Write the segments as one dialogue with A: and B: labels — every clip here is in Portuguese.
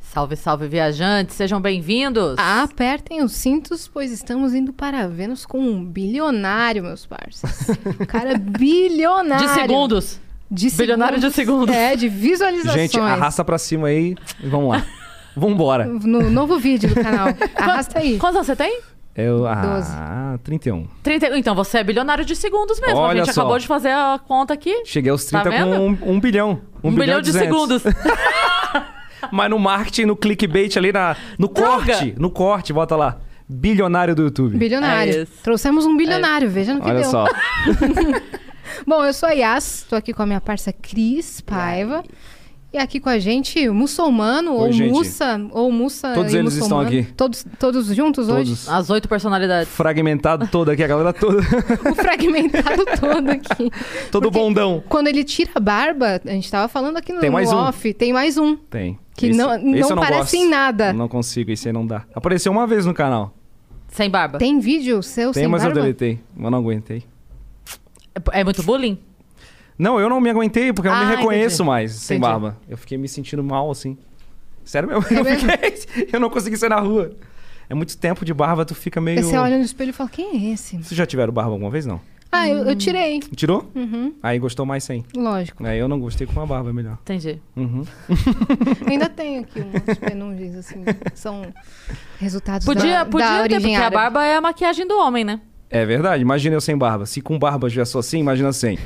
A: Salve, salve, viajantes, sejam bem-vindos.
B: Ah, Apertem os cintos, pois estamos indo para Vênus com um bilionário, meus parceiros. Um cara bilionário.
A: de segundos.
B: De
A: Bilionário de segundos.
B: É, de visualizações.
C: Gente, arrasta pra cima aí e vamos lá. Vambora.
B: No novo vídeo do canal. Arrasta aí.
A: Quantos anos você tem?
C: Eu, ah, 31.
A: 30... Então você é bilionário de segundos mesmo.
C: Olha
A: a gente
C: só.
A: acabou de fazer a conta aqui.
C: Cheguei aos
A: Tá
C: 30 com
A: vendo?
C: um, um bilhão. Um,
A: Um bilhão
C: e
A: de
C: 200.
A: segundos.
C: Mas no marketing, no clickbait ali, na, no
A: Droga!
C: corte. No corte, bota lá. Bilionário do YouTube.
B: Bilionário.
A: É isso.
B: Trouxemos um bilionário, veja no que
C: É. Olha
B: deu.
C: só.
B: Bom, eu sou a Yas, tô aqui com a minha parça Cris Paiva. E aqui com a gente, o muçulmano,
C: Oi,
B: ou
C: gente.
B: mussa, ou mussa
C: Todos
B: e
C: eles estão
B: muçulmano.
C: aqui.
B: Todos, todos juntos hoje?
C: Todos.
A: As oito personalidades.
C: Fragmentado todo aqui, a galera toda.
B: O fragmentado todo aqui.
C: todo
B: Porque
C: bondão.
B: Quando ele tira a barba, a gente tava falando aqui no,
C: Tem mais
B: no
C: um.
B: off, tem mais um.
C: Tem.
B: Que não- não
C: eu
B: parece
C: gosto.
B: em nada.
C: Não consigo, esse aí não dá. Apareceu uma vez no canal.
A: Sem barba.
B: Tem vídeo seu
C: Tem,
B: sem
C: mas
B: barba?
C: eu deletei. Mas não aguentei.
A: É é muito bullying?
C: Não, eu não me aguentei porque eu não
A: Ah,
C: me reconheço
A: entendi.
C: mais sem
A: Entendi.
C: barba. Eu fiquei me sentindo mal, assim. Sério mesmo?
B: É
C: eu,
B: mesmo?
C: fiquei- eu não consegui sair na rua. É muito tempo de barba, tu fica meio.
B: Aí Você olha no espelho e fala, quem é esse?
C: Vocês já tiveram barba alguma vez? Não.
B: Ah, eu,
C: Hum.
B: eu tirei. Uhum,
C: Tirou? Aí gostou mais sem.
B: Lógico.
C: Aí eu não gostei com uma barba, é melhor.
A: Entendi.
C: Uhum.
B: Ainda tem aqui umas penugem, assim, que são resultados
A: Podia,
B: da,
A: podia
B: da
A: ter,
B: origem
A: porque a
B: árabe.
A: barba é a maquiagem do homem, né?
C: É verdade, imagina eu sem barba. Se com barba já sou assim, imagina sem.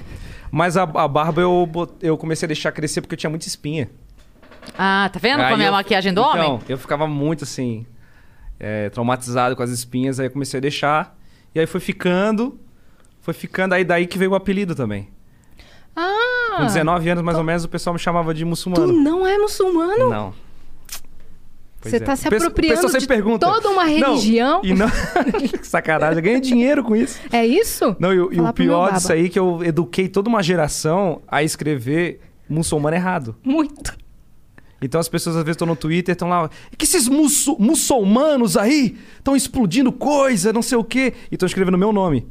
C: Mas a, a barba eu, bot- eu comecei a deixar crescer porque eu tinha muita espinha.
A: Ah, tá vendo
C: Aí
A: como é a
C: eu-
A: maquiagem do
C: então,
A: homem?
C: eu ficava muito assim, é, traumatizado com as espinhas, aí eu comecei a deixar. E aí foi ficando, foi ficando, aí daí que veio o apelido também.
B: Ah!
C: Com 19 anos, mais ou menos, o pessoal me chamava de
B: Tu
C: muçulmano.
B: não é muçulmano?
C: Não. Pois
B: Você
C: é.
B: tá se
C: O pessoal- o
B: apropriando
C: pessoal sempre
B: de toda uma
C: Não,
B: religião.
C: e não- que sacanagem, eu ganhei dinheiro com isso.
B: É isso?
C: Não, e, o- e
B: Falar
C: o
B: pro meu
C: pior
B: baba.
C: disso aí é que eu eduquei toda uma geração a escrever muçulmano errado.
B: Muito.
C: Então as pessoas às vezes estão no Twitter, estão lá, "É que esses muçul- muçulmanos aí estão explodindo coisa, não sei o quê, e estão escrevendo meu nome.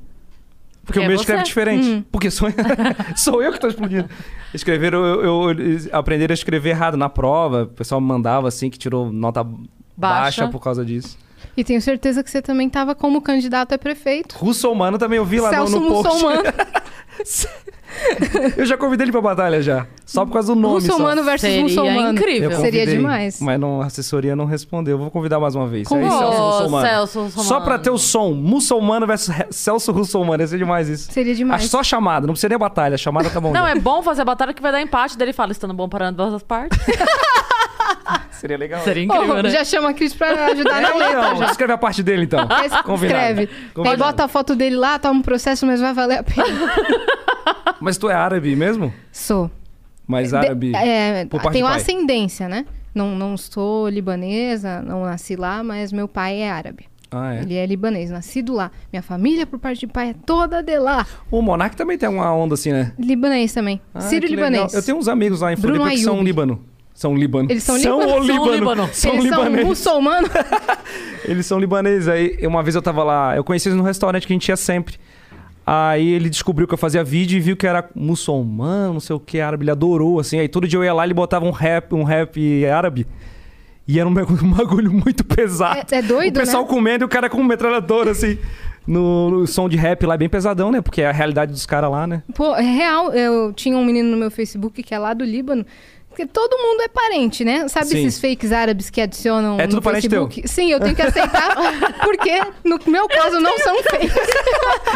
C: Porque
A: É
C: o meu
A: você.
C: escreve diferente. Porque sou, sou eu que estou explodindo. Escreveram, eu, eu, eles aprenderam a escrever errado na prova. O pessoal me mandava assim, que tirou nota baixa,
A: Baixa.
C: por causa disso.
B: E tenho certeza que você também tava como candidato a prefeito.
C: Russomano também eu vi lá no,
B: Celso
C: no post.
B: Muçulmano.
C: Eu já convidei ele pra batalha já. Só por causa do nome. só.
B: Muçulmano versus
A: Seria
B: muçulmano.
A: incrível.
C: Eu
B: Seria
C: convidei,
B: demais.
C: Mas não, a assessoria não respondeu. Eu Vou convidar mais uma vez.
B: Com
C: Aí,
B: o
C: Celso Russomano.
A: Celso Russomano.
C: Só pra ter um o som. Muçulmano versus Re- Celso Russomano. Ia ser demais isso.
B: Seria demais.
C: Acho só chamada. Não precisa nem batalha. A chamada tá bom.
A: Não,
C: já.
A: é bom fazer a batalha que vai dar empate. Daí ele fala, estando bom para ambas as partes.
C: Seria legal.
A: Seria
B: Oh,
A: incrível, né?
B: Já chama a Cris pra ajudar na letra.
C: Então, escreve a parte dele então. Combinado.
B: Escreve. Aí
C: Combinado.
B: bota a foto dele lá, toma um processo, mas vai valer a pena.
C: Mas tu é árabe mesmo?
B: Sou.
C: Mas
B: De-
C: árabe.
B: é,
C: por parte
B: tenho
C: de pai.
B: ascendência, né? Não, não sou libanesa, não nasci lá, mas meu pai é árabe.
C: Ah, é.
B: Ele é libanês, nascido lá. Minha família, por parte de pai, é toda de lá.
C: O Monark também tem uma onda assim, né?
B: Libanês também.
C: Ah, que legal.
B: Sírio-libanês.
C: Eu tenho uns amigos lá em
B: Bruno
C: Floripa que são
B: Ayub.
C: Líbano. São Líbano.
B: Eles são
C: São
B: Líbano?
C: o
B: São
C: Líbano.
A: Líbano.
C: São
B: Eles são
C: libaneses.
B: muçulmanos.
C: Eles são libaneses. Aí, uma vez eu tava lá, eu conheci eles num restaurante que a gente ia sempre. Aí ele descobriu que eu fazia vídeo e viu que era muçulmano, não sei o que, árabe. Ele adorou, assim. Aí todo dia eu ia lá ele botava um rap, um rap árabe. E era um bagulho, um bagulho muito pesado.
B: É- é doido,
C: O pessoal
B: né?
C: comendo e o cara com um metralhadora, assim. No, no som de rap lá, é bem pesadão, né? Porque é a realidade dos caras lá, né?
B: Pô, é real. Eu tinha um menino no meu Facebook que é lá do Líbano. Porque todo mundo é parente, né? Sabe
C: Sim.
B: esses fakes árabes que adicionam
C: É tudo
B: no
C: parente teu.
B: Facebook? Sim, eu tenho que aceitar, porque no meu caso não são fakes.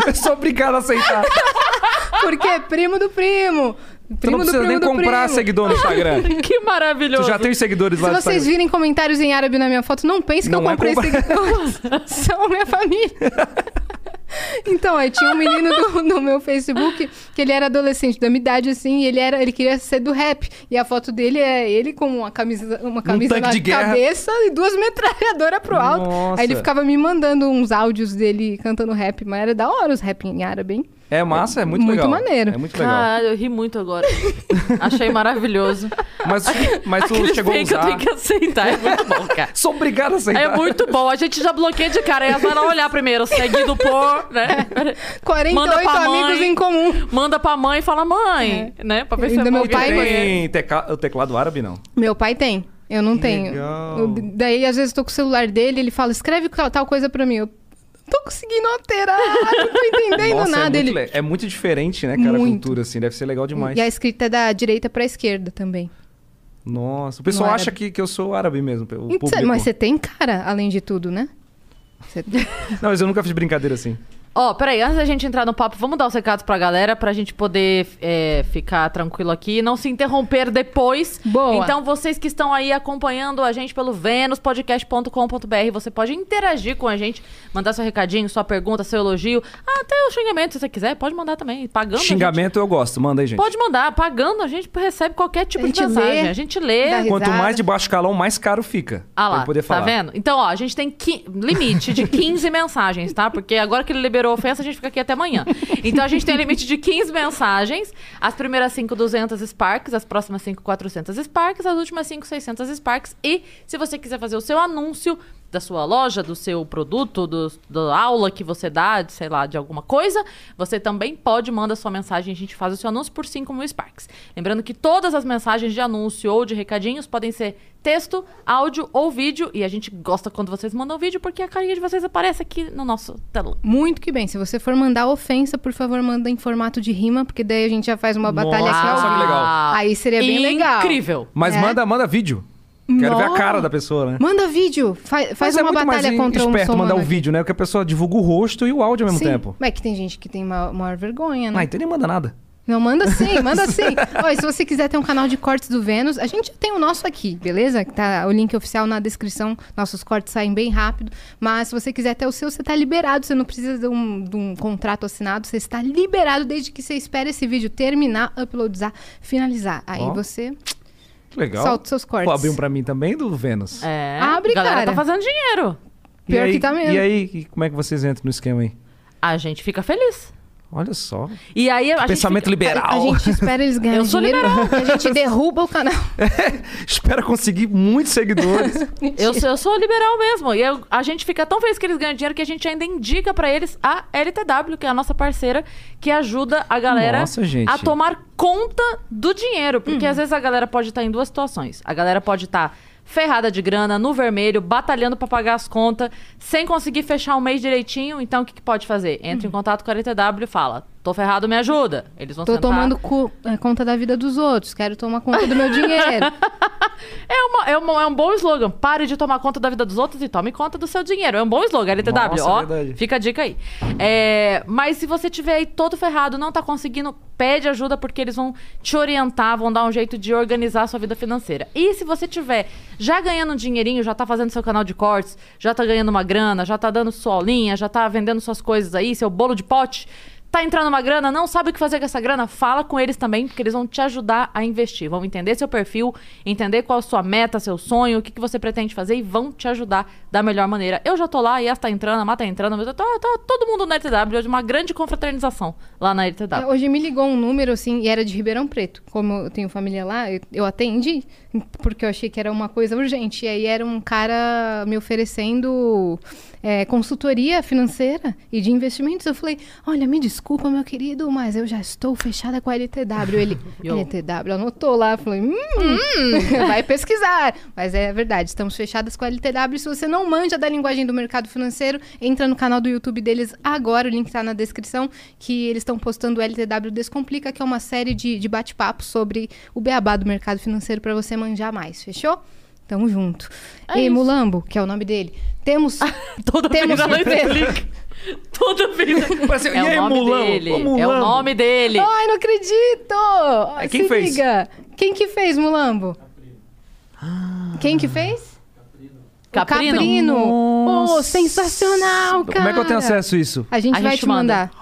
C: Eu sou obrigado a aceitar.
B: Porque é primo do primo.
C: Tu não
B: Primo do
C: precisa
B: primo
C: nem
B: do
C: comprar
B: primo.
C: seguidor no Instagram.
A: Que maravilhoso.
C: tu já tem os seguidores lá
B: Se
C: no
B: vocês
C: Instagram.
B: virem comentários em árabe na minha foto, não pense que
C: Não
B: eu
C: é
B: comprei
C: culpa.
B: seguidores. São minha família. Então, aí tinha um menino do- no meu Facebook que ele era adolescente, da minha idade, assim, e ele, era, ele queria ser do rap. E a foto dele é ele com uma camisa, uma camisa
C: Um tanque
B: na
C: de guerra.
B: cabeça e duas metralhadoras pro alto.
C: Nossa.
B: Aí ele ficava me mandando uns áudios dele cantando rap, mas era da hora os rap em árabe, hein?
C: É massa, é muito,
B: Muito
C: legal.
B: maneiro.
C: É muito legal.
A: Caralho, eu ri muito agora. Achei maravilhoso.
C: Mas, mas tu
A: Aqueles
C: chegou a
A: bem que eu
C: usar.
A: tenho que aceitar. É muito bom, cara.
C: Sou obrigado a aceitar.
A: É muito bom. A gente já bloqueia de cara. Aí elas vão olhar primeiro, seguido por, né?
C: É.
B: 48
A: pra mãe.
B: amigos em comum.
A: Manda pra mãe e fala, mãe, né? Pra ver se
B: Ainda
A: é
B: meu
A: bom.
C: E
B: pai-
C: tem teca- o teclado árabe, não?
B: Meu pai tem. Eu não tenho.
C: legal.
B: Eu- daí, às vezes, eu tô com o celular dele, ele fala, escreve tal, tal coisa pra mim. Eu tô conseguindo alterar, não tô entendendo
C: Nossa,
B: nada.
C: é, muito
B: ele...
C: le- é muito diferente, né, cara, a
B: Muito.
C: cultura, assim. Deve ser legal demais.
B: E a escrita é da direita pra esquerda também.
C: Nossa, o pessoal
B: No
C: acha
B: árabe.
C: que, que eu sou árabe mesmo, o
B: é Então,
C: público.
B: mas você tem cara, além de tudo, né? Você-
C: Não, mas eu nunca fiz brincadeira assim.
A: Ó, peraí, antes da gente entrar no papo, vamos dar os recados pra galera pra gente poder é, ficar tranquilo aqui e não se interromper depois.
B: Boa.
A: Então, vocês que estão aí acompanhando a gente pelo venuspodcast.com.br, você pode interagir com a gente, mandar seu recadinho, sua pergunta, seu elogio, até o xingamento, se você quiser, pode mandar também, pagando. a gente.
C: Xingamento eu gosto, manda aí, gente.
A: Pode mandar, pagando, a gente recebe qualquer tipo
B: A
A: de
B: gente
A: mensagem.
B: lê,
A: a gente lê.
B: dá
C: Quanto
B: risada.
C: mais de baixo calão, mais caro fica.
A: Ah lá,
C: pra eu poder falar.
A: tá vendo? Então, ó, a gente tem qui- limite de 15 mensagens, tá? Porque agora que ele liberou a ofensa, a gente fica aqui até amanhã. Então, a gente tem limite de 15 mensagens. As primeiras 5, 200 Sparks. As próximas 5, 400 Sparks. As últimas 5, 600 Sparks. E, se você quiser fazer o seu anúncio da sua loja, do seu produto, do, da aula que você dá, de, sei lá, de alguma coisa, você também pode mandar sua mensagem. A gente faz o seu anúncio por 5 mil Sparks. Lembrando que todas as mensagens de anúncio ou de recadinhos podem ser texto, áudio ou vídeo. E a gente gosta quando vocês mandam vídeo, porque a carinha de vocês aparece aqui no nosso telão.
B: Muito que bem. Se você for mandar ofensa, por favor, manda em formato de rima, porque daí a gente já faz uma batalha um
C: Nossa,
B: aqui. ao
C: Ah, que
B: vivo.
A: legal.
B: Ah, Aí seria bem legal.
A: Incrível.
C: Mas
B: É.
C: manda, manda vídeo. Quero ver a
B: Nossa.
C: cara da pessoa, né?
B: Manda vídeo. Fa- faz
C: Mas é
B: uma
C: muito
B: batalha
C: mais
B: contra um
C: esperto mandar o
B: muçulmano aqui.
C: vídeo, né? Porque a pessoa divulga o rosto e o áudio ao mesmo
B: Sim,
C: tempo.
B: Mas é que tem gente que tem ma- maior vergonha, né?
C: Ah, então nem manda nada.
B: Não, manda sim, manda sim. Ó, e se você quiser ter um canal de cortes do Vênus, a gente tem o nosso aqui, beleza? Que Tá o link oficial na descrição. Nossos cortes saem bem rápido. Mas se você quiser ter o seu, você tá liberado. Você não precisa de um, de um contrato assinado. Você está liberado desde que você espere esse vídeo terminar, uploadizar, finalizar. Aí
C: Ó.
B: você
C: Que legal.
B: solta os seus cortes.
C: Pô, abriu um pra mim também do Vênus.
A: É,
B: Abre,
A: a galera
B: cara.
A: tá fazendo dinheiro.
C: E
B: pior
C: aí-
B: que tá mesmo.
C: E aí, que- como é que vocês entram no esquema aí?
A: A gente fica feliz.
C: Olha só.
A: E aí a
C: Pensamento
A: gente fica...
C: liberal.
B: A gente espera eles ganharem
A: Eu sou
B: dinheiro.
A: liberal.
B: e A gente derruba o canal.
C: Espero conseguir muitos seguidores.
A: Eu sou, eu sou liberal mesmo. E eu- a gente fica tão feliz que eles ganham dinheiro que a gente ainda indica pra eles a LTW, que é a nossa parceira, que ajuda a galera
C: Nossa, gente.
A: a tomar conta do dinheiro. Porque
B: Uhum.
A: às vezes a galera pode estar em duas situações. A galera pode estar ferrada de grana, no vermelho, batalhando pra pagar as contas, sem conseguir fechar o mês direitinho. Então o que, que pode fazer? Entra em
B: Uhum.
A: contato com a LTW e fala: tô ferrado, me ajuda. Eles vão
B: Tô
A: sentar-
B: tomando cu- eh, conta da vida dos outros. Quero tomar conta do meu dinheiro.
A: É, uma- é uma- é um bom slogan. Pare de tomar conta da vida dos outros e tome conta do seu dinheiro. É um bom slogan, LTW.
C: Nossa, é
A: ó,
C: verdade.
A: fica a dica aí. É, mas se você tiver aí todo ferrado, não tá conseguindo, pede ajuda porque eles vão te orientar, vão dar um jeito de organizar a sua vida financeira. E se você tiver já ganhando um dinheirinho, já tá fazendo seu canal de cortes, já tá ganhando uma grana, já tá dando sua aulinha, já tá vendendo suas coisas aí, seu bolo de pote, Tá entrando uma grana, não sabe o que fazer com essa grana? Fala com eles também, porque eles vão te ajudar a investir. Vão entender seu perfil, entender qual a sua meta, seu sonho, o que, que você pretende fazer e vão te ajudar da melhor maneira. Eu já tô lá, Yas tá entrando, a Má tá entrando, mas eu tô, tô- todo mundo na LTW, hoje uma grande confraternização lá na
B: É,
A: LTW.
B: Hoje me ligou um número, assim, e era de Ribeirão Preto. Como eu tenho família lá, eu, eu atendi, porque eu achei que era uma coisa urgente. E aí era um cara me oferecendo é, consultoria financeira e de investimentos. Eu falei, olha, me desculpa, meu querido, mas eu já estou fechada com a LTW. Ele,
A: Yo.
B: LTW, anotou lá. Eu Falei, hum, vai pesquisar. Mas é verdade, estamos fechadas com a LTW. Se você não manja da linguagem do mercado financeiro, entra no canal do YouTube deles agora, o link tá na descrição, que eles estão postando o LTW Descomplica, que é uma série de, de bate-papo sobre o beabá do mercado financeiro para você manjar mais, fechou? Tamo junto.
A: É
B: e
A: isso.
B: Mulambo, que é o nome dele, temos...
A: Toda
B: Temos
A: vez ela
B: surpresa.
A: explica. Toda vez.
C: Parece-
A: É
C: e aí,
A: o nome
C: Mulan?
A: dele.
C: Ô,
A: É o
C: Mulan.
A: nome dele.
B: Ai, não acredito!
C: É, quem
B: Se
C: fez?
B: liga. Quem que fez, Mulambo? Quem que fez? O
A: Caprino.
B: Caprino. Oh, sensacional, cara.
C: Como é que eu tenho acesso a isso?
B: A gente
A: A
B: vai
A: gente
B: te
A: manda.
B: mandar.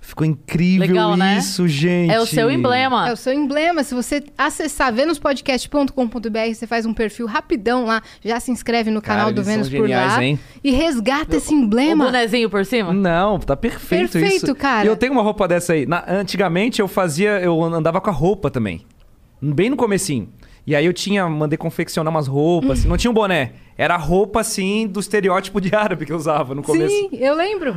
C: Ficou incrível
A: Legal, né?
C: isso, gente.
A: É o seu
C: Ah.
A: emblema.
B: É o seu emblema. Se você acessar venuspodcast.com.br, você faz um perfil rapidão lá, já se inscreve no
C: Cara,
B: canal do
C: eles são
B: Vênus por
C: geniais,
B: lá
C: hein?
B: e resgata esse
A: O
B: emblema.
A: bonezinho por cima?
C: Não, tá perfeito, isso.
B: Perfeito, cara.
C: E eu tenho uma roupa dessa aí. Na- antigamente eu fazia, eu andava com a roupa também. Bem no comecinho. E aí eu tinha, mandei confeccionar umas roupas, assim, não tinha um boné. Era a roupa, assim, do estereótipo de árabe que eu usava no começo.
B: Sim, eu lembro.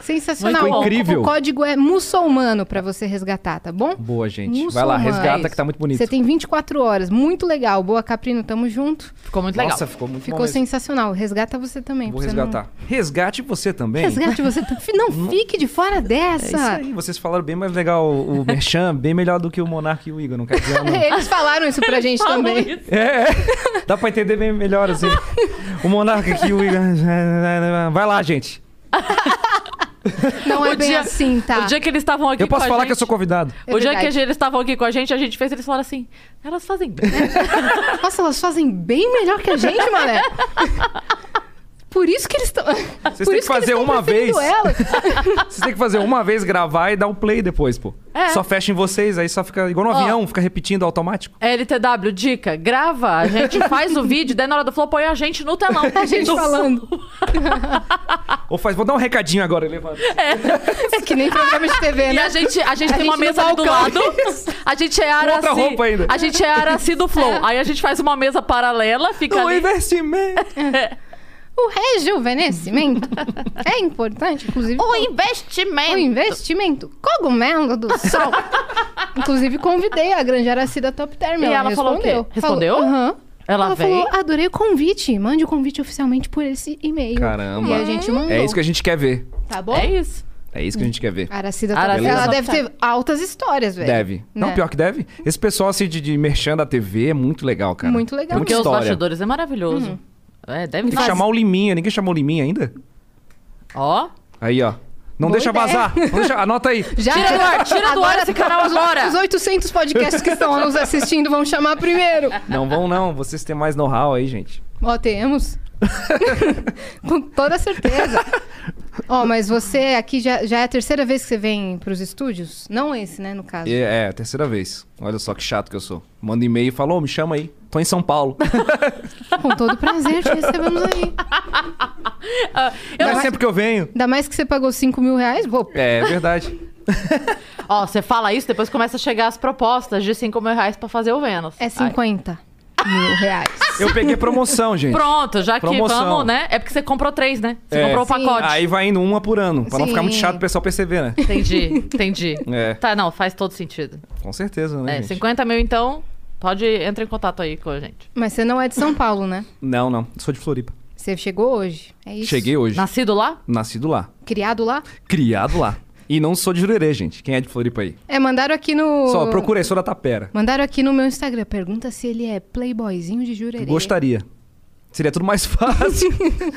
B: Sensacional.
C: Muito
B: Ó, o-
C: incrível.
B: O, código é muçulmano pra você resgatar, tá bom?
C: Boa, gente. Vai lá,
B: Muçulmano.
C: resgata
B: É
C: que tá muito bonito.
B: Você tem 24 horas. Muito legal. Boa, Caprino, tamo junto.
A: Ficou muito legal.
C: Nossa, ficou muito
B: Ficou
C: bom mesmo.
B: sensacional. Resgata você também.
C: Vou
B: pra você não-
C: resgatar. Resgate você também.
B: Resgate você. também. Não fique de fora
C: É isso
B: dessa.
C: aí, vocês falaram bem mais legal o o Merchan, bem melhor do que o Monark e o Igor, não quer dizer não.
B: Eles falaram isso pra gente também.
C: É, é. dá pra entender bem melhor assim. O Monarca aqui, o Igor. Vai lá, gente.
B: Não é
A: O
B: bem
A: dia-
B: assim, tá?
A: O dia que eles estavam aqui
C: Eu posso
A: com a
C: falar
A: gente,
C: que eu sou convidado.
B: É
A: O dia que
B: verdade.
A: eles estavam aqui com a gente, a gente fez eles falaram assim: elas fazem né?" bem.
B: Nossa, elas fazem bem melhor que a gente, mané. Por isso que eles estão. Vocês
C: têm que fazer uma vez.
B: Ela.
C: Vocês têm que fazer uma vez, gravar e dar um play depois, pô.
A: É.
C: Só fecha em vocês, aí só fica igual no
A: Ó.
C: avião, fica repetindo automático.
A: É, LTW, dica, grava, a gente faz o vídeo, daí na hora do flow põe a gente no telão.
B: tá A gente falando.
C: Ou faz, vou dar um recadinho agora, levanta.
B: É que nem programa de TV,
A: E
B: né?
A: a gente, a gente
B: A
A: tem uma
B: gente no
A: mesa ali do lado.
B: balcão.
A: A gente é Araci.
C: outra roupa ainda.
A: A gente é Araci do Flow. Aí a gente faz uma mesa paralela, fica
C: O
A: ali.
C: investimento.
B: O rejuvenescimento é importante, inclusive.
A: O
B: com- o
A: investimento.
B: investimento. Cogumelo do sol. inclusive, convidei a grande Araci da Top Term.
A: E ela falou o quê?
B: respondeu.
A: Respondeu?
B: Falou, Aham.
A: Ela veio?
B: falou, adorei o convite. Mande o convite oficialmente por esse e-mail.
C: Caramba.
B: E a gente mandou.
C: É isso que a gente quer ver.
B: Tá bom?
A: É isso.
C: É isso que a gente quer ver.
B: Aracida,
A: Aracida
B: tá-
A: tá-
B: ela
A: Top
B: deve ter altas histórias, velho.
C: Deve. Não,
B: Né?
C: pior que deve. Esse pessoal assim de, de merchan da TV é muito legal, cara.
B: Muito legal.
C: Tem muita
A: Porque os
C: história.
A: bastidores é
B: Uhum.
A: maravilhoso. É, deve
C: Tem que
A: ter.
B: um-
C: chamar o Liminha. Ninguém chamou o Liminha ainda?
A: Ó.
C: Aí, ó. Não
B: Boa
C: deixa
B: ideia.
C: vazar. Não deixa... Anota aí.
B: Já
A: Tira do ar, tira do ar esse canal
B: os,
A: agora.
B: Os 800 podcasts que estão nos assistindo vão chamar primeiro.
C: Não vão, não. Vocês têm mais know-how aí, gente.
B: Ó, temos. Com toda certeza. Ó, mas você aqui já, já é a terceira vez que você vem pros estúdios? Não esse, né, no caso.
C: E- é, a terceira vez. Olha só que chato que eu sou. Manda e-mail e fala, ô, me chama aí. Tô em São Paulo.
A: É.
B: Com todo prazer te recebemos aí.
A: Ah, eu
C: Mas
A: não-
C: é sempre que eu venho.
B: Ainda mais que você pagou 5 mil reais. Vou...
C: É, verdade.
A: Ó, você fala isso, depois começa a chegar as propostas de 5 mil reais pra fazer o Vênus.
B: É
A: Aí-
B: 50 mil reais.
C: Eu peguei promoção, gente.
A: Pronto, já que
C: Promoção.
A: vamos, né? É porque você comprou três, né? Você
C: É.
A: comprou o
B: Sim.
A: pacote.
C: Aí vai indo uma por ano. Pra não
B: Sim.
C: ficar muito chato o pessoal perceber, né?
A: Entendi, entendi.
C: É.
A: Tá, não, faz todo sentido.
C: Com certeza, né,
A: É,
C: gente?
A: 50 mil então, pode entrar em contato aí com a gente.
B: Mas você não é de São Paulo, né?
C: Não, não. Sou de Floripa.
B: Você chegou hoje. É isso.
C: Cheguei hoje.
A: Nascido lá?
C: Nascido lá.
B: Criado lá?
C: Criado lá. E não sou de Jurerê, gente. Quem é de Floripa aí?
B: É, mandaram aqui no.
C: Só, procurei, sou da Tapera.
B: Mandaram aqui no meu Instagram. Pergunta se ele é playboyzinho de jurerê.
C: Gostaria. Seria tudo mais fácil.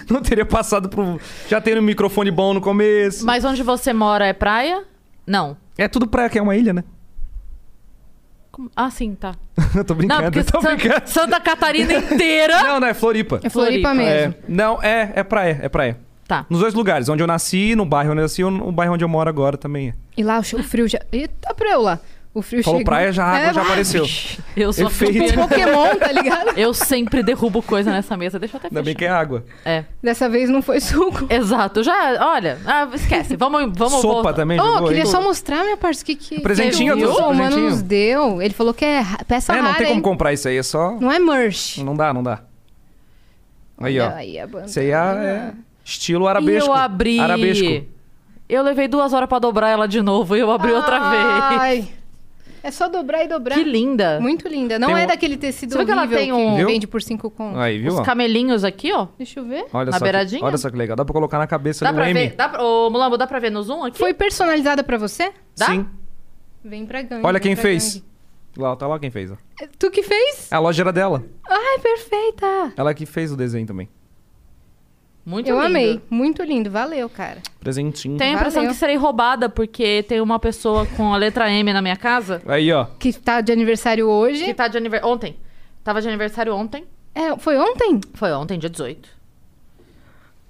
C: não teria passado pro. Já tendo um microfone bom no começo.
A: Mas onde você mora é praia? Não.
C: É tudo praia, que é uma ilha, né?
A: Como- Ah, sim, tá.
C: Eu tô
A: Não,
C: brincando,
A: porque
C: eu tô
A: San-
C: brincando.
A: Santa Catarina inteira.
C: Não, não, é Floripa.
B: É Floripa,
A: Floripa.
B: mesmo.
C: É, não, é, é praia, é praia.
A: Tá.
C: Nos dois lugares, onde eu nasci, no bairro onde eu nasci, e no bairro onde eu moro agora também é.
B: E lá o cho- o frio já. tá Eita, preula. O frio
C: Falou
B: chegou. É,
C: praia, já, a água já
B: vai.
C: apareceu.
A: Eu sou a
C: Efeito.
A: campeã.
B: Pokémon, tá ligado?
A: Eu sempre derrubo coisa nessa mesa. Deixa eu até
C: Ainda bem
A: fechar.
C: que é água.
A: É.
B: Dessa vez não foi suco.
A: Exato. Já, olha, ah, esquece. Vamos, vamos
C: Sopa
A: voltar.
C: também
B: Ô,
C: jogou
B: queria
C: aí.
B: só mostrar, minha parte, o que, que
C: Presentinho,
B: que o
C: eu trouxe
B: humano
C: presentinho.
B: nos deu. Ele falou que é ra- peça
C: É, não
B: rara,
C: tem
B: hein?
C: como comprar isso aí, é só.
B: Não é merch.
C: Não dá, não dá. Aí, ó.
B: Olha aí a banda.
C: Isso aí é, é estilo
A: E
C: arabesco.
A: eu abri.
C: Arabesco.
A: Eu levei duas horas pra dobrar ela de novo e eu abri
B: Ah,
A: outra vez.
B: Ai. É só dobrar e dobrar.
A: Que linda.
B: Muito linda. Não
C: Tem
B: é
C: um-
B: daquele tecido
A: Sabe que ela
B: horrível
A: tem um-
C: Viu?
B: vende por 5 conto.
C: Aí, viu?
A: Os
C: ó?
A: camelinhos aqui, ó.
B: Deixa eu ver.
C: Olha
A: Na
C: só
A: beiradinha?
C: Que, olha só que legal. Dá pra colocar na cabeça
A: Dá
C: do
A: pra
C: M.
A: ver? Dá pra... Ô, Mulambo, dá pra ver no zoom aqui?
B: Foi personalizada pra você?
A: Dá?
C: Sim.
B: Hum, Vem pra gangue.
C: Olha
B: vem
C: quem
B: pra
C: fez.
B: gangue.
C: Lá, tá lá quem fez. Ó.
B: É Tu que fez?
C: A loja era dela.
B: Ai, perfeita.
C: Ela que fez o desenho também.
A: Muito
B: eu
A: lindo.
B: amei. Muito lindo. Valeu, cara.
C: Presentinho.
A: Tenho a impressão
B: Valeu.
A: que serei roubada porque tem uma pessoa com a letra M na minha casa
C: Aí, ó.
B: Que tá de aniversário hoje.
A: que tá de aniversário. Ontem. Tava de aniversário ontem.
B: É, foi ontem?
A: Foi ontem, dia 18.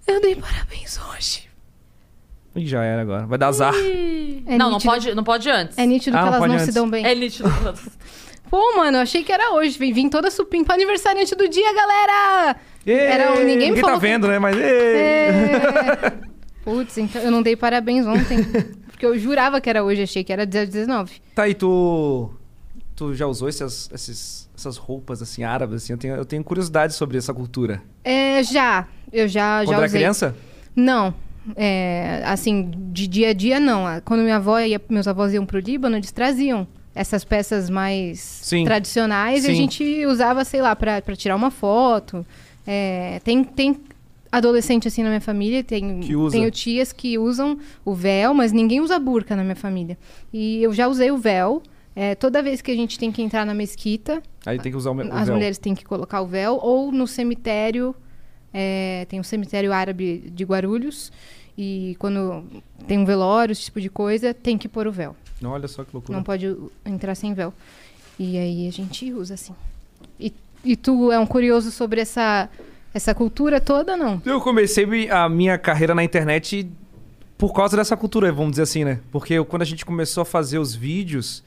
B: Eu dei parabéns hoje.
C: Ih, já era agora. Vai dar azar.
B: É
A: não, não
B: nítido-
A: pode, não pode antes.
B: É nítido
C: Ah,
B: que
C: não
B: elas
C: pode
B: não se
C: antes.
B: dão bem.
A: É nítido.
B: Pô, mano, eu achei que era hoje. Vim, vim toda supimpa aniversariante do dia, galera! Era um- ninguém me
C: tá
B: falou que-
C: vendo, né? Mas. ê!
B: É. Putz, então eu não dei parabéns ontem. Porque eu jurava que era hoje, achei que era 19.
C: Tá, e tu. Tu já usou essas, esses- essas roupas assim, árabes, assim? Eu tenho, eu tenho curiosidade sobre essa cultura.
B: É, já. Eu já,
C: Quando
B: já
C: era
B: usei.
C: criança?
B: Não. É, assim, de dia a dia, não. Ah, Quando minha avó e meus avós iam pro Líbano, eles traziam essas peças mais
C: Sim.
B: tradicionais e a
C: Sim.
B: gente usava, sei lá, pra, pra tirar uma foto. É, tem, tem adolescente assim na minha família, tem,
C: Que usa.
B: tenho tias que usam o véu, mas ninguém usa burca na minha família. E eu já usei o véu. É, toda vez que a gente tem que entrar na mesquita,
C: Aí tem que usar o, me- o
B: as
C: véu.
B: mulheres têm que colocar o véu ou no cemitério é, tem um cemitério árabe de Guarulhos e quando tem um velório esse tipo de coisa tem que pôr o véu
C: Não, olha só que loucura.
B: não pode u- entrar sem véu e aí a gente usa assim e, e tu é um curioso sobre essa essa cultura toda não
C: Eu comecei mi- a minha carreira na internet por causa dessa cultura, vamos dizer assim, né? Porque eu- quando a gente começou a fazer os vídeos,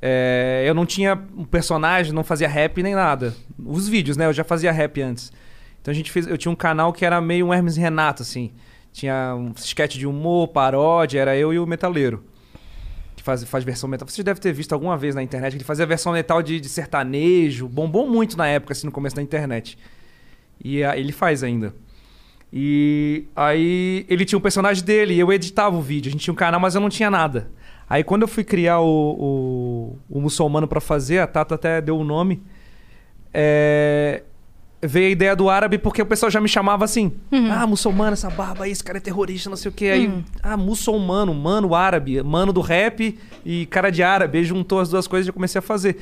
C: é, eu não tinha um personagem, não fazia rap nem nada. Os vídeos, né? Eu já fazia rap antes. Então a gente fez. Eu tinha um canal que era meio um Hermes e Renato, assim. Tinha um sketch de humor, paródia, era eu e o metaleiro. Que faz, faz versão metal. Vocês devem ter visto alguma vez na internet que ele fazia versão metal de, de sertanejo. Bombou muito na época, assim, no começo da internet. E ah, ele faz ainda. E aí ele tinha um personagem dele e eu editava o vídeo. A gente tinha um canal, mas eu não tinha nada. Aí quando eu fui criar o, o, o muçulmano pra fazer, a Tata até deu o nome. é, Veio a ideia do árabe porque o pessoal já me chamava assim.
B: Uhum.
C: Ah, muçulmano, essa barba aí, esse cara é terrorista, não sei o quê. Aí, ah, muçulmano, mano árabe, mano do rap e cara de árabe. Aí juntou as duas coisas e eu comecei a fazer.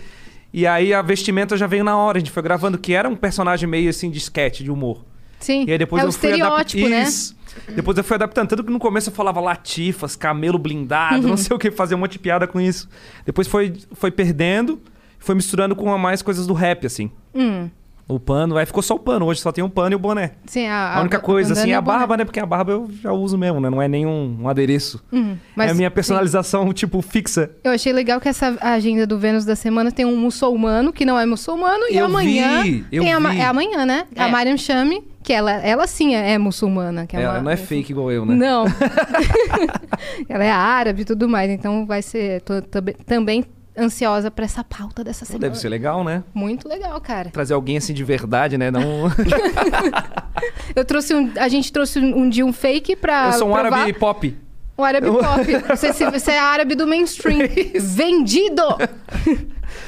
C: E aí a vestimenta já veio na hora, a gente foi gravando, que era um personagem meio assim de sketch, de humor.
B: sim
C: E aí depois
B: é
C: eu
B: o
C: fui adap-
B: estereótipo né
C: Isso. Depois eu fui adaptando. Tanto que no começo eu falava latifas, camelo blindado,
B: Uhum.
C: não sei o que, fazer um monte de piada com isso. Depois foi, foi perdendo, foi misturando com mais coisas do rap, assim.
B: Hum,
C: O pano, aí ficou só o pano. Hoje só tem o pano e o boné.
B: sim, a,
C: A única coisa, assim, é a
B: bandana
C: barba,
B: Ah, boné.
C: né? Porque a barba eu já uso mesmo, né? Não é nenhum um adereço.
B: Hum, mas
C: é a minha
B: sim.
C: personalização, tipo, fixa.
B: Eu achei legal que essa agenda do Vênus da semana tem um muçulmano que não é muçulmano e
C: Eu
B: amanhã
C: vi, eu
B: tem a ma-
C: vi.
B: é amanhã, né? A
A: É.
B: Mariam Chame, que ela ela sim é, é muçulmana, que é
C: Ela
B: uma-
C: não é fake igual eu, né?
B: Não. ela é árabe e tudo mais, então vai ser tô tambe- também ansiosa pra essa pauta dessa
C: Pô,
B: semana.
C: Deve ser legal, né?
B: Muito legal, cara.
C: Trazer alguém assim de verdade, né? Não.
B: Eu trouxe um, a gente trouxe um, um dia um fake pra
C: eu sou um
B: provar.
C: árabe pop.
B: Um árabe pop. Você, se- você é árabe do mainstream.
C: É
B: Vendido.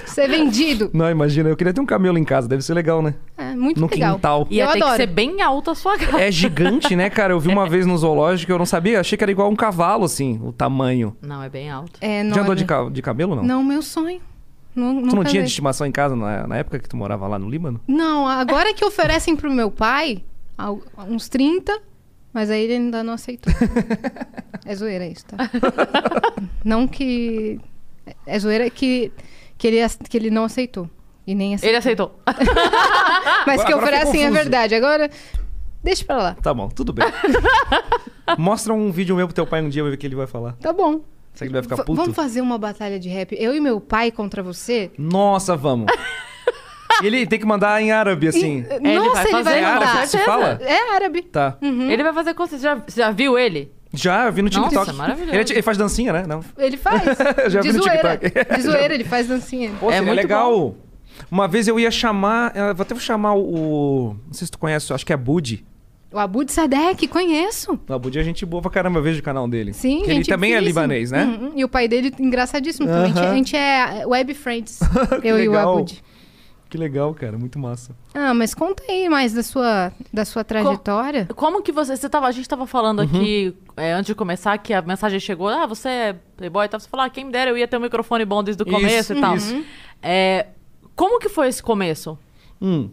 B: Você é vendido.
C: Não, imagina, eu queria ter um camelo em casa, deve ser legal, né?
B: É, muito
C: no
B: legal.
C: quintal.
A: Ia
B: Eu
A: ter que
B: adoro.
A: ser bem alta a sua cara.
C: É gigante, né, cara? Eu vi uma vez no zoológico, eu não sabia, achei que era igual um cavalo, assim, o tamanho.
A: Não, é bem alto.
B: É
C: Já andou
B: enorme.
C: de, ca- de camelo, não?
B: Não, meu sonho. Nu-
C: Tu não
B: nunca
C: tinha de
B: vi.
C: estimação em casa na, na época que tu morava lá no Líbano?
B: Não, agora que oferecem pro meu pai, al- uns 30, mas aí ele ainda não aceitou. é zoeira isso, tá? não que... É zoeira que, que, ele, ac- que ele não aceitou. E nem aceitou.
A: Ele aceitou.
B: Mas que
C: Ah, Agora ficou
B: oferecem é
C: confuso.
B: verdade. Agora, deixa pra lá.
C: Tá bom, tudo bem. Mostra um vídeo meu pro teu pai um dia, vai ver o que ele vai falar.
B: Tá bom.
C: Será que ele vai ficar
B: V-
C: puto?
B: Vamos fazer uma batalha de rap. Eu e meu pai contra você?
C: Nossa, vamos. E ele tem que mandar em árabe, assim.
B: Nossa,
A: vai
B: ele
A: fazer,
B: vai
C: é
A: cara,
C: árabe
B: mandar.
C: que se fala?
B: É árabe.
C: Tá.
A: Ele vai fazer coisa. Você já, você já viu ele?
C: Já, eu vi no
A: Nossa,
C: TikTok.
A: maravilhoso.
C: ele, ele faz dancinha, né? Não.
B: Ele faz.
C: Eu já
B: de
C: vi no
B: zoeira.
C: TikTok.
B: De zoeira, ele faz dancinha.
C: Pô,
A: É
C: seria
A: muito
C: legal. Uma vez eu ia chamar. eh, Vou até chamar o. o- Não sei se tu conhece, acho que é Budi.
B: O Abud Sadek, conheço.
C: O Budi é gente boa pra caramba, eu vejo o canal dele.
B: Sim,
C: Que ele
B: gente
C: também é
B: finíssima.
C: libanês, né?
B: Uhum. E o pai dele, engraçadíssimo também.
C: Aham.
B: A gente é web friends, eu e o
C: legal.
B: Abud.
C: Que legal, cara, muito massa.
B: Ah, mas conta aí mais da sua, da sua trajetória.
A: Como que você. você tava, a gente tava falando
C: Uhum.
A: aqui, é, antes de começar, que a mensagem chegou. Ah, você é playboy e tal. Você falou, ah, quem me dera, eu ia ter um microfone bom desde o
C: Isso,
A: começo e tal.
C: isso.
A: É, como que foi esse começo?
C: Hum.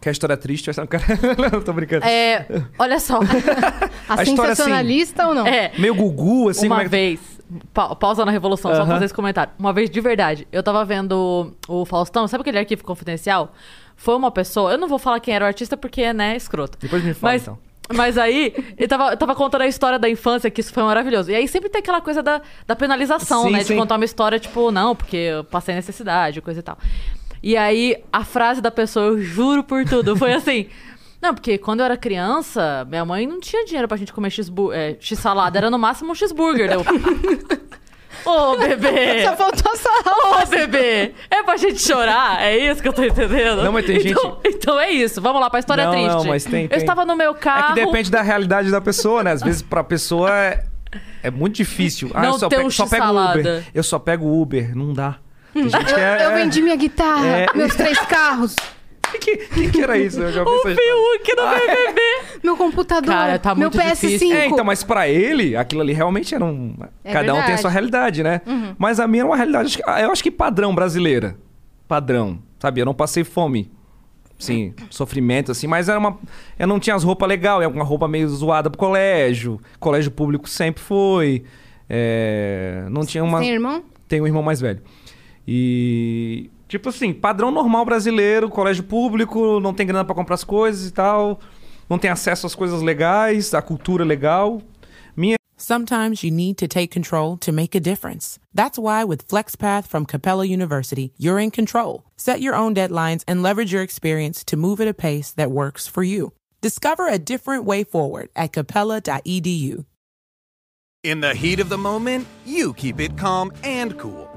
C: Quer história triste? Essa- Cara, não, tô brincando.
A: É, olha só.
B: A,
C: a história, assim,
B: sensacionalista ou não?
A: é,
C: Meio Gugu, assim,
A: uma
C: como é que.
A: vez. pa- pausa na revolução, só pra
C: Aham.
A: fazer esse comentário. Uma vez de verdade, eu tava vendo o Faustão, sabe aquele arquivo confidencial? Foi uma pessoa, eu não vou falar quem era o artista porque, né, escroto.
C: Depois me fala,
A: Mas
C: então.
A: Mas aí, ele tava, eu tava contando a história da infância, que isso foi maravilhoso. E aí sempre tem aquela coisa da, da penalização,
C: Sim,
A: né?
C: sim.
A: De contar uma história, tipo, não, porque eu passei necessidade, coisa e tal. E aí, a frase da pessoa, eu juro por tudo, foi assim. Não, porque quando eu era criança, minha mãe não tinha dinheiro pra gente comer cheesbu- é, x-salada. Era no máximo um cheeseburger. Deu. Ô, bebê!
B: Só faltou só
A: Ô, bebê! É pra gente chorar? É isso que eu tô entendendo?
C: Não, mas tem gente-
A: Então, então é isso. Vamos lá pra história
C: Não,
A: triste.
C: não, mas tem-
A: eu
C: tem.
A: estava no meu
C: É
A: carro.
C: que depende da realidade da pessoa, né? Às vezes pra pessoa é, é muito difícil. Ah,
A: Não
C: eu só
A: ter
C: pego,
A: um
C: só pego
A: x-salada.
C: Uber. Eu só pego Uber, não dá. Tem gente que é-
B: Eu vendi minha guitarra,
C: É.
B: meus três carros,
C: que, que que era isso? Eu já ouvi
A: O
C: essa história.
A: Fiuk
C: Ah,
A: no BBB.
B: meu computador,
A: Cara, tá
B: meu
A: muito
B: PS5.
A: difícil.
C: É, então, mas pra ele, aquilo ali realmente era um.
B: É
C: Cada um tem a
B: verdade.
C: sua realidade, né? Mas a minha era uma realidade, acho que- eu acho que padrão brasileira. Padrão. Sabe? Eu não passei fome. Sim, sofrimento, assim, mas era uma. Eu não tinha as roupas legal, era uma roupa meio zoada pro colégio. Colégio público sempre foi. É, não tinha uma.
B: Tem irmão?
C: Tem um irmão mais velho. E. Tipo assim, padrão normal brasileiro, colégio público, não tem grana pra comprar as coisas e tal, não tem acesso às coisas legais, à cultura legal. Minha
D: Sometimes you need to take control to make a difference. That's why with FlexPath from Capella University, you're in control. Set your own deadlines and leverage your experience to move at a pace that works for you. Discover a different way forward at E capella.edu.
E: In the heat of the moment, you keep it calm and cool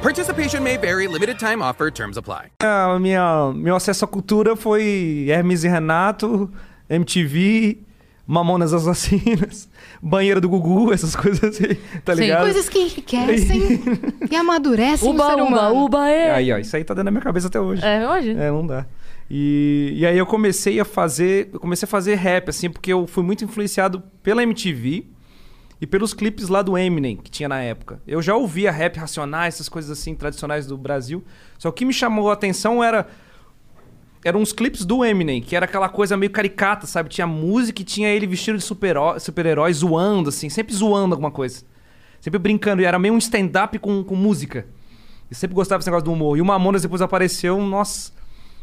E: Participation may vary, limited time offer, terms apply.
C: a Ah, minha, meu acesso à cultura foi Hermes e Renato, MTV, Mamonas Assassinas, Banheira do Gugu, essas coisas assim, tá
A: Sim,
C: ligado?
B: Coisas que enriquecem e amadurecem o
A: Uba,
B: ser
A: uba,
B: humano.
A: uba, é.
C: Aí, ó, isso aí tá dentro da minha cabeça até hoje.
A: É hoje?
C: É, não dá. E, e aí eu comecei a fazer. Eu comecei a fazer rap, assim, porque eu fui muito influenciado pela MTV e pelos clipes lá do Eminem que tinha na época. Eu já ouvia rap racionais, essas coisas assim, tradicionais do Brasil. Só que o que me chamou a atenção era. Eram uns clipes do Eminem, que era aquela coisa meio caricata, sabe? Tinha música e tinha ele vestido de super-herói, super-herói zoando, assim, sempre zoando alguma coisa. Sempre brincando. E era meio um stand-up com, com música. Eu sempre gostava desse negócio do humor. E o Mamonas depois apareceu, nossa,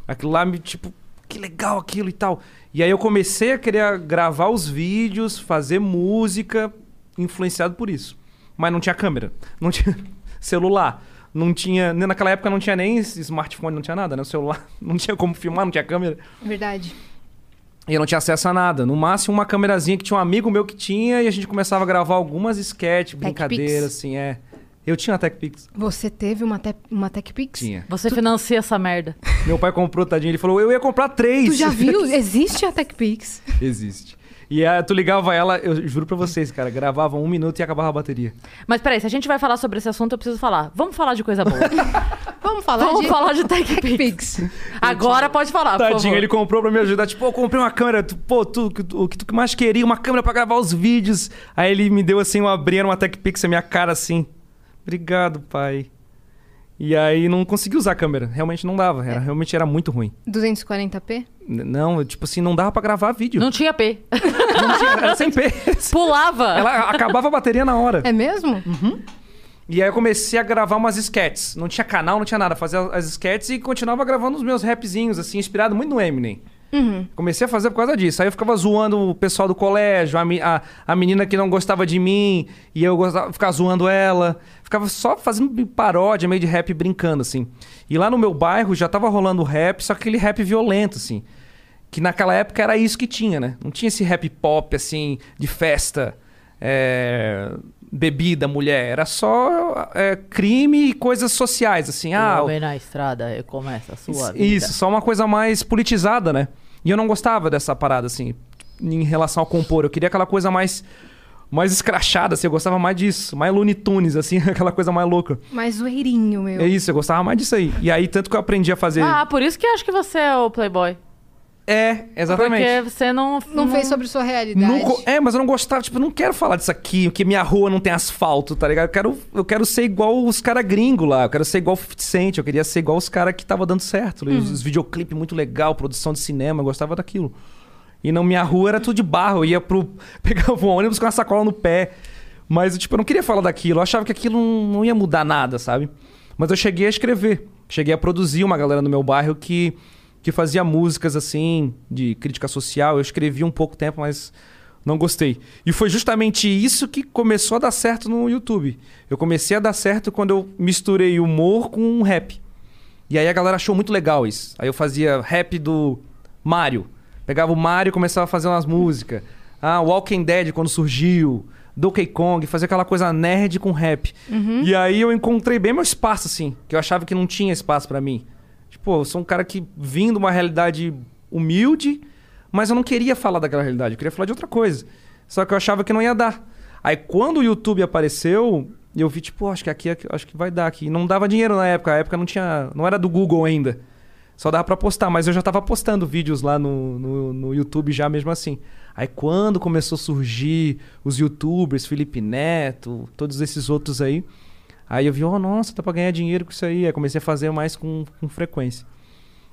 C: aquilo lá me, tipo, que legal aquilo e tal. E aí eu comecei a querer gravar os vídeos, fazer música, influenciado por isso. Mas não tinha câmera, não tinha celular, não tinha. nem- Naquela época não tinha nem esse smartphone, não tinha nada, né? O celular não tinha como filmar, não tinha câmera.
B: Verdade.
C: E eu não tinha acesso a nada. No máximo, uma câmerazinha que tinha um amigo meu que tinha e a gente começava a gravar algumas sketches, brincadeiras, assim, é. Eu tinha a TechPix.
B: Você teve uma, te uma Tech Pix?
C: Tinha.
A: Você financia essa merda.
C: Meu pai comprou, tadinho. Ele falou, eu ia comprar três.
B: Tu já viu? Existe a Tech Pix?
C: Existe. E aí, tu ligava ela, eu juro pra vocês, cara, gravava um minuto e acabava a bateria.
A: Mas peraí, se a gente vai falar sobre esse assunto, eu preciso falar. Vamos falar de coisa boa.
B: Vamos falar
A: Vamos
B: de
A: falar de TechPix.
B: Pix.
A: Agora pode falar, por
C: Tadinho,
A: favor.
C: ele comprou pra me ajudar. Tipo, "Pô, eu comprei uma câmera. Tu, pô, tu, que tu- o que tu mais queria, uma câmera pra gravar os vídeos. Aí ele me deu assim, uma abrinha, uma Tech Pix na minha cara assim. Obrigado, pai. E aí não consegui usar a câmera. Realmente não dava. Era, realmente era muito ruim.
B: 240p?
C: N- Não, eu, tipo assim, não dava pra gravar vídeo.
A: Não tinha P.
C: Não tinha, era sem P.
A: Pulava.
C: Ela acabava a bateria na hora.
B: É mesmo?
C: Uhum. E aí eu comecei a gravar umas sketches. Não tinha canal, não tinha nada. Fazia as sketches e continuava gravando os meus rapzinhos, assim, inspirado muito no Eminem. Comecei a fazer por causa disso. Aí eu ficava zoando o pessoal do colégio, a, me- a, a menina que não gostava de mim, e eu gostava, ficava zoando ela. Ficava só fazendo paródia, meio de rap brincando, assim. E lá no meu bairro já tava rolando rap, só que aquele rap violento, assim. Que naquela época era isso que tinha, né? Não tinha esse rap pop, assim, de festa, é, bebida, mulher. Era só é, crime e coisas sociais, assim. Ah,
A: Homem na estrada e começa a sua vida.
C: isso, só uma coisa mais politizada, né? E eu não gostava dessa parada, assim, em relação ao compor. Eu queria aquela coisa mais. Mais escrachada, assim, eu gostava mais disso. Mais Looney Tunes, assim, aquela coisa mais louca.
B: Mas zoeirinho, meu.
C: É isso, eu gostava mais disso aí. E aí, tanto que eu aprendi a fazer.
A: Ah, por isso que eu acho que você é o playboy.
C: É, exatamente.
A: Porque você não.
B: Não fez sobre sua realidade.
C: Não go- é, mas eu não gostava, tipo, eu não quero falar disso aqui, que minha rua não tem asfalto, tá ligado? Eu quero, eu quero ser igual os caras gringos lá, eu quero ser igual o 50 Cent, eu queria ser igual os caras que tava dando certo. Os, os videoclipes muito legal, produção de cinema, eu gostava daquilo. E não, minha rua era tudo de barro, eu ia pro. pegava um ônibus com uma sacola no pé. Mas, tipo, eu não queria falar daquilo, eu achava que aquilo não, não ia mudar nada, sabe? Mas eu cheguei a escrever, cheguei a produzir uma galera no meu bairro que que fazia músicas assim, de crítica social. Eu escrevi um pouco tempo, mas não gostei. E foi justamente isso que começou a dar certo no YouTube. Eu comecei a dar certo quando eu misturei humor com um rap. E aí a galera achou muito legal isso. Aí eu fazia rap do Mario. Pegava o Mario e começava a fazer umas músicas. Ah, Walking Dead quando surgiu. Donkey Kong, fazia aquela coisa nerd com rap. E aí eu encontrei bem meu espaço, assim. Que eu achava que não tinha espaço pra mim. Tipo, eu sou um cara que vim de uma realidade humilde, mas eu não queria falar daquela realidade, eu queria falar de outra coisa. Só que eu achava que não ia dar. Aí quando o YouTube apareceu, eu vi, tipo, acho que aqui, aqui- acho que vai dar aqui. Não dava dinheiro na época, a época não tinha. não era do Google ainda. Só dava pra postar, mas eu já tava postando vídeos lá no, no, no YouTube já mesmo assim. Aí quando começou a surgir os youtubers, Felipe Neto, todos esses outros aí, aí eu vi, oh, nossa, dá pra ganhar dinheiro com isso aí. Aí comecei a fazer mais com, com frequência.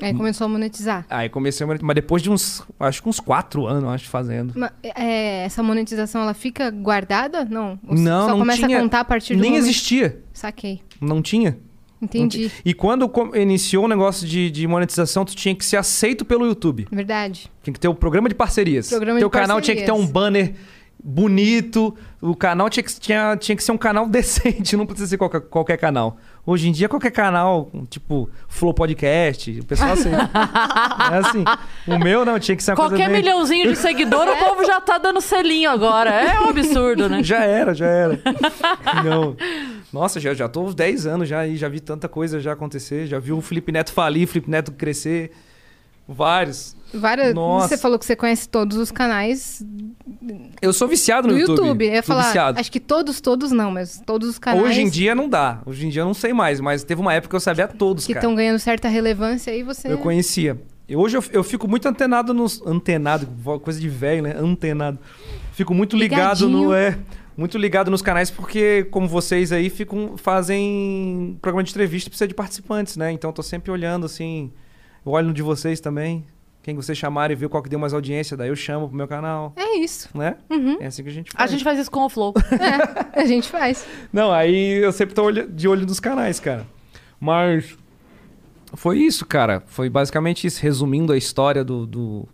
B: Aí É, começou a monetizar.
C: Aí comecei a monetizar, mas depois de uns, acho que uns quatro anos, acho, fazendo.
B: Ma- é, essa monetização, ela fica guardada? Não. Ou
C: não,
B: só
C: não
B: começa
C: tinha,
B: a contar a partir do
C: Nem
B: momento...
C: existia,
B: Saquei.
C: não tinha. Não
B: Entendi.
C: ti- E quando co- iniciou o negócio de, de monetização, tu tinha que ser aceito pelo YouTube.
B: Verdade.
C: Tinha que ter o programa de parcerias.
B: Programa de
C: Teu canal tinha que ter um
B: parcerias.
C: banner bonito. O canal tinha que, tinha, tinha que ser um canal decente, não precisa ser qualquer, qualquer canal. Hoje em dia, qualquer canal, tipo Flow Podcast, o pessoal assim. é assim. O meu não, tinha que ser uma coisa
A: Qualquer
C: meio-
A: milhãozinho de seguidor, o povo já tá dando selinho agora. É um absurdo, né?
C: Já era, já era. Não. Nossa, já, já tô uns 10 anos já e já vi tanta coisa já acontecer. Já vi o Felipe Neto falir, o Felipe Neto crescer. Vários.
B: Várias...
C: Nossa.
B: Você falou que você conhece todos os canais
C: Eu sou viciado no
B: do
C: YouTube.
B: YouTube. Eu ia
C: Sou
B: falar,
C: viciado.
B: acho que é todos, todos não, mas todos os canais
C: Hoje em dia não dá. Hoje em dia eu não sei mais, mas teve uma época que eu sabia todos,
B: que
C: cara.
B: estão ganhando certa relevância aí você...
C: Eu conhecia. E Hoje eu, eu fico muito antenado nos. Antenado, vo- coisa de velho, né? Antenado. Fico muito ligado no.
B: Ligadinho.
C: É, muito ligado nos canais, porque, como vocês aí, ficam, fazem programa de entrevista precisa de participantes, né? Então eu tô sempre olhando, assim. Eu olho no de vocês também. Quem vocês chamarem e ver qual que deu mais audiência, daí eu chamo pro meu canal,
B: É isso.
C: né? É assim que a gente faz.
A: Uhum. A gente faz isso com o Flow.
B: A gente faz.
C: Não, aí eu sempre tô olha- de olho nos canais, cara. Mas. Foi isso, cara. Foi basicamente isso. Resumindo a história do. do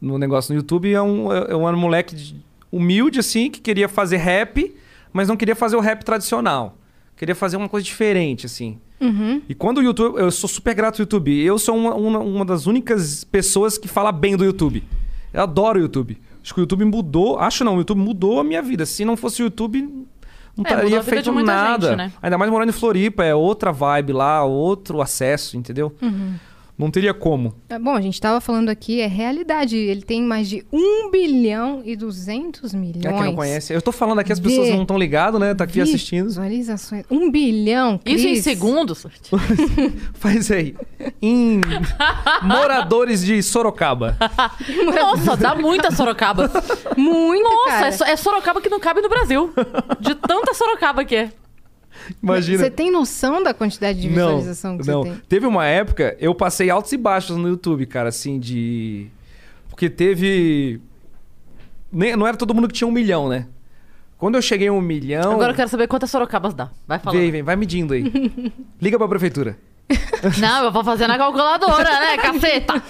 C: no negócio no YouTube, é um, é um moleque de- humilde, assim, que queria fazer rap, mas não queria fazer o rap tradicional. Queria fazer uma coisa diferente, assim.
A: Uhum.
C: E quando o YouTube. Eu sou super grato ao YouTube. Eu sou uma, uma, uma das únicas pessoas que fala bem do YouTube. Eu adoro o YouTube. Acho que o YouTube mudou. Acho não, o YouTube mudou a minha vida. Se não fosse o YouTube, não
A: É, mudou a
C: estaria
A: vida de
C: feito
A: muita
C: nada.
A: gente, né?
C: Ainda mais morando em Floripa, é outra vibe lá, outro acesso, entendeu?
A: Uhum.
C: Não teria como.
B: É, Bom, a gente tava falando aqui, é realidade. Ele tem mais de 1 bilhão e 200 milhões.
C: É que não conhece. Eu tô falando aqui, as pessoas
B: Vê.
C: não estão ligadas, né? Tá aqui assistindo.
B: Visualizações. 1 bilhão, Cris.
A: Isso em segundos?
C: Faz aí. Em moradores de Sorocaba.
A: Nossa, dá muita Sorocaba.
B: Muito,
A: Nossa,
B: cara.
A: é, so- é Sorocaba que não cabe no Brasil. De tanta Sorocaba que é.
C: Imagina.
B: Você tem noção da quantidade de visualização que
C: não.
B: você tem?
C: Teve uma época, eu passei altos e baixos no YouTube, cara, assim, de. Porque teve. nem- não era todo mundo que tinha um milhão, né? Quando eu cheguei a um milhão.
A: Agora eu quero saber quantas Sorocabas dá. Vai falar.
C: Vem, vem, vai medindo aí. Liga pra prefeitura.
A: Não, eu vou fazer na calculadora, né, caceta?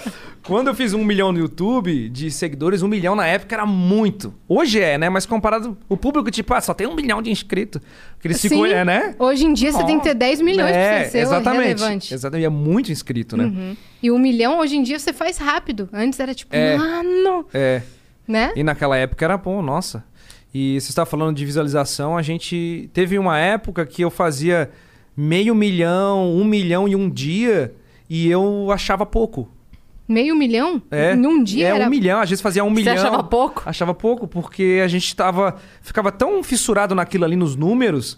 C: Quando eu fiz um milhão no YouTube de seguidores, um milhão na época era muito. Hoje é, né? Mas comparado. O público, tipo, ah, só tem um milhão de inscritos. Que eles ficam,
B: Sim. Um
C: é, né?
B: Hoje em dia você tem que ter 10 milhões
C: é,
B: pra você ser
C: exatamente,
B: relevante.
C: Exatamente. É muito inscrito, né?
B: E um milhão hoje em dia você faz rápido. Antes era tipo,
C: É.
B: mano,
C: É.
B: né?
C: E naquela época era bom, nossa. E você está falando de visualização, a gente teve uma época que eu fazia meio milhão, um milhão em um dia e eu achava pouco.
B: Meio milhão?
C: É,
B: Num dia
C: é
B: era...
C: um milhão, às vezes fazia um milhão.
A: achava pouco?
C: Achava pouco porque a gente tava, ficava tão fissurado naquilo ali nos números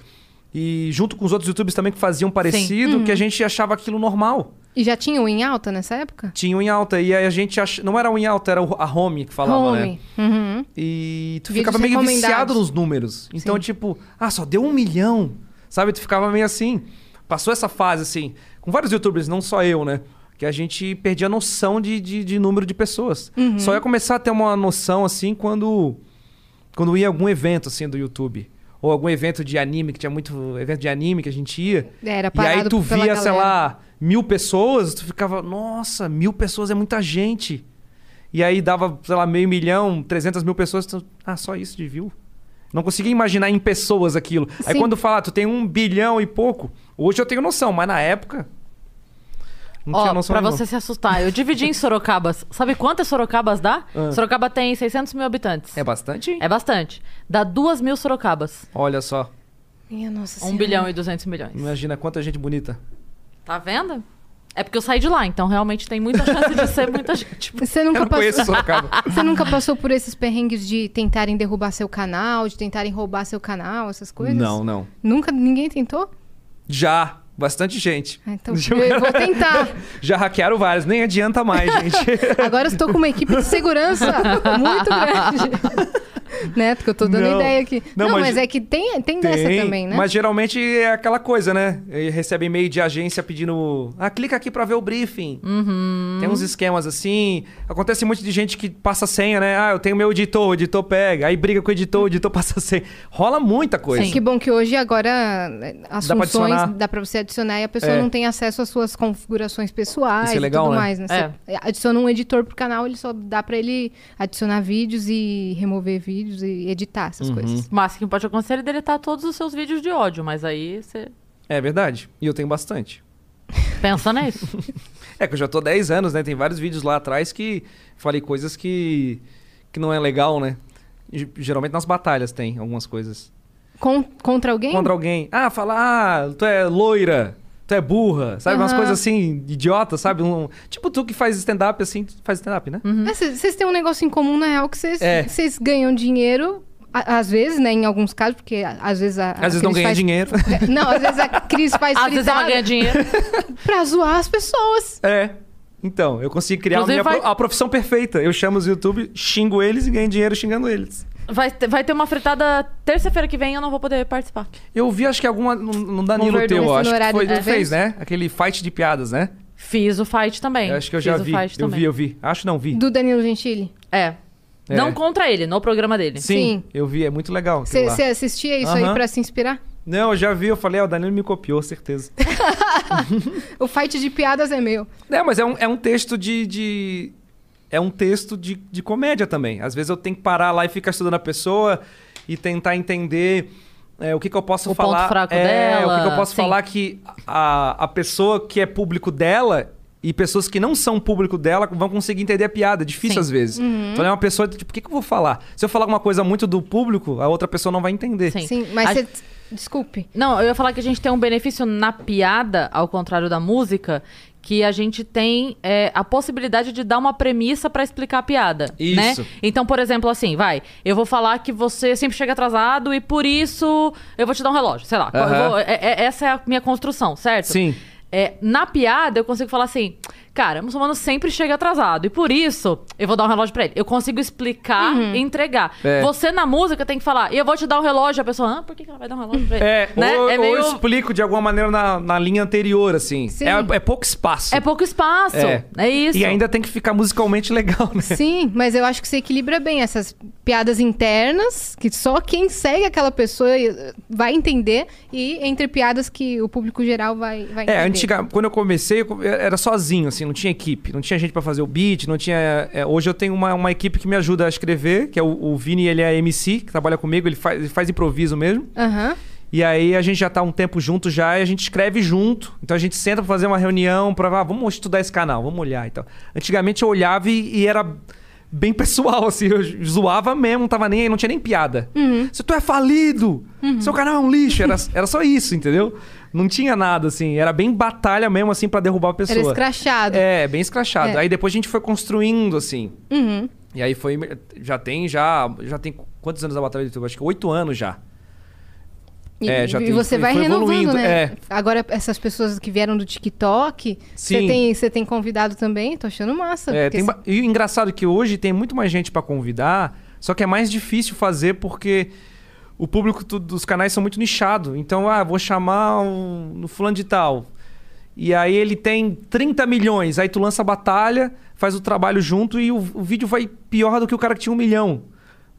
C: E junto com os outros youtubers também que faziam parecido, que a gente achava aquilo normal.
B: E já tinham em alta nessa época?
C: Tinha um em alta. E aí a gente ach... Não era um em alta, era o- a home que falava, né?
B: Home. Uhum.
C: E tu
B: Vídeos
C: ficava meio
B: recomendados.
C: viciado nos números. Então,
B: Sim.
C: tipo, ah, só deu um milhão. Sabe? Tu ficava meio assim. Passou essa fase, assim, com vários youtubers, não só eu, né? Que a gente perdia a noção de, de, de número de pessoas.
B: Uhum.
C: Só ia começar a ter uma noção, assim, quando. Quando ia em algum evento, assim, do YouTube. Ou algum evento de anime, que tinha muito evento de anime que a gente ia.
B: Era
C: E aí
B: parado
C: tu
B: pela
C: via, sei
B: galera.
C: lá, mil pessoas, tu ficava, nossa, mil pessoas é muita gente. E aí dava, sei lá, meio milhão, 300 mil pessoas, tu, ah, só isso de view? Não conseguia imaginar em pessoas aquilo. Aí
B: Sim.
C: quando fala, tu tem um bilhão e pouco, hoje eu tenho noção, mas na época. Não tinha
A: Ó,
C: noção
A: pra
C: nenhuma.
A: você se assustar, eu dividi em Sorocabas. Sabe quantas Sorocabas dá? Sorocaba tem 600 mil habitantes.
C: Ah. É bastante?
A: É bastante. Dá 2 mil Sorocabas.
C: Olha só,
B: Minha nossa
A: 1 bilhão e 200 milhões.
C: imagina quanta gente bonita.
A: Tá vendo? É porque eu saí de lá, então realmente tem muita chance de ser muita gente.
B: Você
C: Eu
B: nunca,
C: não conheço
B: passou...
C: Sorocaba.
B: Você nunca passou por esses perrengues de tentarem derrubar seu canal, de tentarem roubar seu canal, essas coisas?
C: não, não.
B: Nunca ninguém tentou?
C: Já, bastante gente.
B: Ah, então eu vou tentar.
C: Já hackearam vários, nem adianta mais, gente.
B: Agora eu estou com uma equipe de segurança muito grande. né? Porque eu tô dando
C: Não.
B: ideia aqui.
C: Não,
B: Não,
C: mas-
B: mas, é que tem, tem, dessa
C: Tem,
B: também, né?
C: Mas geralmente é aquela coisa, né? E Recebe e-mail de agência pedindo. Ah, clica aqui pra ver o briefing.
B: Uhum.
C: Tem uns esquemas assim. Acontece muito de gente que passa senha, né? Ah, eu tenho meu editor, o editor pega. Aí briga com o editor, o editor passa senha. Rola muita coisa.
A: Sim.
B: Que bom que hoje agora as
C: Dá pra
B: funções
C: adicionar.
B: dá pra você adicionar e a pessoa
C: É.
B: não tem acesso às suas configurações pessoais
C: Isso é legal,
B: e tudo
C: né?
B: mais, né? Você adiciona um editor pro canal, ele só dá pra ele adicionar vídeos e remover vídeos e editar
C: Uhum.
B: essas coisas.
A: O máximo que pode acontecer é deletar todos os seus vídeos de ódio, mas aí você
C: É verdade. E eu tenho bastante.
A: pensa nisso.
C: É que eu já tô há 10 anos, né? Tem vários vídeos lá atrás que falei coisas que. que não é legal, né? Ge- Geralmente nas batalhas tem algumas coisas.
B: Con- contra alguém?
C: contra alguém. Ah, falar, ah, tu é loira, tu é burra, sabe? Umas
B: Aham.
C: coisas assim, idiota, sabe? Um- tipo tu que faz stand-up assim, tu faz stand-up, né?
A: Uhum.
B: É, cê- Vocês têm um negócio em comum, na real, que vocês
C: É.
B: vocês ganham dinheiro, a- às vezes, né? Em alguns casos, porque a- às vezes a. a
C: Às vezes não
B: Cris
C: ganha
B: faz- É,
C: dinheiro.
B: Não, às vezes a Cris faz
A: Às vezes ela
B: fritada
A: ganha dinheiro.
B: pra zoar as pessoas.
C: é. Então, eu consigo criar a,
A: Inclusive
C: minha pro-
A: vai-
C: a profissão perfeita. Eu chamo os YouTube, xingo eles e ganho dinheiro xingando eles.
A: Vai, ter- vai ter uma fritada terça-feira que vem eu não vou poder participar.
C: Eu vi, acho que alguma. Não, não dá nem no
A: Overdose
C: teu,
B: no
C: acho. Que
B: horário
C: foi,
B: de
C: tu fez,
B: vez.
C: né? Aquele fight de piadas, né?
A: Fiz o fight também.
C: Eu acho que eu
A: Fiz
C: já
A: o
C: vi. Eu
A: fight também.
C: vi, eu vi. Acho não, vi.
B: Do Danilo Gentili.
A: É.
C: É.
A: Não contra ele, no programa dele.
B: Sim.
C: Sim, eu vi, é muito legal. aquilo lá.
B: Você assistia isso
C: Aham.
B: aí pra se inspirar?
C: Não, eu já vi, eu falei, ah, o Danilo me copiou, certeza.
B: O fight de piadas é meu.
C: É, mas é um, é um texto de, de- É um texto de, de comédia também. Às vezes eu tenho que parar lá e ficar estudando a pessoa e tentar entender é, o que, que eu posso
A: O ponto
C: falar.
A: fraco
C: é,
A: dela,
C: o que, que eu posso
A: sim.
C: falar que a, a pessoa que é público dela e pessoas que não são público dela vão conseguir entender a piada. É Difícil
A: Sim. Uhum.
C: às vezes. Então é uma pessoa, tipo, o que, que eu vou falar? Se eu falar alguma coisa muito do público, a outra pessoa não vai entender.
A: Sim.
B: Sim, mas
A: A-
B: você. Desculpe.
A: Não, eu ia falar que a gente tem um benefício na piada, ao contrário da música, que a gente tem é, a possibilidade de dar uma premissa pra explicar a piada. né?
C: Isso.
A: Então, por exemplo, assim, vai, eu vou falar que você sempre chega atrasado e por isso eu vou te dar um relógio, sei lá. eu
C: Aham.
A: vou- é- é- essa é a minha construção, certo?
C: Sim.
A: É, na piada, eu consigo falar assim, cara, muçulmano sempre chega atrasado e por isso eu vou dar um relógio pra ele. Eu consigo explicar e entregar.
C: É.
A: Você na música tem que falar, e eu vou te dar um relógio, a pessoa, ah, por que que ela vai dar um relógio pra ele?
C: É,
A: né?
C: ou,
A: é
C: ou
A: meio.
C: eu explico de alguma maneira na, na linha anterior, assim.
B: Sim.
C: É, é pouco espaço.
A: É pouco espaço. É, isso.
C: E ainda tem que ficar musicalmente legal, né?
B: Sim, mas eu acho que você equilibra bem essas piadas internas, que só quem segue aquela pessoa eh, vai entender, e entre piadas que o público geral vai, vai entender.
C: É, antiga, quando eu comecei, eu co- era sozinho, assim, não tinha equipe, não tinha gente pra fazer o beat, não tinha. é, hoje eu tenho uma, uma equipe que me ajuda a escrever, que é o, o Vini, ele é MC, que trabalha comigo, ele faz, ele faz improviso mesmo.
B: Aham.
C: E aí a gente já tá um tempo junto já e a gente escreve junto. Então a gente senta pra fazer uma reunião, pra ah, vamos estudar esse canal, vamos olhar e tal. Antigamente eu olhava e, e era bem pessoal, assim, eu zoava mesmo, não tava nem aí, não tinha nem piada.
B: Uhum.
C: Se tu é falido, seu canal é um lixo, era, era só isso, entendeu? Não tinha nada, assim, era bem batalha mesmo, assim, pra derrubar a pessoa.
B: Era escrachado.
C: É, bem escrachado.
B: É.
C: Aí depois a gente foi construindo, assim.
B: Uhum.
C: E aí foi. Já tem, já. Já tem. Quantos anos a Batalha do YouTube? Acho que oito anos já.
B: E,
C: É, já
B: e
C: tem-
B: você
C: foi-
B: vai
C: foi
B: renovando,
C: evoluindo,
B: né?
C: é.
B: Agora, essas pessoas que vieram do TikTok, você
C: Sim.
B: tem, você tem convidado também? Tô achando massa.
C: É,
B: porque
C: tem
B: se-
C: ba- E o engraçado é que hoje tem muito mais gente pra convidar, só que é mais difícil fazer porque o público tu- dos canais são muito nichado. Então, ah, vou chamar um, no fulano de tal. E aí ele tem 30 milhões, aí tu lança a batalha, faz o trabalho junto e o, o vídeo vai pior do que o cara que tinha um milhão.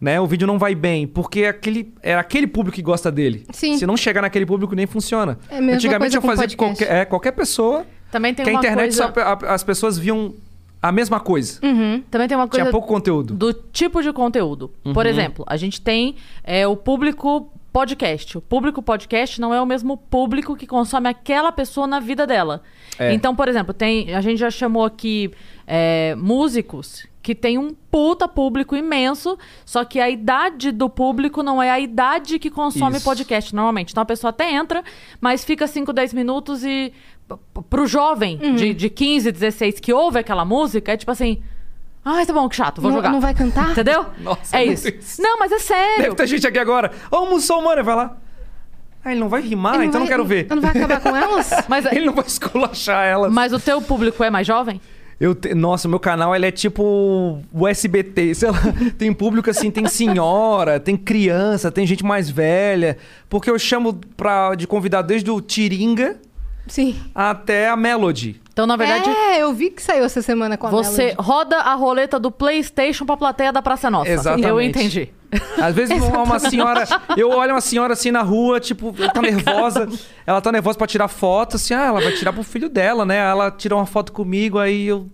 C: Né? O vídeo não vai bem, porque aquele, é aquele público que gosta dele.
B: Sim.
C: Se não chegar naquele público, nem funciona.
B: É a mesma
C: Antigamente
B: coisa
C: eu
B: com
C: fazia
B: podcast.
C: qualquer, é, qualquer pessoa
A: Também tem
C: que a
A: uma
C: internet
A: coisa...
C: só pe- a- as pessoas viam a mesma coisa.
A: Também tem uma coisa
C: Tinha pouco conteúdo. Uhum.
A: do tipo de conteúdo. Por exemplo, a gente tem é, o público podcast. O público podcast não é o mesmo público que consome aquela pessoa na vida dela.
C: É.
A: Então, por exemplo, tem a gente já chamou aqui é, músicos que tem um puta público imenso, só que a idade do público não é a idade que consome
C: Isso.
A: podcast normalmente. Então a pessoa até entra, mas fica 5, 10 minutos e p- p- pro jovem de, de 15, 16 que ouve aquela música, é tipo assim... Ai, tá bom, que chato, vou
B: Não-
A: jogar.
B: não vai cantar?
A: Entendeu?
C: Nossa,
A: é
C: meu
A: isso.
C: Deus.
A: Não, mas é
C: Deve
A: sério.
C: ter gente aqui agora. Ó, o muçulmano, vai lá. Ah, ele não vai rimar,
B: Ele
C: então
B: vai-
C: não quero ver.
B: Eu não vai acabar com elas?
A: Mas, é-
C: Ele não vai esculachar ela.
A: mas o teu público é mais jovem?
C: Eu te- Nossa, o meu canal ele é tipo o SBT, sei lá. Tem público assim, tem senhora, tem criança, tem gente mais velha. Porque eu chamo pra... de convidado desde o Tiringa
B: Sim.
C: até a Melody.
A: Então, na verdade,
B: é, eu vi que saiu essa semana com a
A: você
B: Melody.
A: roda a roleta do PlayStation pra plateia da Praça Nossa.
C: Exatamente.
A: Eu entendi.
C: Às vezes não é uma senhora. Eu olho uma senhora assim na rua, tipo, ela tá nervosa. Ela tá nervosa pra tirar foto, assim, ah, ela vai tirar pro filho dela, né? Ela tira uma foto comigo, aí eu.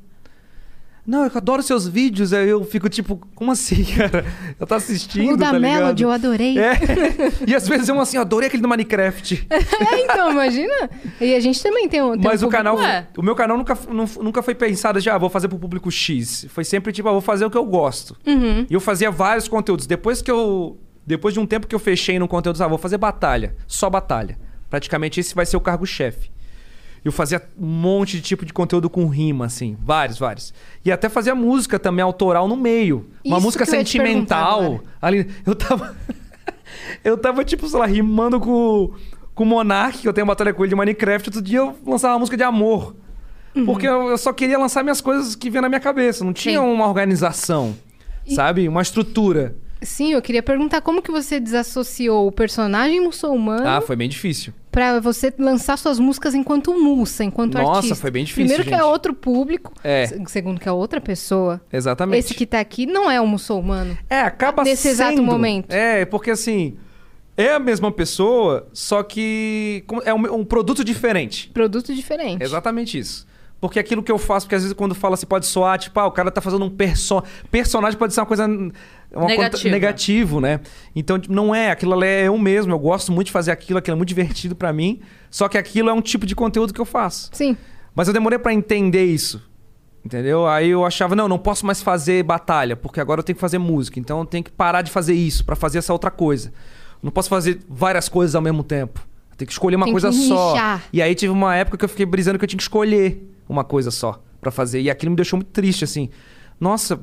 C: Não, eu adoro seus vídeos. Aí eu fico tipo, como assim, cara? Ela tá assistindo.
B: O da
C: tá ligado?
B: Melody, eu adorei.
C: É. E às vezes é uma assim, eu adorei aquele do Minecraft.
B: É, então, imagina. E a gente também tem um. tem
C: Mas
B: um
C: o canal.
A: público, é.
C: O meu canal nunca, f- nun- nunca foi pensado de, ah, vou fazer pro público X. Foi sempre tipo, ah, vou fazer o que eu gosto. E eu fazia vários conteúdos. Depois que eu. Depois de um tempo que eu fechei no conteúdo, ah, vou fazer batalha. Só batalha. Praticamente esse vai ser o cargo-chefe. Eu fazia um monte de tipo de conteúdo com rima, assim. Vários, vários. E até fazia música também, autoral no meio. Uma
B: Isso
C: música
B: que eu ia te perguntar
C: sentimental.
B: agora.
C: Ali, eu tava. eu tava, tipo, sei lá, rimando com, com o Monark, que eu tenho uma batalha com ele de Minecraft. Outro dia eu lançava uma música de amor.
B: Uhum.
C: Porque eu, eu só queria lançar minhas coisas que vinha na minha cabeça. Não tinha
A: Sim.
C: uma organização, sabe? Uma estrutura.
B: Sim, eu queria perguntar como que você desassociou o personagem muçulmano
C: Ah, foi bem difícil.
B: pra você lançar suas músicas enquanto muça, enquanto
C: Nossa,
B: artista.
C: foi bem difícil,
B: Primeiro que é
C: gente.
B: outro público,
C: É.
B: se- segundo que é outra pessoa.
C: Exatamente.
B: Esse que tá aqui não é um muçulmano.
C: É, acaba
B: Nesse
C: sendo.
B: exato momento.
C: É, porque assim. É a mesma pessoa, só que como- é um, um produto diferente.
B: Produto diferente.
C: É exatamente isso. Porque aquilo que eu faço, porque às vezes quando fala assim, pode soar, tipo, ah, o cara tá fazendo um perso... personagem, pode ser uma coisa. Uma coisa
A: Negativa.
C: negativo, né? Então, tipo, não é. Aquilo ali é eu mesmo. Eu gosto muito de fazer aquilo, aquilo é muito divertido pra mim. Só que aquilo é um tipo de conteúdo que eu faço.
B: Sim.
C: Mas eu demorei pra entender isso. Entendeu? Aí eu achava, não, não posso mais fazer batalha, porque agora eu tenho que fazer música. Então eu tenho que parar de fazer isso pra fazer essa outra coisa. Não posso fazer várias coisas ao mesmo tempo. Eu tenho que escolher uma
B: Tem
C: coisa
B: que
C: só.
B: nichar.
C: E aí tive uma época que eu fiquei brisando que eu tinha que escolher uma coisa só pra fazer. E aquilo me deixou muito triste, assim. Nossa,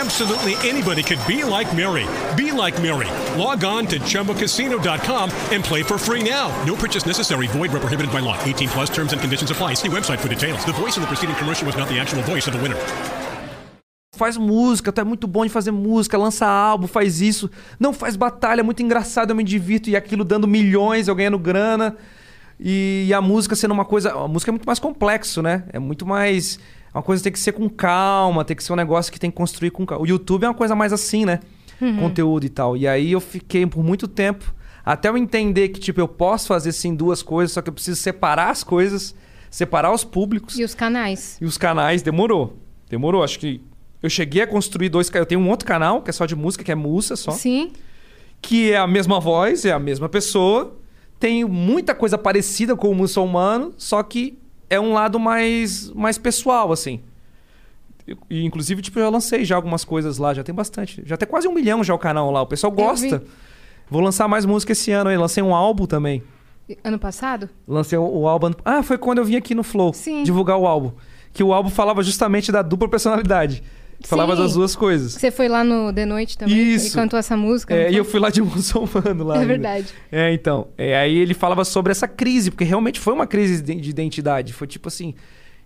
F: Absolutely anybody could be like Mary. Be like Mary. Log on to chumbacasino.com and play for free now. No purchase necessary. Void where prohibited by law. 18 plus terms and conditions apply. See website for details. The voice in the preceding commercial was not the actual voice of the winner.
C: faz música, tu é muito bom de fazer música, lança álbum, faz isso. Não, faz batalha, é muito engraçado, eu me divirto. E aquilo dando milhões, eu ganhando grana. E, e a música sendo uma coisa... A música é muito mais complexo, né? É muito mais... é Uma coisa que tem que ser com calma, tem que ser um negócio que tem que construir com calma. O YouTube é uma coisa mais assim, né? Conteúdo e tal. E aí eu fiquei por muito tempo... Até eu entender que, tipo, eu posso fazer, sim, duas coisas, só que eu preciso separar as coisas, separar os públicos
B: E os canais.
C: e os canais demorou. Demorou, acho que Eu cheguei a construir dois. ca- Eu tenho um outro canal que é só de música, que é Musa só.
B: Sim.
C: que é a mesma voz, é a mesma pessoa, tem muita coisa parecida com o muçulmano, só que é um lado mais, mais pessoal, assim. Eu- E, inclusive, tipo, eu já lancei já algumas coisas lá, já tem bastante. Já tem quase um milhão já o canal lá, o pessoal gosta.
B: vi.
C: Vou lançar mais música esse ano aí, lancei um álbum também.
B: Ano passado?
C: Lancei o, o álbum... ano- Ah, foi quando eu vim aqui no Flow
B: Sim.
C: divulgar o álbum. Que o álbum falava justamente da dupla personalidade. Falava
B: Sim.
C: das duas coisas.
B: Você foi lá no The Noite também
C: Isso.
B: e cantou essa música.
C: É,
B: não
C: e eu
B: foi?
C: fui lá de muçulmano lá.
B: É
C: ainda.
B: verdade.
C: É, então. É, aí ele falava sobre essa crise, porque realmente foi uma crise de de identidade. Foi tipo assim.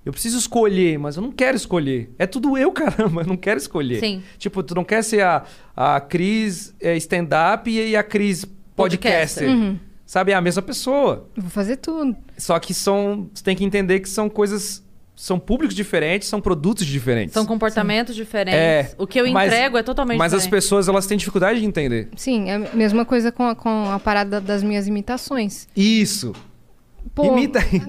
C: Eu preciso escolher, mas eu não quero escolher. É tudo eu, caramba, eu não quero escolher.
A: Sim.
C: Tipo, tu não quer ser a, a Cris é, stand-up e a Cris podcaster.
A: Podcaster.
B: Uhum.
C: Sabe? É a mesma pessoa.
B: Vou fazer tudo.
C: Só que são. Você tem que entender que são coisas. São públicos diferentes, são produtos diferentes. É,
A: São comportamentos diferentes. o que eu
C: mas-
A: entrego é totalmente
C: Mas as
A: diferente.
C: pessoas, elas têm dificuldade de entender.
B: Sim, é a mesma coisa com a, com a parada das minhas imitações.
C: Isso.
B: Pô,
C: Imita aí.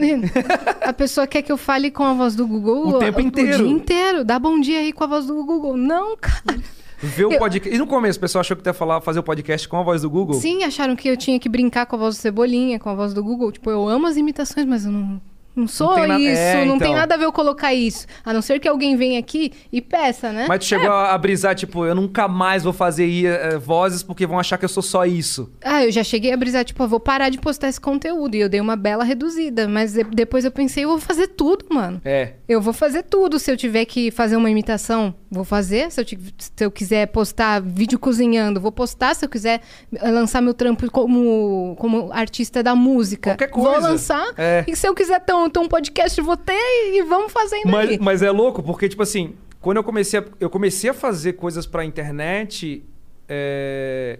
B: A pessoa quer que eu fale com a voz do Google
C: O tempo inteiro.
B: dia inteiro. Dá bom dia aí com a voz do Google. Não, cara.
C: Ver o
B: Eu-
C: podcast. E no começo, o pessoal achou que tu ia falar, fazer o podcast com a voz do Google?
B: Sim, acharam que eu tinha que brincar com a voz do Cebolinha, com a voz do Google. Tipo, eu amo as imitações, mas eu não, não sou
C: tem na-
B: isso.
C: É,
B: não tem
C: então.
B: nada a ver eu colocar isso. A não ser que alguém venha aqui e peça, né?
C: Mas tu chegou a a brisar, tipo, eu nunca mais vou fazer eh, eh, vozes porque vão achar que eu sou só isso.
B: Ah, eu já cheguei a brisar, tipo, ah, vou parar de postar esse conteúdo. E eu dei uma bela reduzida. Mas de- depois eu pensei, eu vou fazer tudo, mano.
C: É.
B: Eu vou fazer tudo. Se eu tiver que fazer uma imitação, vou fazer. Se eu, ti- se eu quiser postar vídeo cozinhando, vou postar. Se eu quiser eh, lançar meu trampo como, como artista da música,
C: Qualquer
B: vou
C: coisa.
B: lançar.
C: É.
B: E se eu quiser ter um, ter um podcast, vou ter e e vamos fazendo
C: Mas,
B: aí.
C: mas é louco, porque, tipo assim, quando eu comecei a, eu comecei a fazer coisas pra internet, é,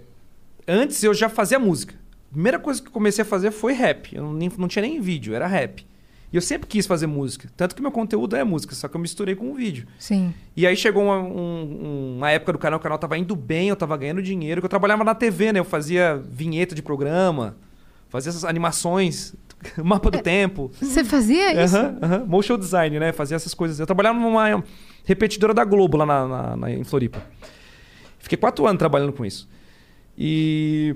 C: antes eu já fazia música. A primeira coisa que eu comecei a fazer foi rap. Eu nem- não tinha nem vídeo, era rap. E eu sempre quis fazer música. Tanto que meu conteúdo é música, só que eu misturei com o vídeo.
B: Sim.
C: E aí chegou uma, um- uma época do canal, o canal tava indo bem, eu tava ganhando dinheiro, que eu trabalhava na TV, né? Eu fazia vinheta de programa, fazia essas animações, mapa do tempo.
B: Você
A: É
B: fazia isso?
C: Aham, aham. Motion design, né? Fazia essas coisas. Eu trabalhava numa repetidora da Globo lá na, na- na- em Floripa. Fiquei quatro anos trabalhando com isso. E.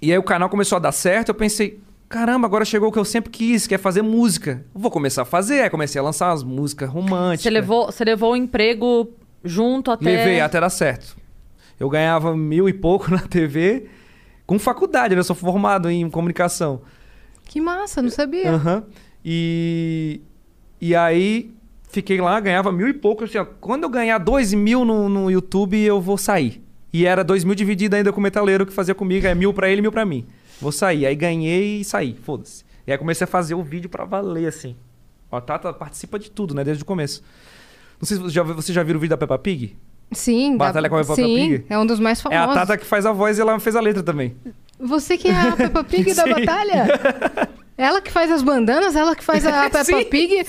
C: E aí o canal começou a dar certo, eu pensei. Caramba, agora chegou o que eu sempre quis, que é fazer música. Vou começar a fazer. Aí comecei a lançar as músicas românticas.
A: Você levou, você levou o emprego junto até...
C: Levei até dar certo. Eu ganhava mil e pouco na TV com faculdade, né? eu sou formado em comunicação.
B: Que massa, não sabia.
C: Aham. E, e aí fiquei lá, ganhava mil e pouco. Assim, ó, quando eu ganhar dois mil no, no YouTube, eu vou sair. E era dois mil dividido ainda com o metaleiro que fazia comigo. É mil pra ele, mil pra mim. Vou sair. Aí ganhei e saí. Foda-se. E aí comecei a fazer o vídeo pra valer, assim. Ó, A Tata participa de tudo, né? Desde o começo. Não sei se você já, você já viu o vídeo da Peppa Pig?
B: Sim. dá-
C: Batalha com a Peppa
B: Sim,
C: Pig?
B: é um dos mais
C: É
B: famosos.
C: a Tata que faz a voz e ela fez a letra também.
B: Você que é a Peppa Pig da
C: Sim.
B: batalha? Ela que faz as bandanas, ela que faz a Peppa
C: Sim.
B: Pig. O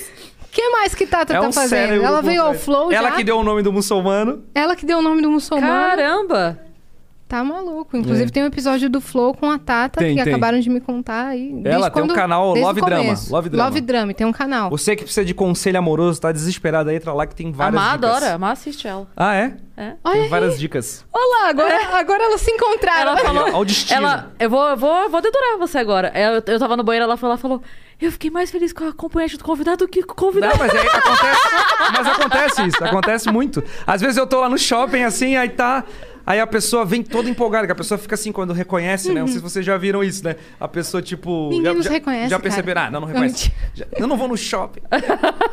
B: que mais que Tata
C: é
B: tá
C: um
B: fazendo?
C: cérebro
B: ela
C: por
B: veio ao
C: trás.
B: Flow
C: Ela
B: já.
C: que deu o nome do muçulmano.
B: Ela que deu o nome do muçulmano.
A: Caramba!
B: Tá maluco. Inclusive tem um episódio do Flow com a Tata
C: É. Tem,
B: que
C: tem.
B: acabaram de me contar aí. desde
C: Ela tem um
B: quando-
C: canal
B: desde o
C: Love Drama,
B: começo.
C: Love Drama.
B: Love Drama, tem um canal.
C: Você que precisa de conselho amoroso, tá desesperado, entra lá que tem várias
A: Amar
C: dicas.
A: adora, Amar assiste ela.
C: Ah, é?
A: É.
B: Olha
C: Tem
B: aí.
C: várias dicas.
B: Olha lá,
C: É.
B: agora, agora elas se encontraram.
A: Ela falou.
C: Olha o destino.
A: Ela, eu vou, eu vou, eu vou dedurar você agora. É, Eu, eu tava no banheiro, ela foi lá e falou: Eu fiquei mais feliz com a acompanhante do convidado do que com o
C: Não,
A: convidado.
C: mas, é, acontece, mas acontece isso, acontece muito. Às vezes eu tô lá no shopping assim, aí tá. Aí a pessoa vem toda empolgada, que a pessoa fica assim quando reconhece, né? Não sei se vocês já viram isso, né? A pessoa, tipo.
B: Ninguém
C: já,
B: nos
C: já-
B: reconhece,
C: Já
B: cara.
C: perceberam? Ah, não, não
B: Não,
C: reconhece.
B: mentira.
C: Já- eu não vou no shopping.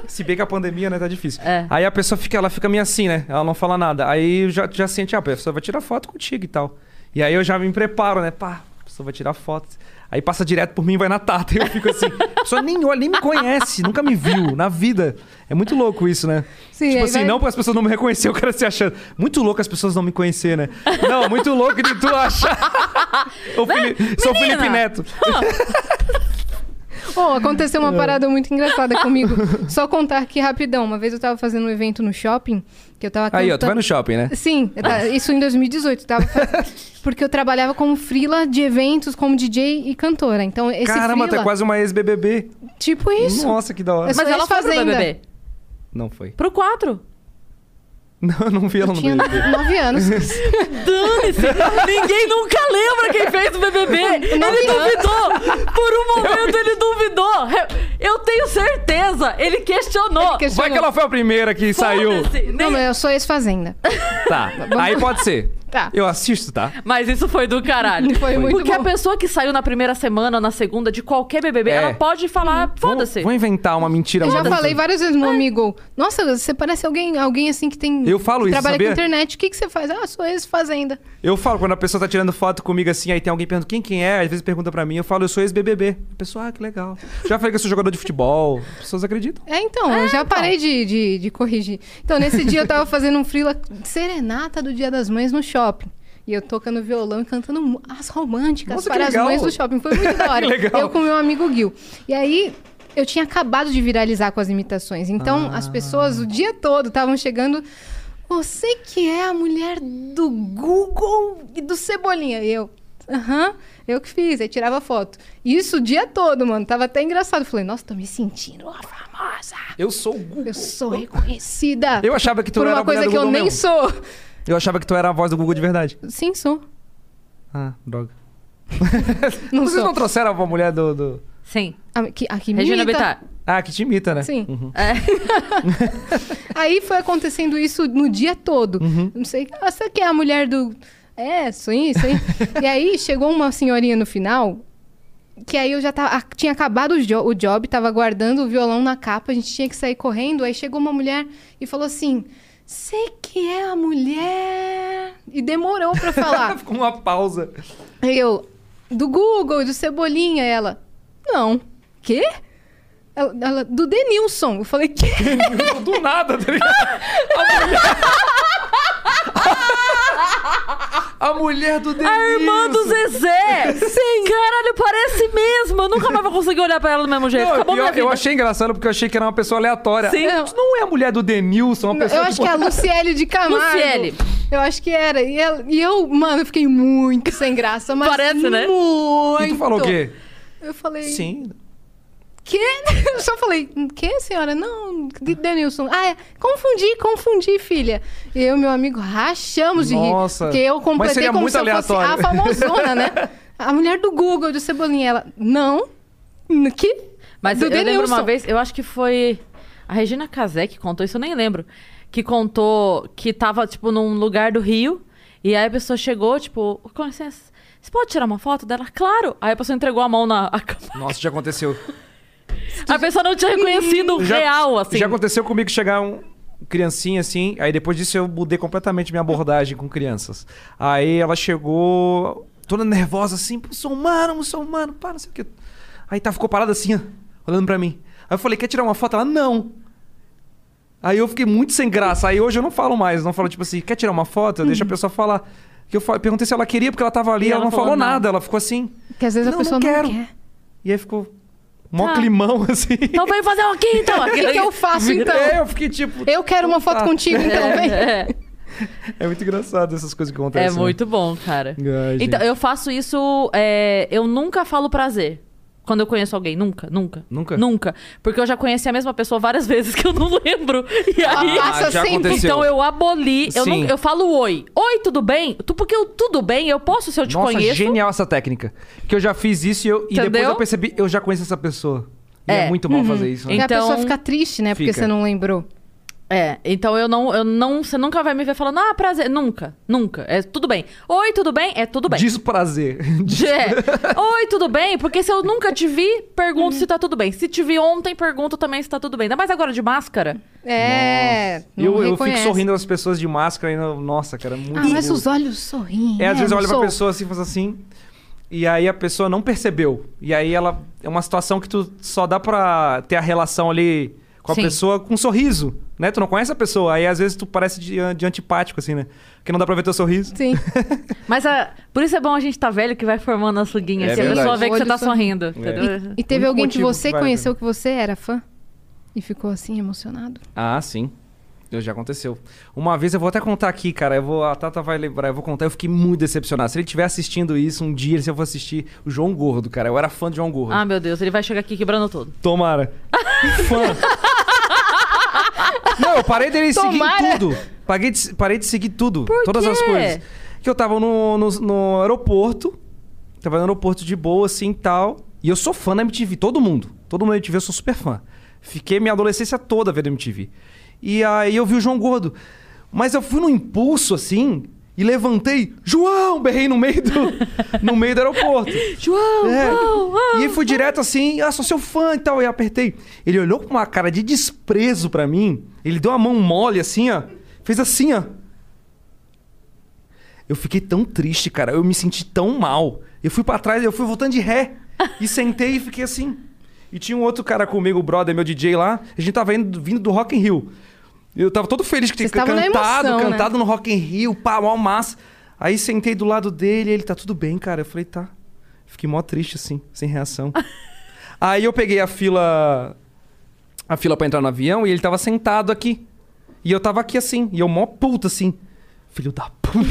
C: Se bem que a pandemia, né, tá difícil.
A: É.
C: Aí a pessoa fica, ela fica meio assim, né? Ela não fala nada. Aí já, já sente, ah, a pessoa vai tirar foto contigo e tal. E aí eu já me preparo, né? Pá, a pessoa vai tirar foto. Aí passa direto por mim e vai na tata. E eu fico assim, a pessoa nem olha, nem me conhece, nunca me viu na vida. É muito louco isso, né?
B: Sim, aí
C: tipo assim,
B: vai-
C: não para as pessoas não me reconhecer, o cara se achando. Muito louco as pessoas não me conhecer, né? Não, muito louco de tu achar. O Felipe- Sou o
A: menina.
C: Felipe Neto.
B: Pô, aconteceu
C: É.
B: uma parada muito engraçada comigo. Só contar aqui rapidão. Uma vez eu tava fazendo um evento no shopping, que eu tava
C: Aí, ó, tu
B: cantando-
C: vai no shopping, né?
B: Sim, eu tava- isso em 2018. Tava, faz- porque eu trabalhava como frila de eventos, como DJ e cantora. Então, esse
C: Caramba, tu
B: frila,
C: é quase uma ex-BBB.
B: tipo isso.
C: Nossa, que da hora.
B: Mas-
A: Mas
B: só
A: ela
B: isso
A: foi é pro
B: fazenda.
A: BBB.
C: Não foi.
A: Pro 4.
C: Não, eu não vi ela no
B: Tinha
C: BBB.
B: 9 anos.
A: Dane-se! Ninguém nunca lembra quem fez o BBB! Ele duvidou! Por um momento ele duvidou! Eu tenho certeza! Ele questionou!
B: Questionou.
C: Vai que ela foi a primeira que saiu.
A: Foda-se,
B: Não,
A: nem-
B: mas eu sou ex-fazenda.
C: Tá. Aí pode ser.
B: Tá.
C: Eu assisto, tá?
A: Mas isso foi do caralho.
B: Foi muito
A: Porque
B: bom.
A: a pessoa que saiu na primeira semana ou na segunda de qualquer BBB,
C: É.
A: ela pode falar,
B: Hum.
A: foda-se.
C: Vou, vou inventar uma mentira.
B: Eu já
C: maluca.
B: falei várias vezes, meu amigo. Nossa, você parece alguém, alguém assim que tem.
C: Eu falo
B: que
C: isso,
B: Trabalha
C: sabia?
B: com internet. O que, que você faz? Ah, sou ex-fazenda.
C: Eu falo, quando a pessoa tá tirando foto comigo assim, aí tem alguém perguntando quem quem é, às vezes pergunta pra mim, eu falo, eu sou ex-BBB. A pessoa, ah, que legal. Já falei que eu sou jogador de futebol. As pessoas acreditam.
B: É, então, eu já parei de, de, de corrigir. Então, nesse dia eu tava fazendo um freela de serenata do Dia das Mães no shopping. E eu tocando violão e cantando mu- as românticas
C: Nossa, que
B: para as
C: legal.
B: mães do shopping. Foi muito da hora.
C: Que legal.
B: Eu com meu amigo Gil. E aí, eu tinha acabado de viralizar com as imitações. Então,
C: Ah.
B: as pessoas o dia todo estavam chegando. Você que é a mulher do Google e do Cebolinha. E eu. Aham, eu que fiz, aí tirava foto. Isso o dia todo, mano. Tava até engraçado. Falei, nossa, tô me sentindo uma famosa.
C: Eu sou o Google.
B: Eu sou reconhecida.
C: Eu achava que tu
B: Por
C: era
B: uma
C: a mulher
B: coisa
C: do
B: que eu
C: Google
B: nem
C: mesmo.
B: sou.
C: Eu achava que tu era a voz do Google de verdade.
B: Sim, sou.
C: Ah, droga.
B: Não
C: Vocês
B: sou.
C: não trouxeram uma mulher do. do-
A: Sim.
B: A, que, a que
A: Regina
B: imita.
A: Bittar.
C: Ah, que te imita, né?
B: Sim.
A: É.
B: Aí foi acontecendo isso no dia todo. Não sei, "Ah, você que é a mulher do. É, sou isso, hein? e aí chegou uma senhorinha no final. Que aí eu já tava, ah, tinha acabado o, jo- o job, tava guardando o violão na capa, a gente tinha que sair correndo. Aí chegou uma mulher e falou assim: Sei que é a mulher. E demorou pra falar.
C: Ficou uma pausa.
B: Aí eu, do Google, do Cebolinha, ela. Não. Quê? Ela, ela, do Denilson. Eu falei, quê?
C: Do nada, tá ligado? A mulher. A mulher do Denilson.
A: A irmã do Zezé! Sim! Caralho, parece mesmo! Eu nunca mais vou conseguir olhar pra ela do mesmo jeito.
C: Não,
A: Acabou
C: e eu,
A: minha vida.
C: eu achei engraçado porque eu achei que era uma pessoa aleatória.
A: Sim.
C: Isso não é a mulher do Denilson, uma pessoa
B: Eu
C: tipo
B: acho que é a Luciele de Camargo.
A: Luciele.
B: Eu acho que era. E, ela- e eu, mano, eu fiquei muito sem graça. Mas
A: Parece, né?
B: Muito.
C: E tu falou o quê?
B: Eu falei...
C: Sim.
B: Quê? Eu só falei, quê, senhora? Não, de- Denilson. Ah, é. Confundi, confundi, filha. E eu e meu amigo rachamos de
C: Nossa.
B: rir. Porque eu
C: Mas
B: completei
C: seria
B: como
C: muito
B: se eu fosse
C: aleatório.
B: a famosona, né? A mulher do Google, de Cebolinha. Ela, não. No Que?
A: Mas
B: do
A: eu lembro uma vez, eu acho que foi a Regina Casé que contou isso, eu nem lembro. Que contou que tava, tipo, num lugar do Rio. E aí a pessoa chegou, tipo, com licença, você pode tirar uma foto dela? Claro! Aí a pessoa entregou a mão na. A, cama.
C: Nossa, já aconteceu.
A: a pessoa não tinha reconhecido o real, assim.
C: Já aconteceu comigo chegar um criancinha assim, aí depois disso eu mudei completamente minha abordagem com crianças. Aí ela chegou toda nervosa assim, muçulmano, muçulmano, pá, não sei o que. Aí tá, ficou parada assim, ó, olhando pra mim. Aí eu falei, quer tirar uma foto? Ela, não. Aí eu fiquei muito sem graça. Aí hoje eu não falo mais, não falo tipo assim, quer tirar uma foto? Eu deixo a pessoa falar. Que eu fa- perguntei se ela queria porque ela tava ali,
A: Uhum. E
C: ela,
A: ela
C: não falou,
A: falou não.
C: nada, ela ficou assim.
B: Que às vezes
C: Não,
B: a pessoa
C: não quero.
B: não quer.
C: E aí ficou mó
A: Tá.
C: climão assim.
A: Então vem fazer uma aqui, então.
B: O que, que eu faço, então?
C: É, eu fiquei tipo,
B: Eu quero uma foto
C: Tá.
B: contigo, então vem.
A: É,
C: É muito engraçado essas coisas que
A: é
C: acontecem. né?
A: muito bom, cara.
C: Ai,
A: então,
C: gente.
A: eu faço isso. é, eu nunca falo prazer. Quando eu conheço alguém, nunca, nunca.
C: Nunca?
A: Nunca. Porque eu já conheci a mesma pessoa várias vezes que eu não lembro. E aí.
B: passa
C: Ah, já
B: sempre.
C: aconteceu.
A: Então eu aboli, eu,
C: Sim.
A: não, eu falo oi. Oi, tudo bem? Tu, porque eu tudo bem, eu posso se eu te
C: Nossa,
A: conheço.
C: genial essa técnica. Que eu já fiz isso e, eu, e depois
A: Entendeu?
C: eu percebi, eu já conheço essa pessoa. E é,
A: É.
C: muito mal fazer isso, né?
B: E a
A: Então-
B: pessoa fica triste, né? Porque
C: Fica.
B: você não lembrou.
A: É, então eu não, eu não. Você nunca vai me ver falando, ah, prazer. Nunca, nunca. É tudo bem. Oi, tudo bem? É tudo bem.
C: Desprazer.
A: É. Oi, tudo bem? Porque se eu nunca te vi, pergunto se tá tudo bem. Se te vi ontem, pergunto também se tá tudo bem. Ainda mais agora de máscara.
B: É. não
C: eu, eu fico
B: reconhece.
C: sorrindo às pessoas de máscara e não- nossa, cara, é muito
B: Ah, mas
C: nervoso.
B: os olhos sorriem.
C: É, às
B: né?
C: vezes eu
B: Não
C: olho pra
B: sou-
C: pessoa assim, faz assim. E aí a pessoa não percebeu. E aí ela. É uma situação que tu só dá pra ter a relação ali com a
A: Sim.
C: pessoa com um sorriso, né? Tu não conhece a pessoa. Aí às vezes tu parece de, de antipático, assim, né? Porque não dá pra ver teu sorriso.
B: Sim.
A: Mas a- por isso é bom a gente tá velho que vai formando as ruguinhas.
C: É
A: assim, a
C: verdade.
A: pessoa vê que você tá
B: Olho
A: sorrindo. entendeu?
B: E teve
C: É. Único
B: alguém que
C: motivo
B: você
C: que vale a
B: conheceu que você era fã e ficou assim emocionado?
C: Ah, sim. Eu já aconteceu. Uma vez eu vou até contar aqui, cara. Eu vou, a Tata vai lembrar, eu vou contar. Eu fiquei muito decepcionado. Se ele estiver assistindo isso um dia, se eu for assistir o João Gordo, cara. Eu era fã do João Gordo.
A: Ah, meu Deus, ele vai chegar aqui quebrando tudo.
C: Tomara. fã. Não, eu parei dele seguir em
B: Tomara.
C: tudo. Paguei de- parei de seguir tudo, todas as
A: quê?
C: coisas. Que eu tava no, no, no aeroporto, tava no aeroporto de boa, assim e tal. E eu sou fã da MTV, todo mundo. Todo mundo da MTV, eu sou super fã. Fiquei minha adolescência toda vendo MTV. E aí eu vi o João Gordo. Mas eu fui num impulso assim e levantei, João! Berrei no meio do, no meio do aeroporto.
A: João,
C: É.
A: uau, uau.
C: E aí fui direto assim, ah, sou seu fã e tal. E apertei. Ele olhou com uma cara de desprezo pra mim. Ele deu a mão mole assim, ó. Fez assim, ó. Eu fiquei tão triste, cara. Eu me senti tão mal. Eu fui pra trás, eu fui voltando de ré. E sentei e fiquei assim. E tinha um outro cara comigo, o brother, meu DJ lá. A gente tava indo, vindo do Rock in Rio. Eu tava todo feliz que tinha
B: Vocês estavam na
C: cantado,
B: emoção, né?
C: cantado no Rock in Rio, pá, mó massa. Aí sentei do lado dele, ele tá tudo bem, cara. Eu falei, tá. Fiquei mó triste assim, sem reação. Aí eu peguei a fila a fila pra entrar no avião e ele tava sentado aqui. E eu tava aqui assim, e eu mó puta assim. Filho da puta.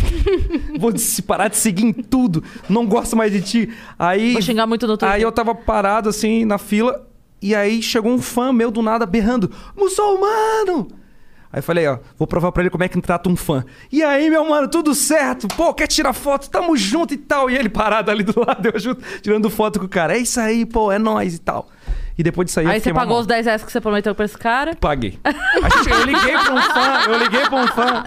C: Vou te- parar de seguir em tudo. Não gosto mais de ti. Aí
A: Vou xingar muito no Twitter.
C: Aí eu tava parado assim na fila e aí chegou um fã meu do nada berrando: "Muçulmano!" Aí eu falei, ó, vou provar pra ele como é que trata um fã. E aí, meu mano, tudo certo? Pô, quer tirar foto? Tamo junto e tal. E ele parado ali do lado, eu junto, tirando foto com o cara. É isso aí, pô, é nóis e tal. E depois disso aí, eu
A: Aí você
C: fiquei mó
A: pagou
C: mal.
A: os 10 reais que você prometeu pra esse cara.
C: Paguei. A gente- eu liguei pra um fã, eu liguei pra um fã.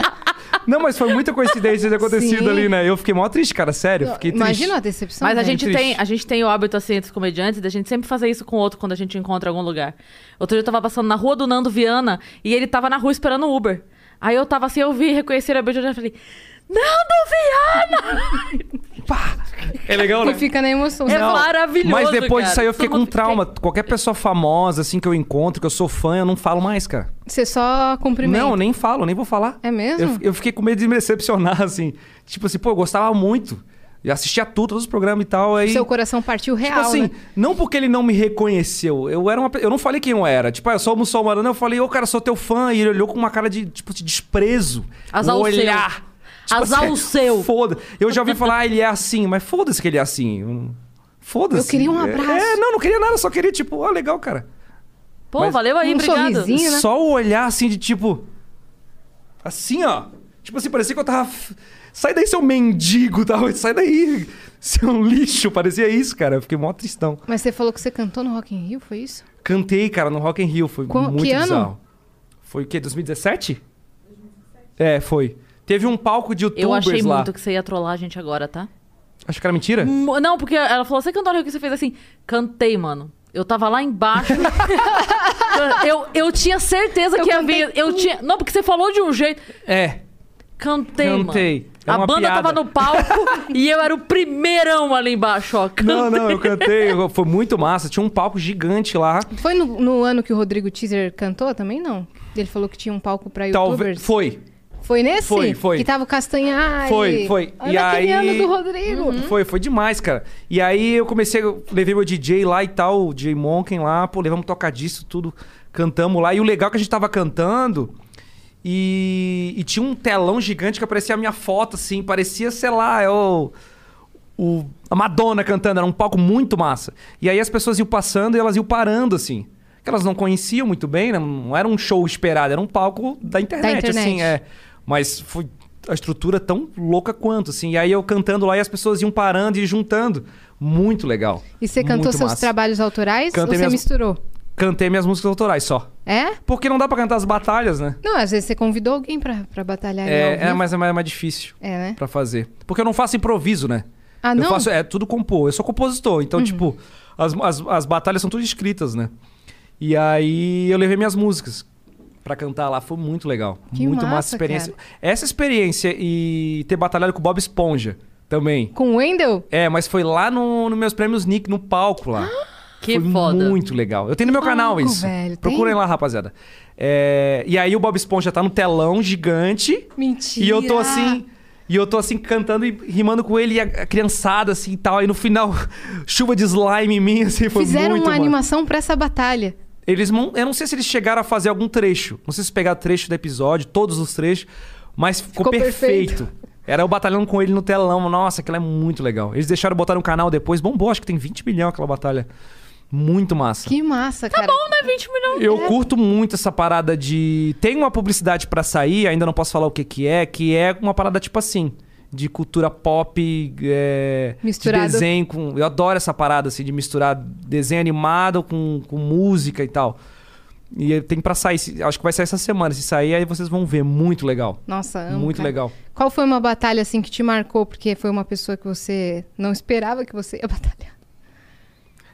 C: Não, mas foi muita coincidência ter acontecido
B: Sim.
C: ali, né? Eu fiquei mó triste, cara, sério. eu Fiquei triste.
B: Imagina a decepção.
A: Mas a
B: velho.
A: gente,
C: triste.
A: tem, a gente tem o hábito, assim, entre os comediantes, da gente sempre fazer isso com o outro quando a gente encontra em algum lugar. Outro dia eu tava passando na rua do Nando Viana e ele tava na rua esperando o Uber. Aí eu tava assim, eu vi, reconheci a beijo e falei, Nando Viana!
C: É legal, né?
B: Você fica na emoção.
A: É
B: Você fala,
A: maravilhoso,
C: Mas depois
A: cara.
C: disso aí eu fiquei
A: Todo
C: com
A: mundo
C: trauma.
A: fica-
C: Qualquer pessoa famosa, assim, que eu encontro, que eu sou fã, eu não falo mais, cara.
B: Você só cumprimenta.
C: Não, nem falo, nem vou falar.
B: É mesmo?
C: Eu, eu fiquei com medo de me decepcionar, assim. Tipo assim, pô, eu gostava muito. Eu assistia tudo, todos os programas e tal. Aí...
B: Seu coração partiu
A: é
C: Tipo
B: real,
C: assim,
B: né?
C: não porque ele não me reconheceu. Eu era uma pe- Eu não falei quem eu era. Tipo, ah, eu sou muçulmano. Eu falei, ô, cara, sou teu fã. E ele olhou com uma cara de, tipo, de desprezo.
A: Azar
C: o
A: o seu.
C: olhar. Tipo
A: Azar
C: assim,
A: o seu.
C: Foda. Eu já ouvi falar, ah, ele é assim. Mas foda-se que ele é assim. Hum, Foda-se.
B: Eu queria um
C: É-
B: abraço.
C: É, não, não queria nada. Só queria, tipo, ah, legal, cara.
A: Pô,
C: Mas-
A: valeu aí,
B: Um
A: obrigado.
B: sorrisinho. Sim, né?
C: Só o olhar, assim, de tipo... Assim, ó. Tipo assim, parecia que eu tava... f- Sai daí, seu mendigo, tal. Sai daí, seu lixo. Parecia isso, cara. Eu fiquei mó tristão.
B: Mas você falou que você cantou no Rock in Rio, foi isso?
C: Cantei, cara, no Rock in Rio. Foi
B: Qual-
C: muito
B: que ano?
C: bizarro. Foi o quê? 2017? É, foi. Teve um palco de youtubers
A: Eu achei
C: lá.
A: muito que você ia trollar a gente agora, tá?
C: Acho que era mentira?
B: Hum.
A: Mo- Não, porque ela falou, você cantou no Rio que você fez assim? Cantei, mano. Eu tava lá embaixo. eu, eu tinha certeza
B: Eu
A: que
B: cantei
A: havia. Eu tinha. Não, porque você falou de um jeito.
C: É.
A: Cantei, mano.
C: Cantei. É
A: a
C: uma
A: banda
C: piada.
A: tava no palco e eu era o primeirão ali embaixo, ó. Can-
C: Não, não, eu cantei. eu- Foi muito massa. Tinha um palco gigante lá.
B: Foi no, no ano que o Rodrigo Teaser cantou também, não? Ele falou que tinha um palco pra
C: Talvez.
B: youtubers.
C: Foi.
B: Foi nesse?
C: Foi, foi.
B: Que tava o Castanhari.
C: Foi, foi.
B: Olha
C: E
B: aquele
C: aí- Uhum.
B: ano do Rodrigo.
C: Foi, foi demais, cara. E aí eu comecei, eu levei meu DJ lá e tal, o DJ Monken lá, pô, levamos tocar disso, tudo, cantamos lá. E o legal é que a gente tava cantando e, e tinha um telão gigante que aparecia a minha foto, assim, parecia, sei lá, eu, o, a Madonna cantando, era um palco muito massa. E aí as pessoas iam passando e elas iam parando, assim. Que elas não conheciam muito bem, né? não era um show esperado, era um palco da internet,
B: internet.
C: assim, é. Mas foi a estrutura tão louca quanto, assim. E aí eu cantando lá e as pessoas iam parando e juntando. Muito legal.
B: E você cantou
C: Muito
B: seus
C: massa.
B: trabalhos autorais
C: Cantei
B: ou você
C: minhas-
B: misturou?
C: Cantei minhas músicas autorais só.
B: É?
C: Porque não dá pra cantar as batalhas, né?
B: Não, às vezes você convidou alguém pra, pra batalhar ali ao
C: É, é,
B: vivo.
C: mas é mais, mais difícil
B: É, né?
C: pra fazer. Porque eu não faço improviso, né?
B: Ah,
C: Eu
B: não? Uhum.
C: faço, é tudo compor. Eu sou compositor, então, tipo, as, as, as batalhas são tudo escritas, né? E aí eu levei minhas músicas pra cantar lá. Foi muito legal.
B: Que
C: muito
B: massa,
C: massa a experiência. Essa experiência e ter batalhado com o Bob Esponja também.
B: Com o Wendel?
C: É, mas foi lá no, no meus prêmios Nick, no palco lá.
B: Ah!
A: Que
C: Foi
A: foda.
C: Muito legal. Eu tenho no meu canal
B: louco,
C: isso.
B: velho, tem?
C: Procurem lá, rapaziada. É, e aí o Bob Esponja tá no telão gigante.
B: Mentira.
C: E eu tô assim. E eu tô assim cantando e rimando com ele e a a criançada assim e tal. E no final, chuva de slime em mim, assim, foi
B: Fizeram
C: muito
B: uma
C: mano.
B: animação pra essa batalha.
C: Eles mon- Eu não sei se eles chegaram a fazer algum trecho. Não sei se pegaram trecho do episódio, todos os trechos, mas ficou,
B: Ficou perfeito.
C: perfeito. Era eu batalhando com ele no telão. Nossa, aquela é muito legal. Eles deixaram botar no canal depois. Bombou, acho que tem 20 milhões aquela batalha. Muito massa.
B: Que massa, cara.
A: Bom, né? 20 milhões.
C: Eu curto muito essa parada de. Tem uma publicidade pra sair, ainda não posso falar o que que é, que é uma parada tipo assim. De cultura pop, é, de
B: Misturado.
C: desenho com. Eu adoro essa parada, assim, de misturar desenho animado com, com música e tal. E tem pra sair, se- acho que vai sair essa semana. Se sair, aí vocês vão ver. Muito legal.
B: Nossa, amo,
C: Muito
B: cara.
C: legal.
B: Qual foi uma batalha assim que te marcou porque foi uma pessoa que você não esperava que você ia batalhar?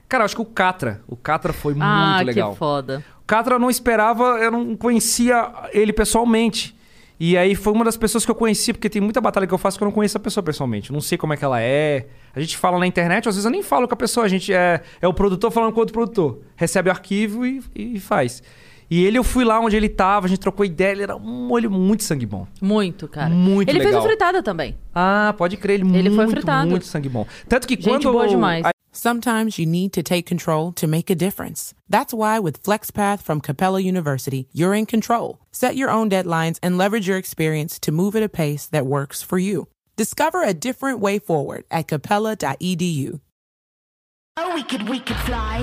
C: Cara, acho que o Catra. O Catra foi
A: Ah,
C: muito legal.
A: que foda.
C: Catra eu não esperava, eu não conhecia ele pessoalmente. E aí foi uma das pessoas que eu conheci, porque tem muita batalha que eu faço que eu não conheço a pessoa pessoalmente. Eu Não sei como é que ela é. A gente fala na internet, às vezes eu nem falo com a pessoa, a gente é, é o produtor falando com outro produtor. Recebe o arquivo e, e faz. E ele, eu fui lá onde ele tava, a gente trocou ideia, ele era um olho muito sangue bom.
A: Muito, cara.
C: Muito
A: Ele fez
C: legal.
A: o fritada também.
C: Ah, pode crer, ele,
A: Ele foi
C: muito,
A: fritado.
C: muito sangue bom. Tanto que
A: Gente
C: quando
A: boa demais.
C: a
D: Sometimes you need to take control to make a difference. That's why with FlexPath from Capella University, you're in control. Set your own deadlines and leverage your experience to move at a pace that works for you. Discover a different way forward at E capella.edu.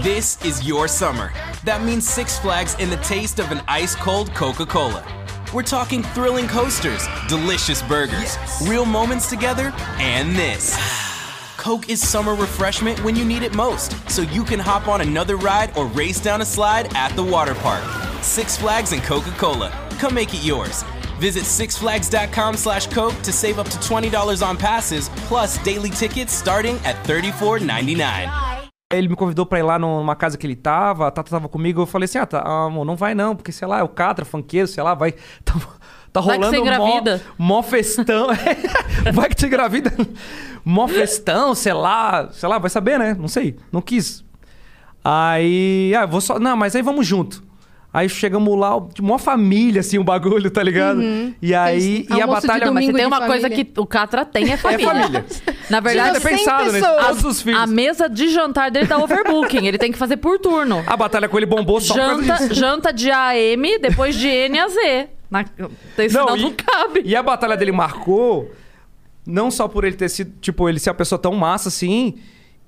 E: This is your summer. That means Six Flags and the taste of an ice cold Coca Cola. We're talking thrilling coasters, delicious burgers, real moments together, and this. Coke is summer refreshment when you need it most, so you can hop on another ride or race down a slide at the water park. Six Flags and Coca Cola. Come make it yours. Visit sixflags.com slash Coke to save up to $20 on passes, plus daily tickets starting at $34.99.
C: Ele me convidou pra ir lá numa casa que ele tava, a Tata tava comigo, eu falei assim, ah, tá, ah, amor, não vai não, porque, sei lá, é o Catra, funkeiro, sei lá, vai... Tá, tá
A: Vai que
C: rolando
A: você
C: mó,
A: engravida.
C: mó festão. é, vai que você engravida. Mó festão, sei lá, sei lá, vai saber, né? Não sei, não quis. Aí, ah, eu vou só... Não, mas aí vamos junto. Aí chegamos lá, de mó família, assim, o bagulho, tá ligado?
A: Uhum.
C: E aí, e a
B: almoço de
C: batalha...
B: domingo.
A: Mas se tem
B: Domingo de
A: uma coisa
B: família.
A: que o Catra tem é família.
C: família.
A: Na verdade,
C: Devia ter pensado, né?
B: pessoas.
C: Todos os filhos.
A: a mesa de jantar dele tá overbooking. ele tem que fazer por turno.
C: A batalha com ele bombou Ah, só por causa disso.
A: Janta, janta de AM, depois de N a Z. Na, isso não, não cabe.
C: E a batalha dele marcou, não só por ele ter sido, tipo, ele ser uma pessoa tão massa assim,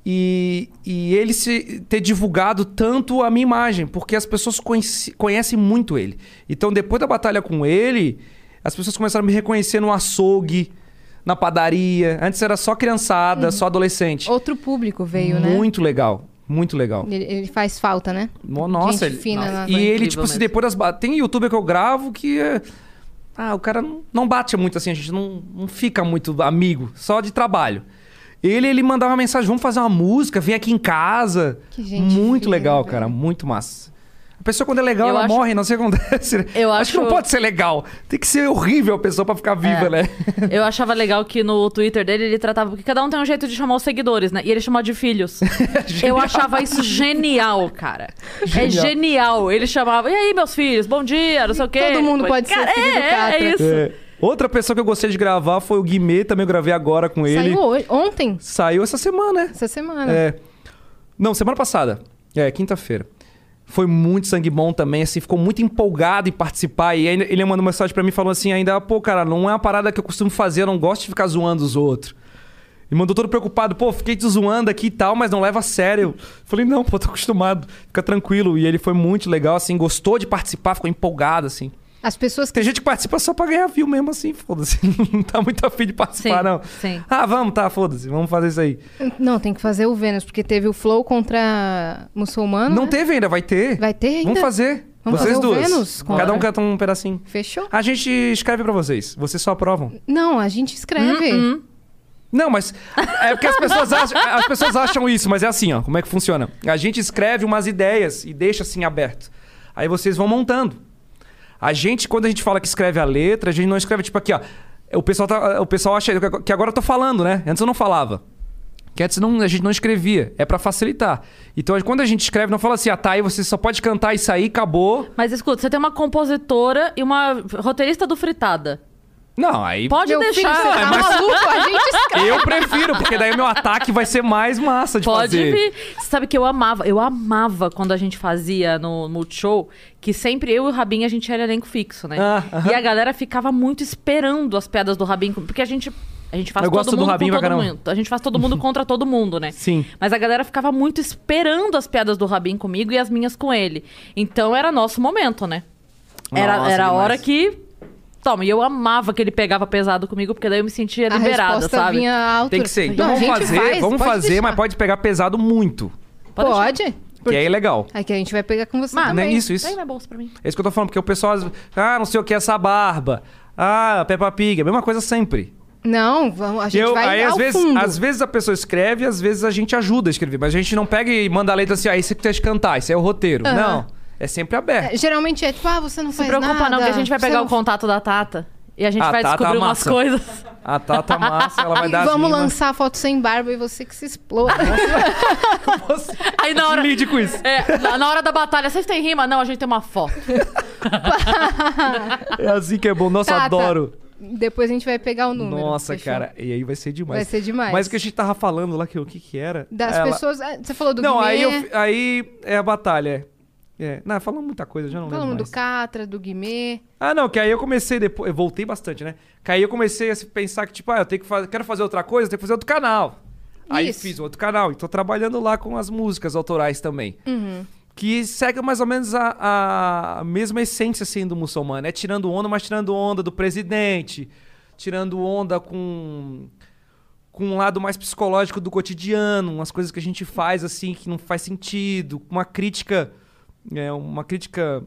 C: e, e ele se ter divulgado tanto a minha imagem, porque as pessoas conhece- conhecem muito ele. Então, depois da batalha com ele, as pessoas começaram a me reconhecer no açougue, na padaria. Antes era só
A: Uhum.
C: criançada, só adolescente.
B: Outro público veio, né?
C: muito legal, muito legal.
B: Ele, ele faz falta, né?
C: Mo- Nossa,
B: Gente
C: ele-
B: fina né?
C: nossa.
B: lá.
C: E ele,
A: incrível
C: tipo, se
A: mesmo.
C: depois das. ba- Tem youtuber que eu gravo que. é- Ah, o cara não- não bate muito assim, a gente não, não fica muito amigo, só de trabalho. Ele, ele mandava uma mensagem: vamos fazer uma música, vem aqui em casa.
B: Que gente
C: muito
B: fina,
C: legal,
B: velho.
C: cara, muito massa. A pessoa, quando é legal,
A: Eu
C: ela
A: acho-
C: morre, não sei o que acontece. né?
A: Eu
C: que não
A: acho-
C: pode ser legal. Tem que ser horrível a pessoa pra ficar viva, né?
A: Eu achava legal que no Twitter dele ele tratava. Porque cada um tem um jeito de chamar os seguidores, né? E ele chamava de filhos. Eu achava isso genial, cara. É
C: Genial.
A: genial. Ele chamava, e aí, meus filhos, bom dia, não sei o quê.
B: Todo mundo
A: Tipo,
B: pode ser
A: cara,
B: filho do
A: é, é,
B: Catra.
A: é isso.
C: É. Outra pessoa que eu gostei de gravar foi o Guimê, também eu gravei agora com ele.
B: Saiu hoje, ontem,
C: Saiu essa semana, né?
B: essa semana.
C: É. Não, semana passada. É, quinta-feira. Foi muito sangue bom também, assim, ficou muito empolgado em participar. E aí ele mandou uma mensagem pra mim falou assim: ainda, pô, cara, não é uma parada que eu costumo fazer, eu não gosto de ficar zoando os outros. E mandou todo preocupado, pô, fiquei te zoando aqui e tal, mas não leva a sério. Falei, não, pô, tô acostumado, fica tranquilo. E ele foi muito legal, assim, gostou de participar, ficou empolgado, assim.
B: As pessoas que
C: Tem gente que participa só pra ganhar view mesmo, assim, foda-se. Não tá muito afim de participar,
A: Sim,
C: não.
A: sim.
C: Ah, vamos, tá, foda-se, vamos fazer isso aí.
B: Não, tem que fazer o Vênus, porque teve o Flow contra muçulmano.
C: Não
B: né?
C: teve ainda, vai ter.
B: Vai ter ainda?
C: Vamos fazer.
B: Vamos
C: vocês
B: fazer o
C: duas.
B: Vênus?
C: Cada um
B: Bora.
C: canta um pedacinho.
B: Fechou?
C: A gente escreve pra vocês. Vocês só aprovam.
B: Não, a gente escreve.
A: Hum,
C: Não, mas é porque as pessoas, acham, as pessoas acham isso, mas é assim, ó. Como é que funciona? A gente escreve umas ideias e deixa assim aberto. Aí vocês vão montando. A gente, quando a gente fala que escreve a letra, a gente não escreve tipo aqui, ó. O pessoal, tá- o pessoal acha que agora eu tô falando, né? Antes eu não falava. Que antes não, a gente não escrevia. É pra facilitar. Então, quando a gente escreve, não fala assim, ah, tá, aí você só pode cantar isso aí, acabou.
A: Mas escuta, você tem uma compositora e uma roteirista do Fritada.
C: Não, aí.
A: Pode
B: Meu filho,
A: deixar.
B: você tá maluco? A gente escreve.
C: Eu prefiro, porque daí o meu ataque vai ser mais massa de
A: Pode
C: fazer.
A: vir. Você sabe que eu amava, eu amava quando a gente fazia no Multishow, que sempre eu e o Rabin a gente era elenco fixo, né?
C: Ah, aham.
A: E a galera ficava muito esperando as piadas do Rabin, porque a gente A gente faz
C: Eu
A: todo
C: gosto do
A: mundo
C: Rabinho
A: com
C: pra
A: todo
C: caramba.
A: mundo. A gente faz todo mundo contra todo mundo, né?
C: Sim.
A: Mas a galera ficava muito esperando as piadas do Rabin comigo e as minhas com ele. Então era nosso momento, né? Era,
C: Nossa,
A: era a
C: demais.
A: hora que. Toma, e eu amava que ele pegava pesado comigo, porque daí eu me sentia
B: A
A: liberada,
B: resposta
A: sabe?
B: vinha à altura.
C: Tem que ser. Então
B: Não, a
C: vamos
B: gente
C: fazer,
B: faz,
C: vamos
B: pode
C: fazer,
B: deixar.
C: mas pode pegar pesado muito.
A: Pode deixar.
B: Pode?
C: Que aí é legal.
B: Aqui a gente vai pegar com você
A: Mas-
B: também.
C: Né? Isso, isso.
A: Pega Ah, minha bolsa pra mim.
C: É isso que eu tô falando, porque o pessoal. às- Ah, não sei o que, essa barba. Ah, Peppa Pig, a mesma coisa sempre.
B: Não, vamos, a gente
C: né? eu,
B: vai
C: aí,
B: ao
C: às vezes,
B: fundo.
C: às vezes a pessoa escreve, às vezes a gente ajuda a escrever, mas a gente não pega e manda a letra assim, ah, isso é que tem que cantar, isso é o roteiro.
B: Aham.
C: Não. É sempre aberto.
B: É, Geralmente é tipo, ah, você não
A: Não
B: faz
A: se
B: nada.
A: preocupa, não, que a gente vai
B: você é um
A: pegar
B: não
A: o contato da Tata e a gente
C: A
A: vai
C: Ah, Tata
A: descobrir umas
C: amassa.
A: coisas.
C: A Tata Massa, ela vai
B: E
C: dar as
B: Vamos
C: rimas.
B: lançar a foto sem barba e você que se explode.
C: Nossa,
A: Aí na hora.
C: lide com isso.
A: É, na- na hora da batalha, vocês têm rima? Não, a gente tem uma foto.
C: É assim que é bom. Nossa,
B: Tata,
C: adoro.
B: Depois a gente vai pegar o número.
C: Nossa,
B: fechou?
C: cara. E aí vai ser demais.
B: Vai ser demais.
C: Mas o que a gente tava falando lá, que o que que era?
B: Das
C: Ela-
B: pessoas. ah, Você falou do
C: Não,
B: Guimê,
C: aí, eu- aí é a batalha. é. É. Não, falamos muita coisa, já não
B: falamos
C: lembro
B: do
C: mais.
B: Catra, do Guimê.
C: Ah, não, que aí eu comecei depois. Eu voltei bastante, né? Que aí eu comecei a se pensar que, tipo, ah, eu tenho que fazer. Quero fazer outra coisa, eu tenho que fazer outro canal. Aí
B: Isso.
C: fiz um outro canal e tô trabalhando lá com as músicas autorais também.
B: Uhum.
C: Que segue mais ou menos a, a mesma essência, assim, do muçulmano. É tirando onda, mas tirando onda do presidente. Tirando onda com. Com um lado mais psicológico do cotidiano, umas coisas que a gente faz assim que não faz sentido, uma crítica, é, uma crítica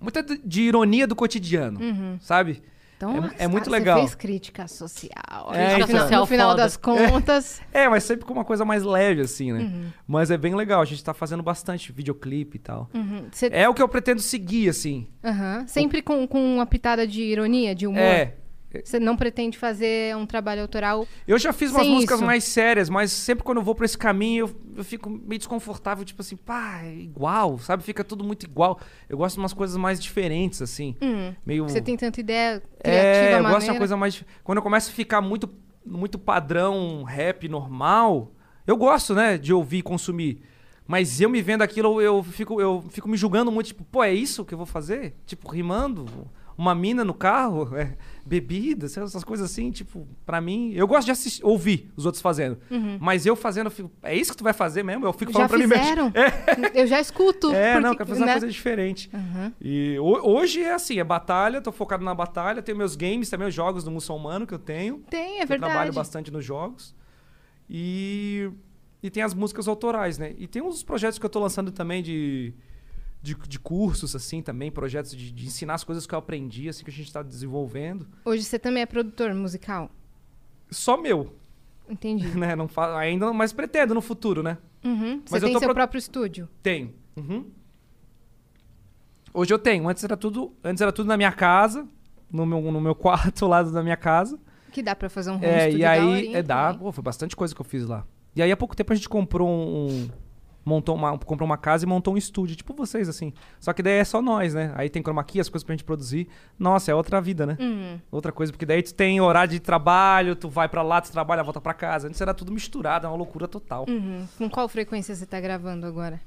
C: muita de de ironia do cotidiano, sabe?
B: Uhum. Então,
C: é, é
B: ah,
C: muito
B: você
C: legal.
B: fez crítica social.
C: É,
B: no
C: então.
B: final,
A: Social
B: no final
A: foda.
B: das contas.
C: É, mas sempre com uma coisa mais leve, assim, né?
B: Uhum.
C: Mas é bem legal, a gente tá fazendo bastante videoclipe e tal.
B: uhum, você-
C: É o que eu pretendo seguir, assim.
B: aham, sempre com, com uma pitada de ironia, de humor.
C: É.
B: Você não pretende fazer um trabalho autoral.
C: Eu já fiz umas
B: Sim,
C: músicas
B: isso.
C: mais sérias, mas sempre quando eu vou pra esse caminho, eu, eu fico meio desconfortável, tipo assim, pá, é igual, sabe? Fica tudo muito igual. Eu gosto de umas coisas mais diferentes, assim. Meio.
B: Hum, Você tem tanta ideia criativa,
C: É, eu gosto de
B: maneira.
C: uma coisa mais. Quando eu começo a ficar muito, muito padrão rap normal, eu gosto, né, de ouvir e consumir. Mas eu me vendo aquilo, eu fico, eu fico me julgando muito, tipo, pô, é isso que eu vou fazer? Tipo, rimando? Uma mina no carro? É, bebida, sei lá, essas coisas assim, tipo, pra mim. Eu gosto de assistir, ouvir os outros fazendo. Mas eu fazendo, eu fico, é isso que tu vai fazer mesmo? Eu fico
B: Uhum. Já
C: falando pra mim mesmo.
B: fizeram? Eu já escuto.
C: É, não,
B: porque-
C: eu quero fazer uma
B: né? Uhum.
C: coisa diferente. E ho- hoje é assim, é batalha, tô focado na batalha, tenho meus games também, os jogos do muçulmano que eu tenho.
B: Tem, é
C: eu
B: verdade.
C: trabalho bastante nos jogos. E e tem as músicas autorais, né? E tem uns projetos que eu tô lançando também de de, de cursos, assim, também, projetos de, de ensinar as coisas que eu aprendi, assim, que a gente tá desenvolvendo.
B: Hoje você também é produtor musical.
C: Só meu,
B: Entendi.
C: né? Não fa... Ainda, não- mas pretendo no futuro, né?
B: Uhum. Você
C: Mas eu
B: tem
C: tô
B: seu
C: pro-
B: próprio estúdio.
C: Tenho. Uhum. Hoje eu tenho. Antes era tudo, antes era tudo na minha casa, no meu, no meu quarto ao lado da minha casa.
B: Que dá pra fazer um home
C: É,
B: studio
C: e
B: da
C: aí
B: horinha
C: é, dá,
B: também.
C: pô, foi bastante coisa que eu fiz lá. E aí há pouco tempo a gente comprou um, um- montou uma, comprou uma casa e montou um estúdio, tipo vocês assim. Só que daí é só nós, né? Aí tem chroma key, as coisas pra gente produzir. Nossa, é outra vida, né?
B: Uhum.
C: Outra coisa, porque daí tu tem horário de trabalho, tu vai pra lá, tu trabalha, volta pra casa. Antes era tudo misturado, é uma loucura total.
B: Uhum. Com qual frequência você tá gravando agora?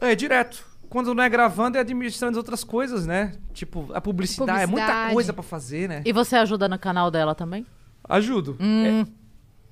C: É, direto. Quando não é gravando, é administrando outras coisas, né? Tipo, a publicidade, é muita
B: Publicidade.
C: coisa pra fazer, né?
A: E você ajuda no canal dela também?
C: Ajudo.
B: Hum.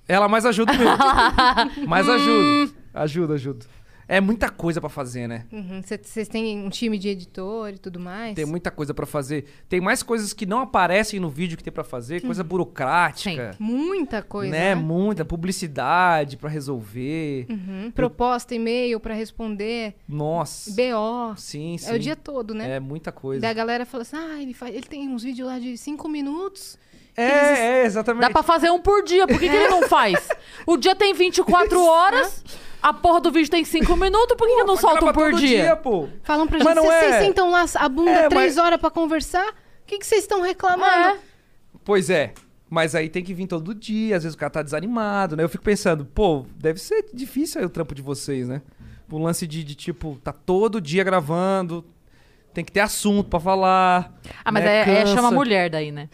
C: É- Ela mais ajuda mesmo. mais
B: Hum.
C: ajudo. Ajuda, ajudo. É muita coisa pra fazer, né?
B: Uhum. Cê- Vocês têm um time de editor e tudo mais?
C: Tem muita coisa pra fazer. Tem mais coisas que não aparecem no vídeo que tem pra fazer, coisa burocrática,
B: Muita coisa. Né?
C: né? Muita publicidade pra resolver.
B: Uhum. Proposta, e-mail pra responder,
C: Nossa.
B: BO.
C: Sim, sim.
B: É o dia todo, né?
C: É muita coisa.
B: Daí a galera fala assim: ah, ele, faz... ele tem uns vídeos lá de cinco minutos.
C: É, é, exatamente.
A: Dá pra fazer um por dia, por que, que ele não faz? O dia tem 24 horas,
B: né?
A: a porra do vídeo tem 5 minutos, por que, que não solta um
C: Grava
A: por
C: todo
A: dia?
C: pô.
B: Falam pra
C: Mas
B: gente:
C: não
B: vocês
C: é.
B: sentam lá a bunda
C: É, mas-
B: três horas pra conversar? O que que vocês estão reclamando?
C: Pois é. Mas aí tem que vir todo dia, às vezes o cara tá desanimado, né? Eu fico pensando, pô, deve ser difícil aí o trampo de vocês, né? O lance de, de, tipo, tá todo dia gravando, tem que ter assunto pra falar.
A: Ah, mas
C: né?
A: é, é
C: Cansa.
A: chama mulher daí, né?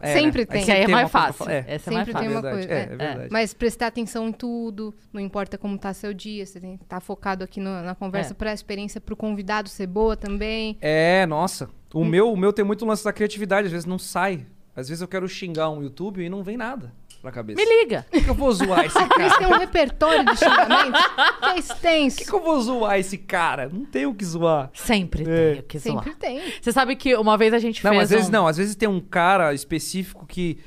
C: É,
B: Sempre
C: Aí
B: tem.
A: Que aí é
C: uma
A: mais
C: coisa pra
A: fácil.
C: falar. É,
A: Essa é mais
B: Sempre
C: é
B: tem
A: fácil.
B: uma
C: verdade.
B: coisa,
C: É,
B: é.
C: é verdade.
B: Mas prestar atenção em tudo, não importa como tá seu dia, você tem que estar focado aqui no- na conversa
A: É.
B: pra experiência pro convidado ser boa também.
C: É, nossa. O,
A: Hum.
C: meu, o meu tem muito lance da criatividade, às vezes não sai. Às vezes eu quero xingar um YouTube e não vem nada. na cabeça.
A: Me liga.
C: Por que eu vou zoar esse
B: Eles
C: cara?
B: têm um repertório de xingamentos que é extenso.
C: Por que eu vou zoar esse cara? Não tem o que zoar.
A: Sempre tenho que zoar.
B: Sempre tem.
A: Você sabe que uma vez a gente
C: É. Não,
A: fez
C: às vezes
A: um-
C: não. Às vezes tem um cara específico que.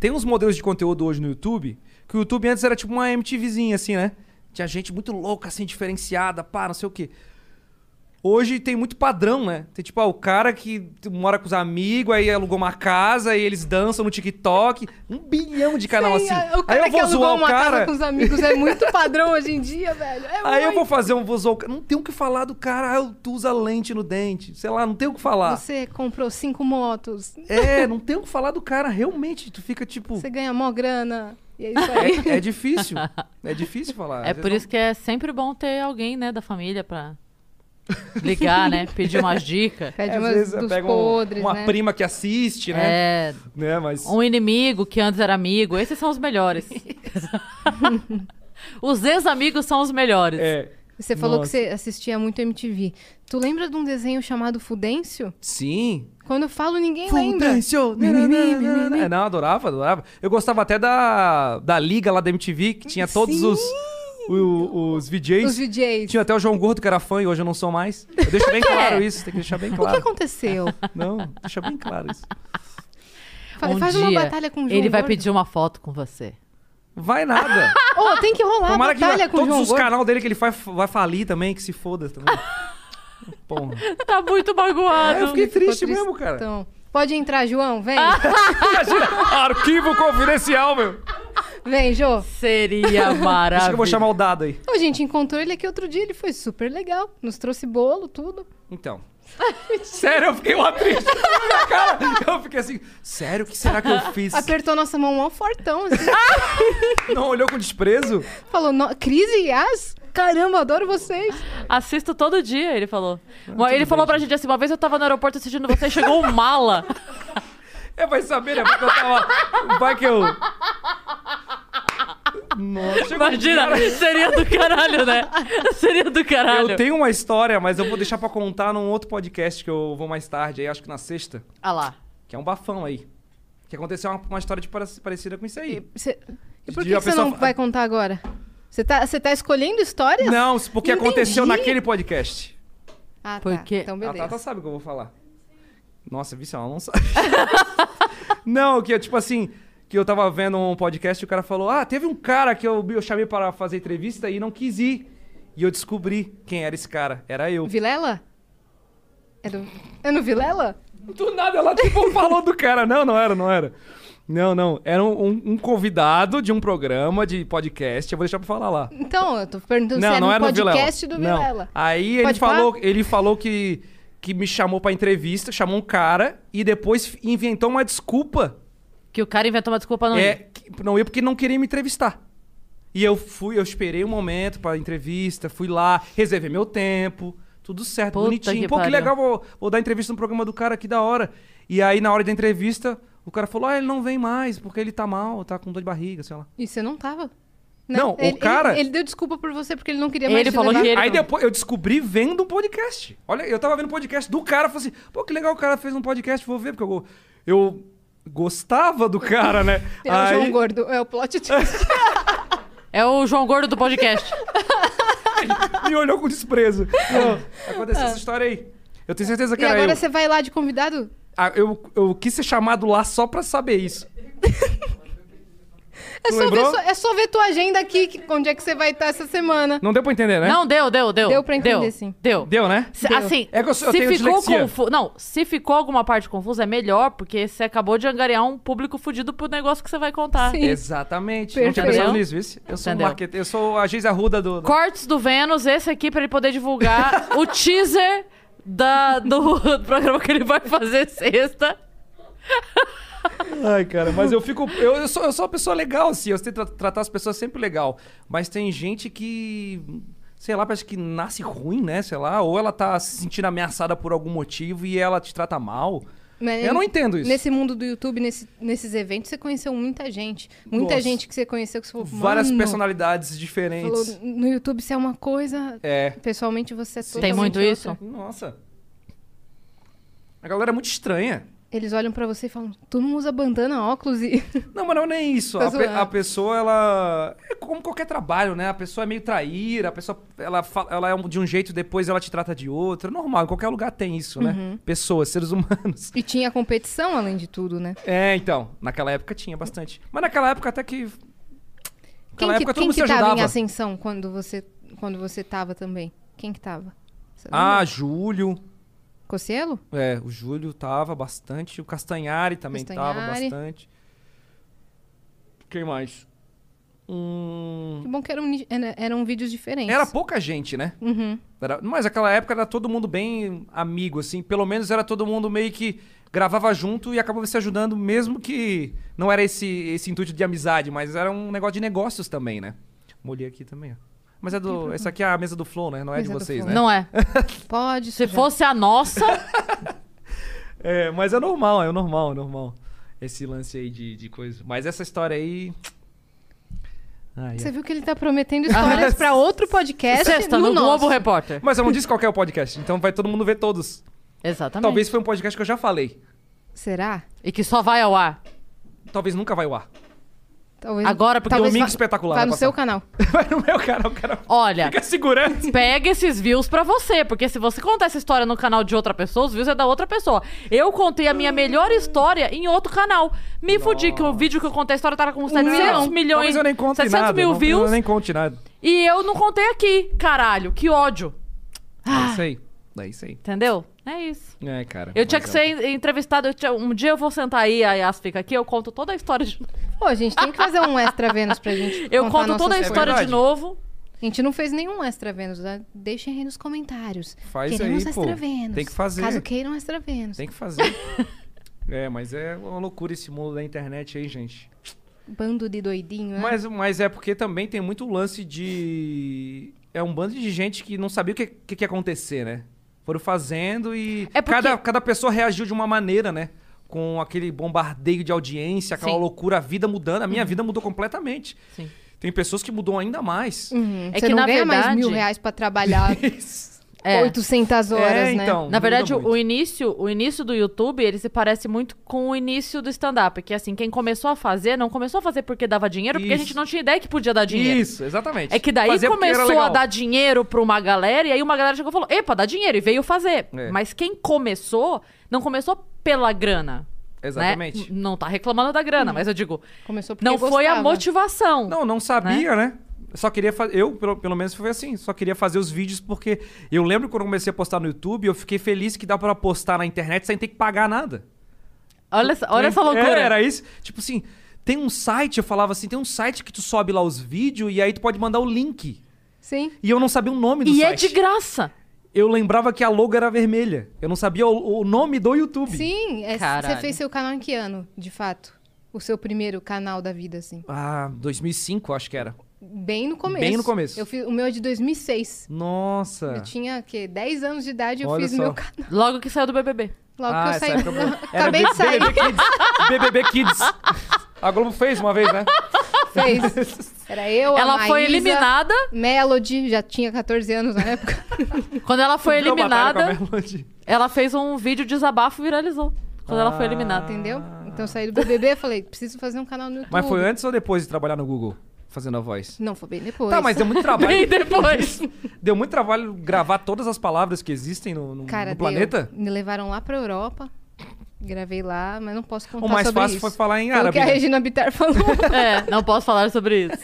C: Tem uns modelos de conteúdo hoje no YouTube que o YouTube antes era tipo uma MTVzinha, assim, né? Tinha gente muito louca, assim, diferenciada, pá, não sei o quê. Hoje tem muito padrão, né? Tem tipo, ah, o cara que mora com os amigos, aí alugou uma casa, e eles dançam no TikTok. Um bilhão de canal
B: Sim, é,
C: assim.
B: o cara
C: aí eu
B: que
C: vou
B: alugou
C: zoar o
B: uma casa
C: cara.
B: com os amigos é muito padrão hoje em dia, velho. É
C: Aí eu
B: muito.
C: vou fazer um vou zoar o cara. Não tem o que falar do cara. Ah, tu usa lente no dente. Sei lá, não tem o que falar.
B: Você comprou cinco motos,
C: É, não tem o que falar do cara, realmente. Tu fica tipo.
B: você ganha mó grana. E é isso aí.
C: É, é difícil. É difícil falar.
A: É por isso que é sempre bom ter alguém, né, da família pra ligar, né? Pedir umas dicas.
B: Pede
C: Às
B: é umas
C: vezes
B: dos
C: pega um-
B: podres,
C: uma
B: né?
C: prima que assiste, né?
A: É,
C: Né, mas
A: um inimigo que antes era amigo. Esses são os melhores. os ex-amigos são os melhores.
C: é.
B: Você falou
C: Nossa.
B: que você assistia muito MTV. Tu lembra de um desenho chamado Fudêncio?
C: Sim.
B: Quando eu falo, ninguém lembra.
C: Fulgencio, nananana. É, Não, adorava, adorava. Eu gostava até da, da liga lá da MTV, que tinha todos os, o- os VJs.
B: Os DJs.
C: é Tinha até o João Gordo, que era fã, e hoje eu não sou mais. Eu deixo bem claro isso, tem que deixar bem
B: O que
C: claro.
B: aconteceu?
C: Não, deixa bem claro isso.
B: Fa-
A: Um
B: Faz uma
A: dia,
B: batalha com o João
A: Ele vai
B: Gordo.
A: pedir uma foto com você.
C: Vai nada.
B: Ô, tem que rolar
C: Tomara
B: a
C: que
B: batalha com o
C: todos
B: João
C: os
B: Gordo.
C: canal dele que ele vai, vai falir também, que se foda também. Porra. É,
A: Tá muito magoado.
C: eu fiquei
B: Ah, Ficou
C: triste mesmo, cara.
B: tristão. Pode entrar, João. Vem.
C: Imagina, arquivo confidencial, meu.
B: Vem, Jô.
A: Seria maravilhoso.
C: Acho que eu vou chamar o dado aí.
B: A gente encontrou ele aqui outro dia. Ele foi super legal. Nos trouxe bolo, tudo.
C: Então. Sério, eu fiquei lá triste. cara, eu fiquei assim, sério, o que será que eu fiz?
B: Apertou nossa mão mó fortão, assim.
C: Não olhou com desprezo?
B: Falou, no... Cris e Yas? Caramba, adoro vocês.
A: Assisto todo dia, ele falou. Uma- ele falou pra gente assim: uma vez eu tava no aeroporto assistindo você e chegou um mala.
C: É, vai saber, né? Vai que eu tava. Vai que eu. Nossa, chegou um
A: Imagina,
C: cara-
A: seria do caralho, né? Seria do caralho.
C: Eu tenho uma história, mas eu vou deixar pra contar num outro podcast que eu vou mais tarde, aí acho que na sexta,
A: Ah lá.
C: que é um bafão aí. Que aconteceu uma, uma história de parec- parecida com isso aí.
B: Cê- E por
C: De
B: que, que
C: a
B: você
C: pessoa
B: não
C: fa-
B: vai contar agora? Você tá, você tá escolhendo histórias?
C: Não, porque
B: Entendi.
C: aconteceu naquele podcast.
B: Ah, tá.
A: Porque-
B: Então,
C: A
B: beleza.
C: Tata sabe o que eu vou falar. Nossa, vice, ela não sabe. não, que é tipo assim, que eu tava vendo um podcast e o cara falou: Ah, teve um cara que eu, eu chamei para fazer entrevista e não quis ir. E eu descobri quem era esse cara. Era eu.
B: Vilela? É, do... é no Vilela?
C: Do nada ela tipo falou do cara. Não, não era, não era. Não, não. Era um, um- um convidado de um programa de podcast. Eu vou deixar pra falar lá.
B: Então, eu tô perguntando se
C: não,
B: é
C: não
B: no
C: era no
B: podcast
C: Vilela.
B: do
C: Não.
B: Vilela.
C: Aí ele
B: Pode falar?
C: falou, ele falou que, que me chamou pra entrevista, chamou um cara e depois inventou uma desculpa
A: Que o cara inventou uma desculpa não
C: É,
A: ir.
C: que- não ia porque não queria me entrevistar. E eu fui, eu esperei um momento pra entrevista, fui lá, reservei meu tempo, tudo certo,
A: Puta
C: bonitinho.
A: que
C: Pô, que
A: pariu.
C: legal, vou, vou dar entrevista no programa do cara, que da hora. E aí, na hora da entrevista, o cara falou: ah, ele não vem mais, porque ele tá mal, tá com dor de barriga, sei lá.
B: E você não tava? Né?
C: Não, o cara-
B: Ele, ele deu desculpa por você porque ele não queria mais
A: Ele
B: te
A: falou
B: levar.
A: que ele.
C: Aí
A: não-
C: depois eu descobri vendo um podcast. Olha, eu tava vendo um podcast do cara, falei assim, pô, que legal o cara fez um podcast, vou ver, porque eu, eu gostava do cara, né?
B: É o João
C: Aí-
B: Gordo, é o plot twist.
A: É o João Gordo do podcast.
C: me olhou com desprezo. Não, aconteceu essa história aí. Eu tenho certeza que
B: Ah. e
C: era
B: agora
C: eu.
B: você vai lá de convidado?
C: Ah, eu. Eu quis ser chamado lá só pra saber isso.
B: É
C: Não
B: só, ver,
C: lembrou?
B: sua- é só ver tua agenda aqui, que- onde é que você vai estar essa semana.
C: Não deu pra entender, né?
A: Não, deu, deu, deu.
B: Deu pra entender,
A: deu,
B: sim.
A: Deu.
C: Deu, né?
A: Se-
C: Deu.
A: Assim,
C: É que eu, sou- eu
A: se
C: tenho
A: ficou
C: dislexia.
A: confuso. Não, se ficou alguma parte confusa, é melhor, porque você acabou de angariar um público fudido pro negócio que você vai contar.
B: Sim.
C: Exatamente. Não tinha
B: Perfeito.
C: pensado nisso, isso. Eu sou um
A: Entendeu.
C: marqueteiro. Eu sou a Geisa Arruda do. do-
A: Cortes do Vênus, esse aqui, pra ele poder divulgar o teaser da, do, do programa que ele vai fazer sexta.
C: Ai, cara, mas eu fico. Eu, eu sou, eu sou uma pessoa legal, assim. Eu tento tra- tratar as pessoas sempre legal. Mas tem gente que. Sei lá, parece que nasce ruim, né? Sei lá. Ou ela tá se sentindo ameaçada por algum motivo e ela te trata mal.
B: Mas
C: eu não entendo isso.
B: Né? Nesse mundo do YouTube, nesse- nesses eventos, você conheceu muita gente. Muita
C: Nossa.
B: gente que você conheceu que você falou,
C: Várias
B: "Mano",
C: personalidades
B: falou,
C: diferentes.
B: no YouTube você é uma coisa,
C: É.
B: pessoalmente você é totalmente
A: Tem muito
B: outra."
A: isso?
C: Nossa. A galera é muito estranha.
B: Eles olham pra você e falam, tu não usa bandana, óculos e...
C: Não, mas não é isso.
B: Tá
C: a, pe-
B: zoando.
C: a pessoa, ela. É como qualquer trabalho, né? A pessoa é meio traíra, a pessoa ela, fa- ela é um- de um jeito, depois ela te trata de outro. É normal, em qualquer lugar tem isso, né? Pessoas, seres humanos.
B: E tinha competição, além de tudo, né?
C: É, então. Naquela época tinha bastante. Mas naquela época até que.
B: Quem
C: Naquela
B: que,
C: época todo
B: quem
C: mundo
B: que
C: se
B: tava
C: ajudava.
B: em ascensão quando você, quando você tava também? Quem que tava? Você lembra?
C: Ah, Júlio.
B: Cossielo?
C: É, o Júlio tava bastante. O Castanhari também tava
B: Castanhari.
C: bastante. Quem mais? Hum...
B: Que bom que eram, ni- era- eram vídeos diferentes.
C: Era pouca gente, né?
B: Uhum.
C: Era- mas aquela época era todo mundo bem amigo, assim. Pelo menos era todo mundo meio que gravava junto e acabava se ajudando, mesmo que não era esse, esse intuito de amizade, mas era um negócio de negócios também, né? Molhei aqui também, ó. Mas é do. Essa aqui é a mesa do Flow, né? Não é
B: Mesa
C: de
B: do
C: vocês,
B: Flow.
C: né?
A: Não é.
B: Pode
A: Se
B: sujar.
A: fosse a nossa,
C: É, mas é normal, é normal, é normal. Esse lance aí de, de coisa. Mas essa história aí. Ai,
B: Você
C: ai.
B: viu que ele tá prometendo histórias pra outro podcast
A: sexta
B: no,
A: tá no
B: nosso.
A: Globo Repórter.
C: Mas eu não disse qual que é o podcast, então vai todo mundo ver todos.
A: Exatamente.
C: Talvez foi um podcast que eu já falei.
B: Será?
A: E que só vai ao ar.
C: Talvez nunca vai ao ar.
B: Talvez.
A: Agora, porque
B: talvez
C: domingo
B: vá-
C: espetacular
B: Vai
C: vai
B: no seu
C: passar.
B: canal.
C: Vai no meu canal, o cara
A: Olha,
C: fica segurando.
A: pega esses views pra você, porque se você contar essa história no canal de outra pessoa, os views é da outra pessoa. Eu contei a minha melhor história em outro canal. Me fudi que o vídeo que eu contei a história tava com 700 milhões,
C: Talvez eu nem conte
A: 700
C: nada.
A: mil
C: não-
A: views,
C: Eu nem conte nada.
A: e eu não contei aqui. Caralho, que ódio.
C: É isso aí. É isso aí.
A: Entendeu? É isso.
C: É, cara.
A: Ah. Eu tinha
C: mas
A: que
C: é-
A: ser en- entrevistado. eu tinha- um dia eu vou sentar aí, a Yas fica aqui, eu conto toda a história de novo.
B: Pô, a gente tem que fazer um extra Vênus pra gente.
A: Eu
B: contar
A: conto toda a
B: nossas
A: história de
C: verdade.
A: novo.
B: A gente não fez nenhum extra Vênus. né? Deixem aí nos comentários.
C: Faz
B: Queremos
C: aí, pô.
B: extra Vênus.
C: Tem que fazer.
B: Caso queiram extra Vênus.
C: Tem que fazer. é, mas é uma loucura esse mundo da internet aí, gente.
B: Bando de doidinho, né?
C: Mas, mas é porque também tem muito lance de. É um bando de gente que não sabia o que, que, que ia acontecer, né? Foram fazendo e.
A: É porque-
C: cada, cada pessoa reagiu de uma maneira, né? Com aquele bombardeio de audiência, aquela
A: Sim. Uhum.
C: loucura, a vida mudando. A minha vida mudou completamente.
A: Sim.
C: Tem pessoas que mudou ainda mais.
B: Uhum.
A: É
B: Você
A: que,
B: não
A: na
B: ganha mais
A: verdade-
B: mil reais pra trabalhar
A: É.
B: 800 horas,
C: é,
B: né?
C: então.
A: Na
C: muda
A: verdade,
C: muito.
A: o início, o início do YouTube, ele se parece muito com o início do stand-up. Que assim, quem começou a fazer, não começou a fazer porque dava dinheiro, porque a
C: Isso.
A: gente não tinha ideia que podia dar dinheiro.
C: Isso, exatamente.
A: É que daí
C: Fazia porque era
A: começou a
C: legal.
A: dar dinheiro pra uma galera, e aí uma galera chegou e falou: Epa, dá dinheiro, e veio fazer.
C: É.
A: Mas quem começou, não começou pela grana. né?
C: Exatamente. Hum.
A: N- Não tá reclamando da grana, mas eu digo.
B: Começou porque
A: Não foi a
B: gostava.
A: motivação.
C: Não, não sabia, né? Só queria fazer. Eu, pelo, pelo menos, foi assim. Só queria fazer os vídeos porque eu lembro quando eu comecei a postar no YouTube, eu fiquei feliz que dá pra postar na internet sem ter que pagar nada.
A: Olha, essa- olha essa
C: É,
A: loucura.
C: era isso. Tipo assim, tem um site, eu falava assim, tem um site que tu sobe lá os vídeos e aí tu pode mandar o link.
B: Sim.
C: E eu não sabia o nome do
A: e é
C: site.
A: de graça.
C: Eu lembrava que a logo era vermelha. Eu não sabia o, o nome do YouTube.
B: Sim. é-
A: Caralho.
B: Você fez seu canal em que ano, de fato? O seu primeiro canal da vida, assim.
C: Ah, 2005, acho que era.
B: Bem no começo.
C: Bem no começo.
B: Eu fiz, o meu é de 2006.
C: Nossa.
B: Eu tinha, o quê? 10 anos de idade, eu
C: Olha
B: fiz
C: só.
B: meu canal.
A: Logo que saiu do BBB.
B: Logo
C: Ah,
B: que eu
C: essa
B: saí.
C: época boa. Era
B: Acabei de sair.
C: BBB Kids. BBB Kids. A Globo fez uma vez, né?
B: Fez. Era eu,
A: ela
B: a Maísa,
A: foi eliminada.
B: Melody, já tinha 14 anos na época.
A: Quando ela foi
C: Virou batalha com a
A: eliminada,
C: Melody.
A: ela fez um vídeo desabafo e viralizou. Quando ela
C: Ah.
A: foi eliminada.
B: Entendeu? Então eu saí do BBB, falei, preciso fazer um canal no YouTube.
C: Mas foi antes ou depois de trabalhar no Google? Fazendo a voz.
B: Não, foi bem depois.
C: Tá, mas deu muito
A: Bem
C: trabalho.
A: depois.
C: deu muito trabalho gravar todas as palavras que existem no, no-
B: Cara,
C: no
B: deu.
C: planeta.
B: Me levaram lá pra Europa. Gravei lá, mas não posso contar
C: O mais
B: sobre
C: fácil
B: isso.
C: foi falar em
B: Foi o
C: árabe.
B: que a
C: né?
B: Regina Bittar falou.
A: É, não posso falar sobre isso.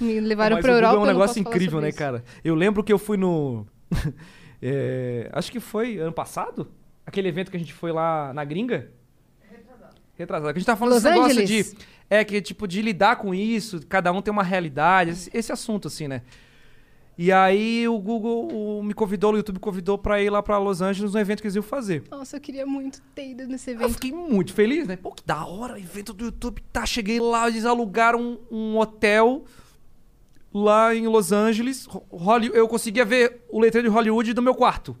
B: Me levaram
C: Mas
B: pra
C: o Google
B: Europa.
C: é um
B: eu não
C: negócio
B: posso falar
C: incrível,
B: sobre
C: né,
B: isso.
C: cara? Eu lembro que eu fui no. É, acho que foi ano passado? Aquele evento que a gente foi lá na gringa? Retrasado. Que a gente tava falando
B: Los
C: desse negócio
B: Angeles?
C: de. É, que tipo, de lidar com isso, cada um tem uma realidade, esse, esse assunto, assim, né? E aí o Google o- me convidou, o YouTube convidou pra ir lá pra Los Angeles no evento que eles iam fazer.
B: Nossa, eu queria muito ter ido nesse
C: Eu
B: evento.
C: fiquei muito feliz, né? Pô, que da hora, evento do YouTube. Tá, cheguei lá, eles alugaram um, um hotel lá em Los Angeles. Ho- Holly- Eu conseguia ver o letreiro de Hollywood do meu quarto.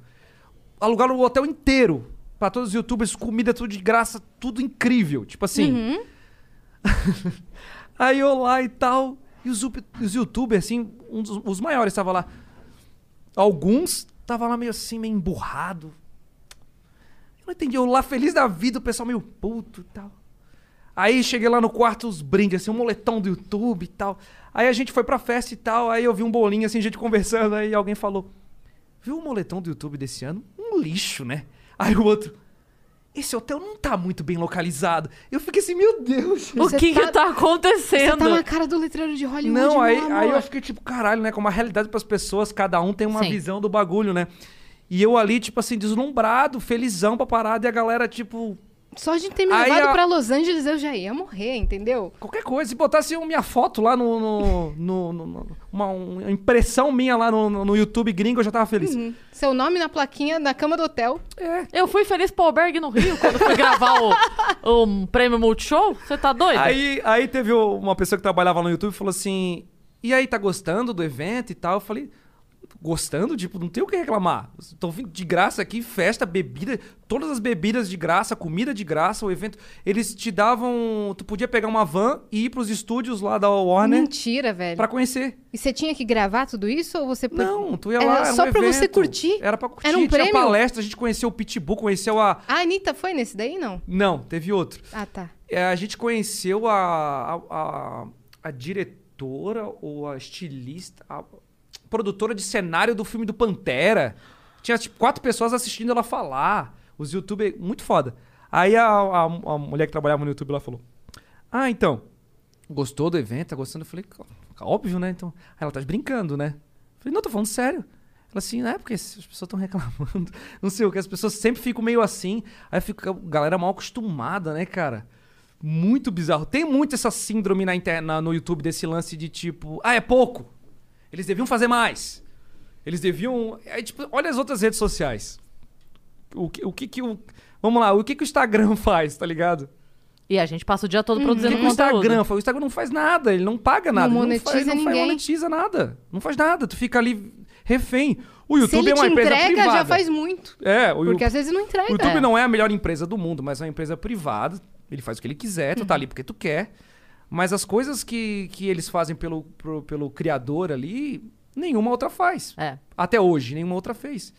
C: Alugaram o hotel inteiro. Pra todos os youtubers, comida tudo de graça, tudo incrível. Tipo assim. Aí eu lá e tal. E os, up- os youtubers, assim, um dos, os maiores tava lá. Alguns tava lá meio assim, meio emburrado. Não entendi. Eu lá feliz da vida, o pessoal meio puto e tal. Aí cheguei lá no quarto, os brindes, assim, um moletão do YouTube e tal. Aí a gente foi pra festa e tal. Aí eu vi um bolinho, assim, gente conversando. Aí alguém falou: Viu o moletom do YouTube desse ano? Um lixo, né? Aí o outro: Esse hotel não tá muito bem localizado. Eu fiquei assim: Meu Deus.
A: O
B: Você
A: que
B: tá-
A: que tá
B: Você
A: acontecendo?
B: tá na cara do letreiro um de Hollywood,
C: Não,
B: meu
C: aí,
B: amor.
C: aí eu fiquei tipo, caralho, né? Como a realidade pras pessoas, cada um tem uma
A: Sim.
C: visão do bagulho, né? E eu ali, tipo assim, deslumbrado, felizão pra parada, e a galera, tipo,
B: Só de ter me
C: Aí
B: levado
C: a-
B: pra Los Angeles, eu já ia morrer, entendeu?
C: qualquer coisa. Se botasse um- minha foto lá no. no, no- no- no- uma, uma impressão minha lá no, no- no YouTube gringo, eu já tava feliz.
B: Seu nome na plaquinha, na cama do hotel.
A: Eu fui feliz pro albergue no Rio quando fui gravar o, o prêmio Multishow. Você tá doido?
C: Aí, aí teve o- uma pessoa que trabalhava no YouTube e falou assim: E aí, tá gostando do evento e tal? Eu falei. Gostando? Tipo, não tem o que reclamar. Estão vindo de graça aqui, festa, bebida, todas as bebidas de graça, comida de graça, o evento. Eles te davam. Tu podia pegar uma van e ir pros estúdios lá da Warner
B: Mentira, velho.
C: Ah, né? pra conhecer.
B: E você tinha que gravar tudo isso ou você...
C: Não, tu ia
B: Era
C: lá. Era
B: só
C: um
B: pra você
C: evento.
B: curtir?
C: Era pra curtir.
B: Era um
C: tinha
B: prêmio?
C: palestra, a gente conheceu o Pitbull, conheceu a.
B: A Anitta foi nesse daí, não?
C: Não, teve outro.
B: Ah, tá.
C: É, a gente conheceu a, a, a- a diretora ou a estilista, a produtora de cenário do filme do Pantera. Tinha tipo, quatro pessoas assistindo ela falar. Os youtubers. Muito foda. Aí a, a, a mulher que trabalhava no YouTube lá falou: Ah, então, gostou do evento? Tá gostando? Eu falei: "Cá- Óbvio, né? Então, aí ela tá brincando, né? Eu falei: Não, tô falando sério. Ela assim, é porque as pessoas estão reclamando. Não sei o que, as pessoas sempre ficam meio assim. Aí fica a galera mal acostumada, né, cara? Muito bizarro. Tem muito essa síndrome na inter- na- no YouTube desse lance de tipo, ah, é pouco. Eles deviam fazer mais. Eles deviam. Aí, tipo, olha as outras redes sociais. O que o. Que, que o... Vamos lá, o que, que o Instagram faz, tá ligado?
A: E a gente passa o dia
B: Hum.
A: todo
C: O que,
A: produzindo
C: que o
A: conteúdo.
C: Instagram faz? O Instagram não faz nada, ele não paga nada. ele
B: monetiza
C: faz- ele não faz-
B: ninguém.
C: monetiza nada. Não faz nada. Tu fica ali refém. O
B: Se
C: YouTube
B: ele
C: é uma
B: te
C: empresa
B: entrega,
C: privada.
B: já faz muito.
C: É, o,
B: Porque às vezes não entrega.
C: o YouTube
B: É.
C: não é a melhor empresa do mundo, mas é uma empresa privada. Ele faz o que ele quiser, tu tá
B: Uhum.
C: ali porque tu quer. Mas as coisas que, que eles fazem pelo, pro- pelo criador ali, nenhuma outra faz.
A: É.
C: Até hoje, nenhuma outra fez.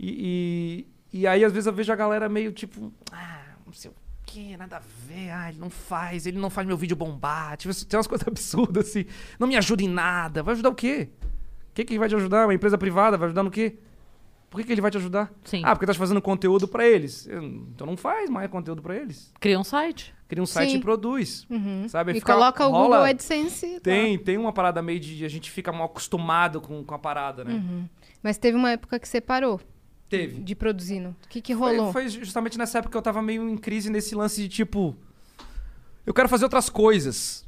C: E, e, e aí, às vezes, eu vejo a galera meio tipo. Ah, não sei o quê, nada a ver. Ah, ele não faz, ele não faz meu vídeo bombar. Tipo, tem umas coisas absurdas assim. Não me ajuda em nada. Vai ajudar o quê? O que, que vai te ajudar? Uma empresa privada vai ajudar no quê? Por que, que ele vai te ajudar?
A: Sim.
C: Ah, porque tá fazendo conteúdo pra eles. Eu- Então não faz mais conteúdo pra eles.
A: Cria um site.
C: Cria um site
B: Sim. Uhum.
C: e produz. Sabe?
B: E
C: Fica-
B: coloca o
C: rola-
B: Google AdSense. lá.
C: Tem, tem uma parada meio de. A gente fica mal acostumado com, com a parada, né?
B: Uhum. Mas teve uma época que você parou
C: Teve.
B: de produzindo. O que que
C: Foi-
B: rolou?
C: Foi, justamente nessa época que eu tava meio em crise nesse lance de tipo. Eu quero fazer outras coisas.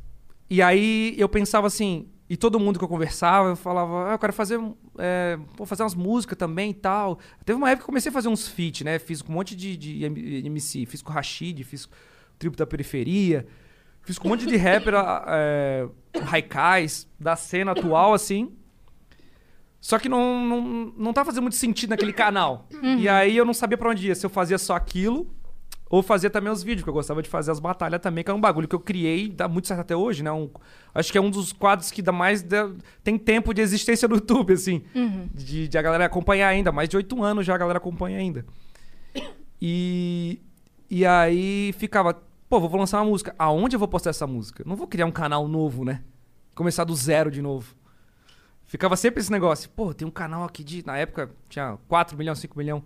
C: E aí eu pensava assim. E todo mundo que eu conversava, eu falava, ah, eu quero fazer. É, pô, fazer umas músicas também e tal. Teve uma época que eu comecei a fazer uns feat, né? Fiz com um monte de, de M- MC. Fiz com o Rashid, fiz com o Tribo da Periferia. Fiz com um monte de rapper, a- é, Raikais, da cena atual, assim. Só que não, não, não tá fazendo muito sentido naquele canal. E aí eu não sabia pra onde ia, se eu fazia só aquilo ou fazia também os vídeos, que eu gostava de fazer as batalhas também, que é um bagulho que eu criei, e dá muito certo até hoje, né? Um- acho que é um dos quadros que dá mais. dá- tem tempo de existência no YouTube, assim. De, de a galera acompanhar ainda. Mais de oito anos já a galera acompanha ainda. E, e aí ficava, pô, vou lançar uma música. Aonde eu vou postar essa música? Não vou criar um canal novo, né? Começar do zero de novo. Ficava sempre esse negócio. Pô, tem um canal aqui de. Na época tinha 4 milhões, 5 milhões.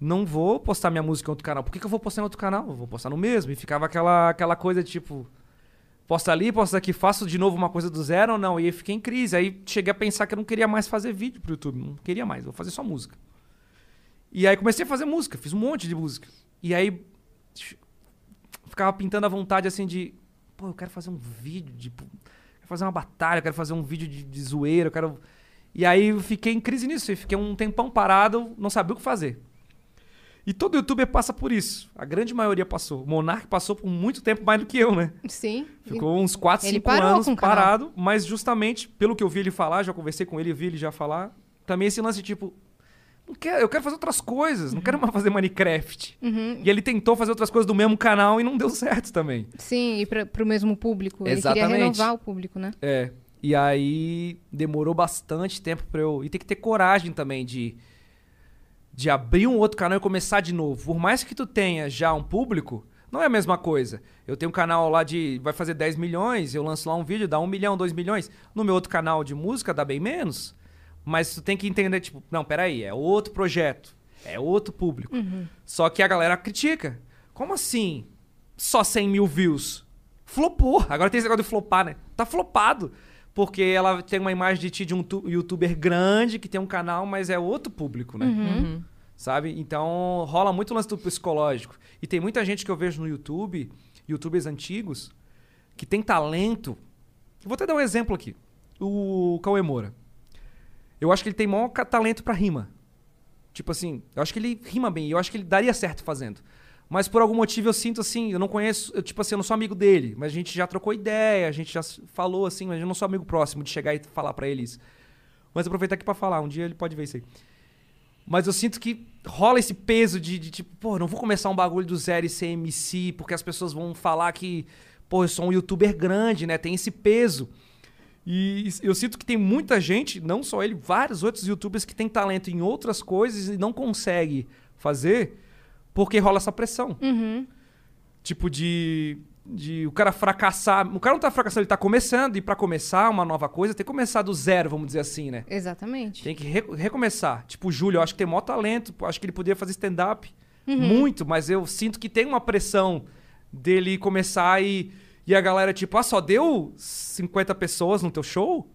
C: Não vou postar minha música em outro canal. Por que, que eu vou postar em outro canal? Eu vou postar no mesmo. E ficava aquela, aquela coisa tipo. Posta ali, posta aqui, faço de novo uma coisa do zero ou não? E aí fiquei em crise. Aí cheguei a pensar que eu não queria mais fazer vídeo pro YouTube. Não queria mais, vou fazer só música. E aí comecei a fazer música, fiz um monte de música. E aí ch- ficava pintando a vontade assim de, pô, eu quero fazer um vídeo, tipo, quero fazer uma batalha, eu quero fazer um vídeo de, de zoeira, eu quero. E aí eu fiquei em crise nisso, e fiquei um tempão parado, não sabia o que fazer. E todo youtuber passa por isso. A grande maioria passou. O Monark passou por muito tempo mais do que eu, né?
B: Sim.
C: Ficou uns 4,
B: Ele
C: 5
B: parou
C: anos
B: com o canal.
C: parado, mas justamente pelo que eu vi ele falar, já conversei com ele, eu vi ele já falar, também esse lance tipo, não quero, eu quero fazer outras coisas, não quero
B: Uhum.
C: mais fazer Minecraft. E ele tentou fazer outras coisas do mesmo canal e não deu certo também.
B: Sim, e pra, pro mesmo público. Ele
C: Exatamente.
B: queria renovar o público, né?
C: É. E aí demorou bastante tempo pra eu. E tem que ter coragem também de. de abrir um outro canal e começar de novo, por mais que tu tenha já um público, não é a mesma coisa. Eu tenho um canal lá de. vai fazer 10 milhões, eu lanço lá um vídeo, dá 1 milhão, 2 milhões. No meu outro canal de música dá bem menos. Mas tu tem que entender, tipo, não, peraí, é outro projeto, é outro público. Só que a galera critica. Como assim? Só 100 mil views? Flopou. Agora tem esse negócio de flopar, né? Tá flopado. Porque ela tem uma imagem de ti de um tu- youtuber grande que tem um canal, mas é outro público, né? Sabe? Então rola muito o lance do psicológico. E tem muita gente que eu vejo no YouTube, youtubers antigos, que tem talento. Vou até dar um exemplo aqui. O Cauê Moura. Eu acho que ele tem maior ca- talento pra rima. Tipo assim, eu acho que ele rima bem, eu acho que ele daria certo fazendo. Mas por algum motivo eu sinto assim, eu não conheço, eu, tipo assim, eu não sou amigo dele, mas a gente já trocou ideia, a gente já s- falou assim, mas eu não sou amigo próximo de chegar e falar pra ele isso. Mas aproveitar aqui pra falar, um dia ele pode ver isso aí. Mas eu sinto que rola esse peso de, de, tipo, pô, não vou começar um bagulho do zero e ser MC, porque as pessoas vão falar que, pô, eu sou um youtuber grande, né? Tem esse peso. E eu sinto que tem muita gente, não só ele, vários outros youtubers que tem talento em outras coisas e não consegue fazer porque rola essa pressão. Tipo de, de o cara fracassar. O cara não tá fracassando, ele tá começando. E pra começar uma nova coisa, tem que começar do zero, vamos dizer assim, né?
B: Exatamente.
C: Tem que re- recomeçar. Tipo, o Júlio, eu acho que tem maior talento. pô, Acho que ele poderia fazer stand-up. Muito, mas eu sinto que tem uma pressão dele começar e, e a galera, tipo, ah, só deu 50 pessoas no teu show?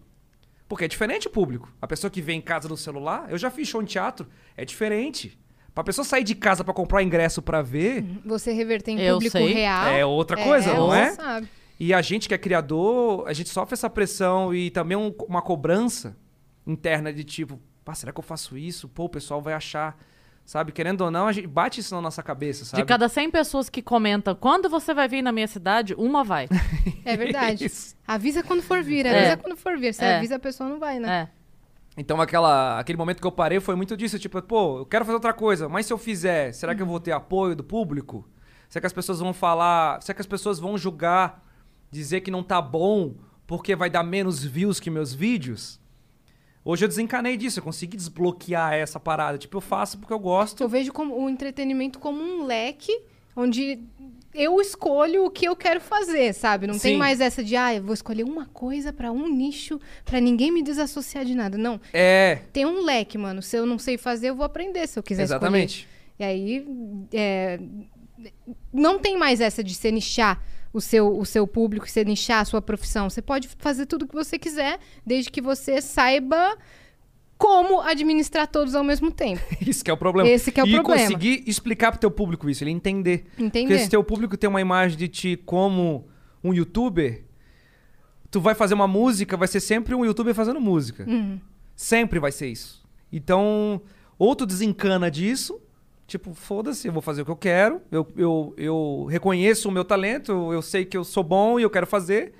C: Porque é diferente o público. A pessoa que vem em casa no celular, eu já fiz show em teatro, é diferente. Pra pessoa sair de casa pra comprar ingresso pra ver,
B: Você reverter em
A: Eu
B: público
A: sei.
B: real.
C: É outra coisa, não
B: você
C: é?
B: Sabe.
C: E a gente que é criador, a gente sofre essa pressão e também um- uma cobrança interna de tipo, pá, será que eu faço isso? Pô, o pessoal vai achar. Sabe, querendo ou não, a gente bate isso na nossa cabeça, sabe?
A: De cada 100 pessoas que comentam quando você vai vir na minha cidade, uma vai.
B: É verdade.
C: Isso.
B: Avisa quando for vir,
A: É.
B: avisa quando for vir. Se
A: É.
B: avisa, a pessoa não vai, né?
A: É.
C: Então aquela, aquele momento que eu parei foi muito disso, tipo, pô, eu quero fazer outra coisa, mas se eu fizer, será que eu vou ter apoio do público? Será que as pessoas vão falar, será que as pessoas vão julgar, dizer que não tá bom porque vai dar menos views que meus vídeos? Hoje eu desencanei disso, eu consegui desbloquear essa parada, tipo, eu faço porque eu gosto.
B: Eu vejo como o entretenimento como um leque onde eu escolho o que eu quero fazer, sabe? Não tem
C: Sim.
B: mais essa de, ah, eu vou escolher uma coisa pra um nicho, pra ninguém me desassociar de nada. Não.
C: É,
B: Tem um leque, mano. Se eu não sei fazer, eu vou aprender se eu quiser escolher.
C: exatamente.
B: E aí, é, não tem mais essa de você nichar o seu, o seu público, você nichar a sua profissão. Você pode fazer tudo o que você quiser, desde que você saiba como administrar todos ao mesmo tempo.
C: Isso que é o problema.
B: Esse que é o
C: e
B: problema.
C: conseguir explicar pro teu público isso, ele entender.
B: Entender.
C: Porque se teu público tem uma imagem de ti como um youtuber, tu vai fazer uma música, vai ser sempre um youtuber fazendo música.
B: Uhum.
C: Sempre vai ser isso. Então, ou tu desencana disso, tipo, foda-se, eu vou fazer o que eu quero, eu, eu, eu reconheço o meu talento, eu, eu sei que eu sou bom e eu quero fazer.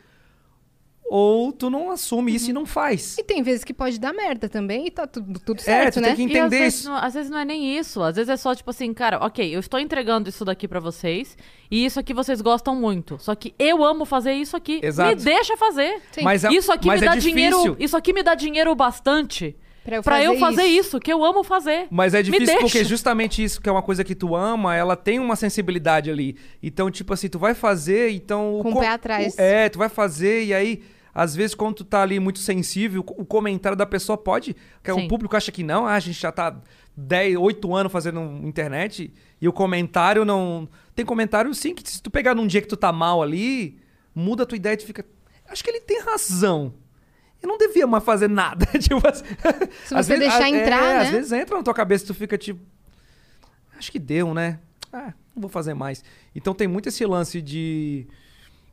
C: Ou tu não assume isso e não faz.
B: E tem vezes que pode dar merda também e tá tudo, tudo certo,
C: É, tu
B: né?
C: tem que
A: E às
C: entender
A: vezes,
C: isso.
A: não- às vezes não é nem isso. Às vezes é só tipo assim, cara, ok, eu estou entregando isso daqui pra vocês e isso aqui vocês gostam muito. Só que eu amo fazer isso aqui.
C: Exato.
A: Me deixa fazer.
B: Sim.
C: Mas é-
A: isso aqui
C: mas
A: me
C: é
A: dá
C: difícil.
A: dinheiro. Isso aqui me dá dinheiro bastante
B: Pra eu
A: pra
B: fazer
A: eu fazer
B: isso.
A: isso. que eu amo fazer.
C: Mas é
A: Me
C: difícil porque
A: deixa.
C: justamente isso, que é uma coisa que tu ama, ela tem uma sensibilidade ali. Então, tipo assim, tu vai fazer, então...
B: Com o
C: co-
B: pé atrás.
C: o- é, tu vai fazer e aí... Às vezes, quando tu tá ali muito sensível, o comentário da pessoa pode. Porque
A: Sim.
C: o público acha que não, ah, a gente já tá 10, 8 anos fazendo internet e o comentário não. Tem comentário sim que se tu pegar num dia que tu tá mal ali, muda a tua ideia e tu fica. Acho que ele tem razão. Eu não devia mais fazer nada. tipo assim.
B: Se
C: Às
B: você
C: vezes-
B: deixar
C: a-
B: entrar,
C: é,
B: né?
C: Às vezes entra na tua cabeça e tu fica tipo. Acho que deu, né? Ah, não vou fazer mais. Então tem muito esse lance de.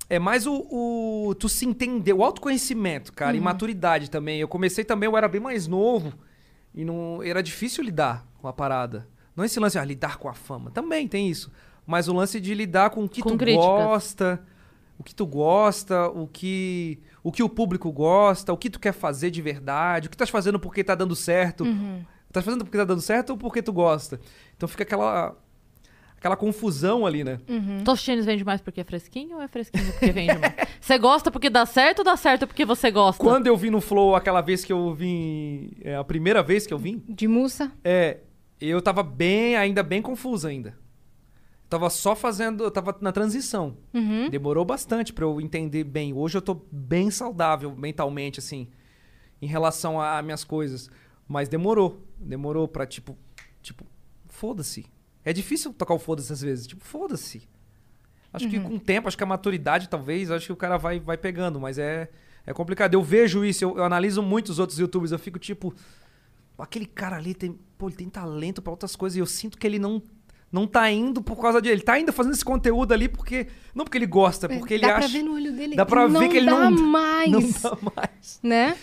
C: É mais o, o- tu se entender, o autoconhecimento, cara,
B: Uhum.
C: e maturidade também. Eu comecei também, eu era bem mais novo e não era difícil lidar com a parada. Não esse lance, ah, lidar com a fama, também tem isso. Mas o lance de lidar com o que
A: Com
C: tu
A: críticas.
C: gosta, o que tu gosta, o que o que o público gosta, o que tu quer fazer de verdade, o que tu estás fazendo porque tá dando certo. Tá fazendo porque tá dando certo ou porque tu gosta? Então fica aquela aquela confusão ali, né?
A: Uhum.
B: Uhum.
A: Tostines vende mais porque é fresquinho ou é fresquinho porque vende mais? Você gosta porque dá certo ou dá certo porque você gosta?
C: Quando eu vim no Flow aquela vez que eu vim. é, a primeira vez que eu vim,
B: De mussa.
C: é, Eu tava bem, ainda bem confuso ainda. Tava só fazendo, eu tava na transição. Demorou bastante pra eu entender bem. Hoje eu tô bem saudável mentalmente, assim, em relação a minhas coisas. Mas demorou. Demorou pra, tipo, tipo, foda-se. É difícil tocar o foda-se às vezes. Tipo, foda-se. Acho
B: Uhum.
C: que com o tempo, acho que a maturidade, talvez, acho que o cara vai, vai pegando, mas é, é complicado. Eu vejo isso, eu, eu analiso muito os outros youtubers, eu fico tipo. Aquele cara ali tem, pô, ele tem talento pra outras coisas e eu sinto que ele não, não tá indo por causa de. Ele tá ainda fazendo esse conteúdo ali porque. Não porque ele gosta, porque ele
B: dá
C: acha.
B: pra ver no olho dele
C: Dá
B: que
C: pra ver
B: não
C: que ele
B: dá
C: não.
B: mais.
C: Não dá mais.
B: Né?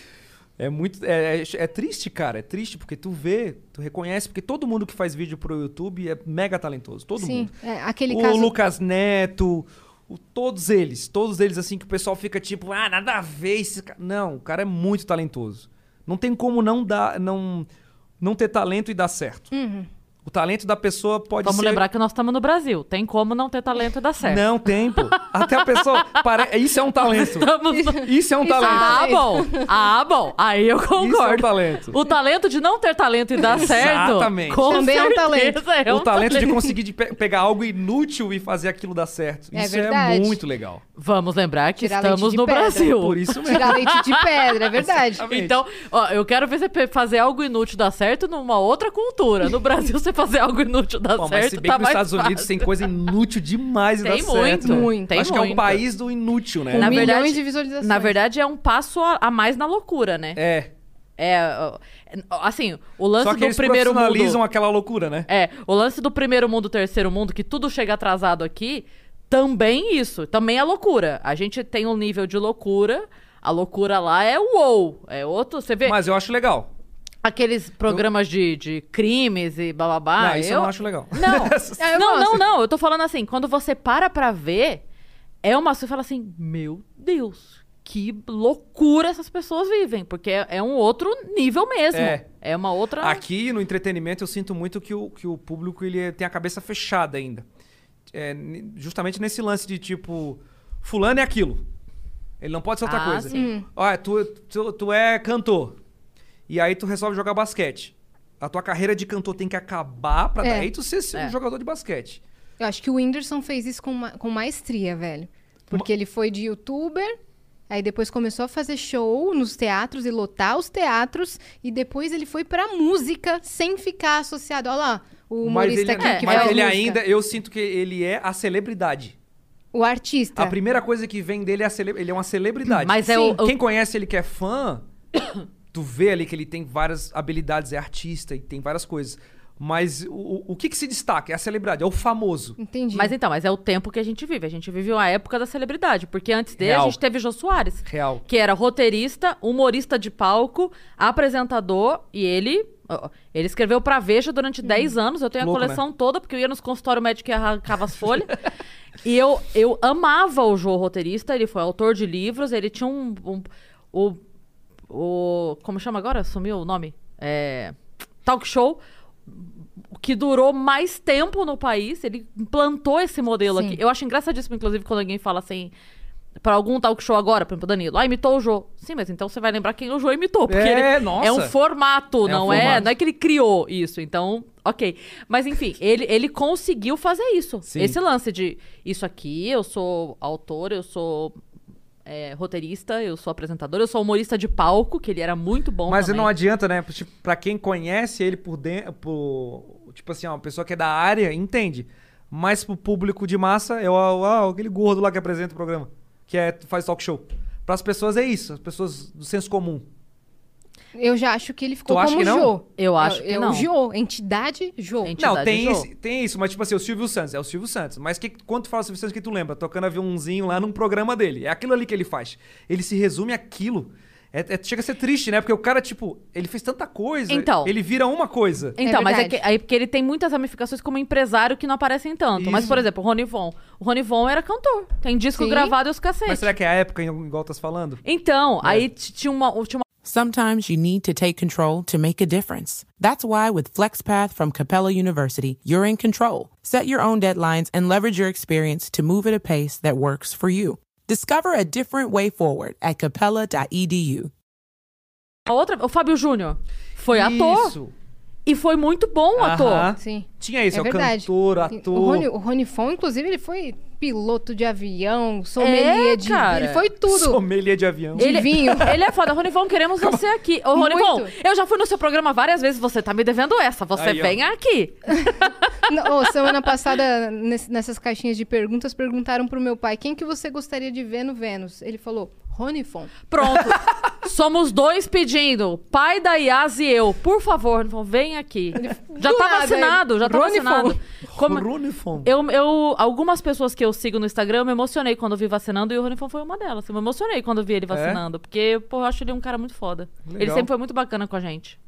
C: É muito. É, é- é triste, cara. É triste porque tu vê, tu reconhece, porque todo mundo que faz vídeo pro YouTube é mega talentoso. Todo
B: Sim.
C: mundo
B: É, aquele
C: o
B: caso.
C: Lucas Neto, o- todos eles, todos eles assim que o pessoal fica tipo, ah, nada a ver esse cara. Não, o cara é muito talentoso. Não tem como não dar, não não ter talento e dar certo.
B: Uhum.
C: O talento da pessoa pode
A: Vamos
C: ser
A: lembrar que nós estamos no Brasil. Tem como não ter talento e dar certo.
C: Não tem, pô. Até a pessoa pare- isso é um talento.
A: Estamos no-
C: Isso é um talento.
A: Ah, bom. Ah, bom. Aí eu
C: Isso é um
A: concordo.
C: talento.
A: O talento de não ter talento e dar certo.
C: Exatamente.
A: com
B: Também é um
A: certeza é
C: o
A: um
C: talento de conseguir de pe- pegar algo inútil e fazer aquilo dar certo.
B: É
C: isso é
B: verdade.
C: muito legal.
A: Vamos lembrar que
B: Tirar leite
A: estamos
B: de
A: no
B: pedra.
A: Brasil.
C: Por isso mesmo.
B: Tirar leite de pedra, é verdade.
A: Então, ó, eu quero ver você pe- fazer algo inútil dar certo numa outra cultura. No Brasil, você fazer algo inútil dar
C: Pô,
A: certo.
C: mas se bem
A: tá
C: que nos
A: mais
C: Estados
A: fácil.
C: Unidos tem coisa inútil demais e
A: Tem
C: dá certo.
A: muito,
C: né?
A: muito, tem
C: Acho que é um
A: muito.
C: país do inútil, né?
B: Na
A: Na
B: milhões
A: verdade-
B: Um de visualizações.
A: Na verdade, é um passo a, a mais na loucura, né?
C: É.
A: É, ó, é, ó, assim, o lance
C: Só que
A: do
C: eles
A: primeiro
C: profissionalizam
A: mundo.
C: aquela loucura, né?
A: É, o lance do primeiro mundo, terceiro mundo, que tudo chega atrasado aqui, também isso, também é loucura. A gente tem um nível de loucura. A loucura lá é uou. É outro. Você vê
C: Mas eu acho legal.
A: aqueles programas de, de crimes e bababá.
C: não, isso eu... não acho legal.
A: Ah, Não, é,
B: Ah, eu
A: não, não,
B: gosto.
A: não. Eu tô falando assim, quando você para pra ver, é uma você fala assim, meu Deus, que loucura essas pessoas vivem. Porque é, é um outro nível mesmo.
C: É.
A: É, uma outra.
C: Aqui no entretenimento eu sinto muito que o, que o público ele é, tem a cabeça fechada ainda. É, ni- justamente nesse lance de tipo, fulano é aquilo. Ele não pode ser outra
A: Ah,
C: coisa.
A: sim.
C: Olha, tu, tu, tu é cantor. E aí tu resolve jogar basquete. A tua carreira de cantor tem que acabar pra
B: É.
C: daí tu ser ser um
A: É.
C: jogador de basquete.
B: Eu acho que o Whindersson fez isso com, ma- com maestria, velho. Porque ele foi de youtuber, aí depois começou a fazer show nos teatros e lotar os teatros, e depois ele foi pra música sem ficar associado. Olha lá, o
C: Mas ele, é,
B: humorista aqui que
C: mas
B: faz
C: ele
B: música.
C: ainda, eu sinto que ele é a celebridade.
B: O artista.
C: A primeira coisa que vem dele é a cele... ele é uma celebridade.
A: Mas é o- Sim. o-
C: Quem conhece ele que é fã, tu vê ali que ele tem várias habilidades, é artista e tem várias coisas. Mas o, o que, que se destaca? É a celebridade, é o famoso.
B: Entendi.
A: Mas então, mas é o tempo que a gente vive. A gente vive uma época da celebridade. Porque antes dele
C: Real.
A: a gente teve Jô Soares.
C: Real.
A: Que era roteirista, humorista de palco, apresentador. E ele. ó, Ele escreveu pra Veja durante 10 anos. Eu tenho
C: Louco, né?
A: a coleção toda, porque eu ia nos consultórios médicos e arrancava as folhas. e eu, eu amava o Jô roteirista. Ele foi autor de livros. Ele tinha um. um- o, o. Como chama agora? Sumiu o nome? É, talk show o que durou mais tempo no país. Ele implantou esse modelo
B: Sim.
A: aqui. Eu acho engraçadíssimo, inclusive, quando alguém fala assim. Pra algum talk show agora, por exemplo, Danilo, ah, imitou o Jô. Sim, mas então você vai lembrar quem o Jô imitou. Porque
C: É,
A: ele
C: nossa.
A: é um formato,
C: É um
A: não é?
C: formato.
A: Não é que ele criou isso, então, ok. Mas enfim, ele, ele conseguiu fazer isso.
C: Sim.
A: Esse lance de isso aqui, eu sou autor, eu sou é, roteirista, eu sou apresentador, eu sou humorista de palco, que ele era muito bom.
C: Mas
A: também.
C: não adianta, né? Tipo, pra quem conhece ele por dentro. Por... Tipo assim, ó, uma pessoa que é da área, entende. Mas pro público de massa, é o, o- aquele gordo lá que apresenta o programa. Que é, faz talk show. Pras pessoas é isso, as pessoas do senso comum.
B: Eu já acho que ele ficou
C: Tu acha
B: como
C: que não?
B: Jô.
A: Eu acho que
B: é
A: não.
B: o Jô, entidade Jô.
A: Enti-
C: Não,
A: entidade
C: tem,
A: do
C: esse-
A: jogo.
C: tem isso, mas tipo assim, o Silvio Santos, é o Silvio Santos. Mas que, quando tu fala Silvio Santos, o que tu lembra? Tocando aviãozinho lá num programa dele. É aquilo ali que ele faz. Ele se resume àquilo. É, é- chega a ser triste, né? Porque o cara, tipo, ele fez tanta coisa,
A: Então.
C: ele vira uma coisa.
A: Então, mas é
B: verdade.
A: que, aí porque ele tem muitas ramificações como empresário que não aparecem tanto. Mas,
C: Isso.
A: por exemplo, o Rony Von. O Rony Von era cantor. Tem disco
B: Sim.
A: gravado e os cacetes.
C: Mas será que é a época, igual tu tá falando?
A: Então, aí t- tinha uma, tinha uma
D: Sometimes you need to take control to make a difference. That's why with FlexPath from Capella University, you're in control. Set your own deadlines and leverage your experience to move at a pace that works for you. Discover a different way forward at E capella.edu.
B: É
A: outra. O Fábio Júnior foi ator.
C: Isso.
A: E foi muito bom o ator.
C: Aham.
B: Sim.
C: Tinha isso,
B: é
C: é, o
B: verdade.
C: cantor,
B: E
C: ator.
B: O Rony, o Rony Fon, inclusive, ele foi piloto de avião, sommelier
A: É,
B: de...
A: cara.
B: Ele foi tudo.
C: Sommelier de avião.
B: De vinho.
A: Ele é foda. Ronivon, queremos você aqui. Ô, Ronivon,
B: Muito.
A: eu já fui no seu programa várias vezes. Você tá me devendo essa. Você
C: Aí, ó.
A: vem aqui.
B: Não, ô, semana passada, nes- nessas caixinhas de perguntas, perguntaram pro meu pai quem que você gostaria de ver no Vênus. Ele falou, Rony Fon.
A: Pronto. Somos dois pedindo. Pai da Yas e eu. Por favor, Ronivon, vem aqui. Já
B: do
A: tá
B: nada,
A: vacinado.
B: ele-
A: Já tá
B: Ronivon.
A: vacinado. Como-
C: Runifon.
A: Eu, eu- algumas pessoas que eu sigo no Instagram, eu me emocionei quando eu vi vacinando e o Ronifon foi uma delas. Eu me emocionei quando eu vi
B: É?
A: ele vacinando, porque pô, eu acho ele um cara muito foda.
C: Legal.
A: Ele sempre foi muito bacana com a gente.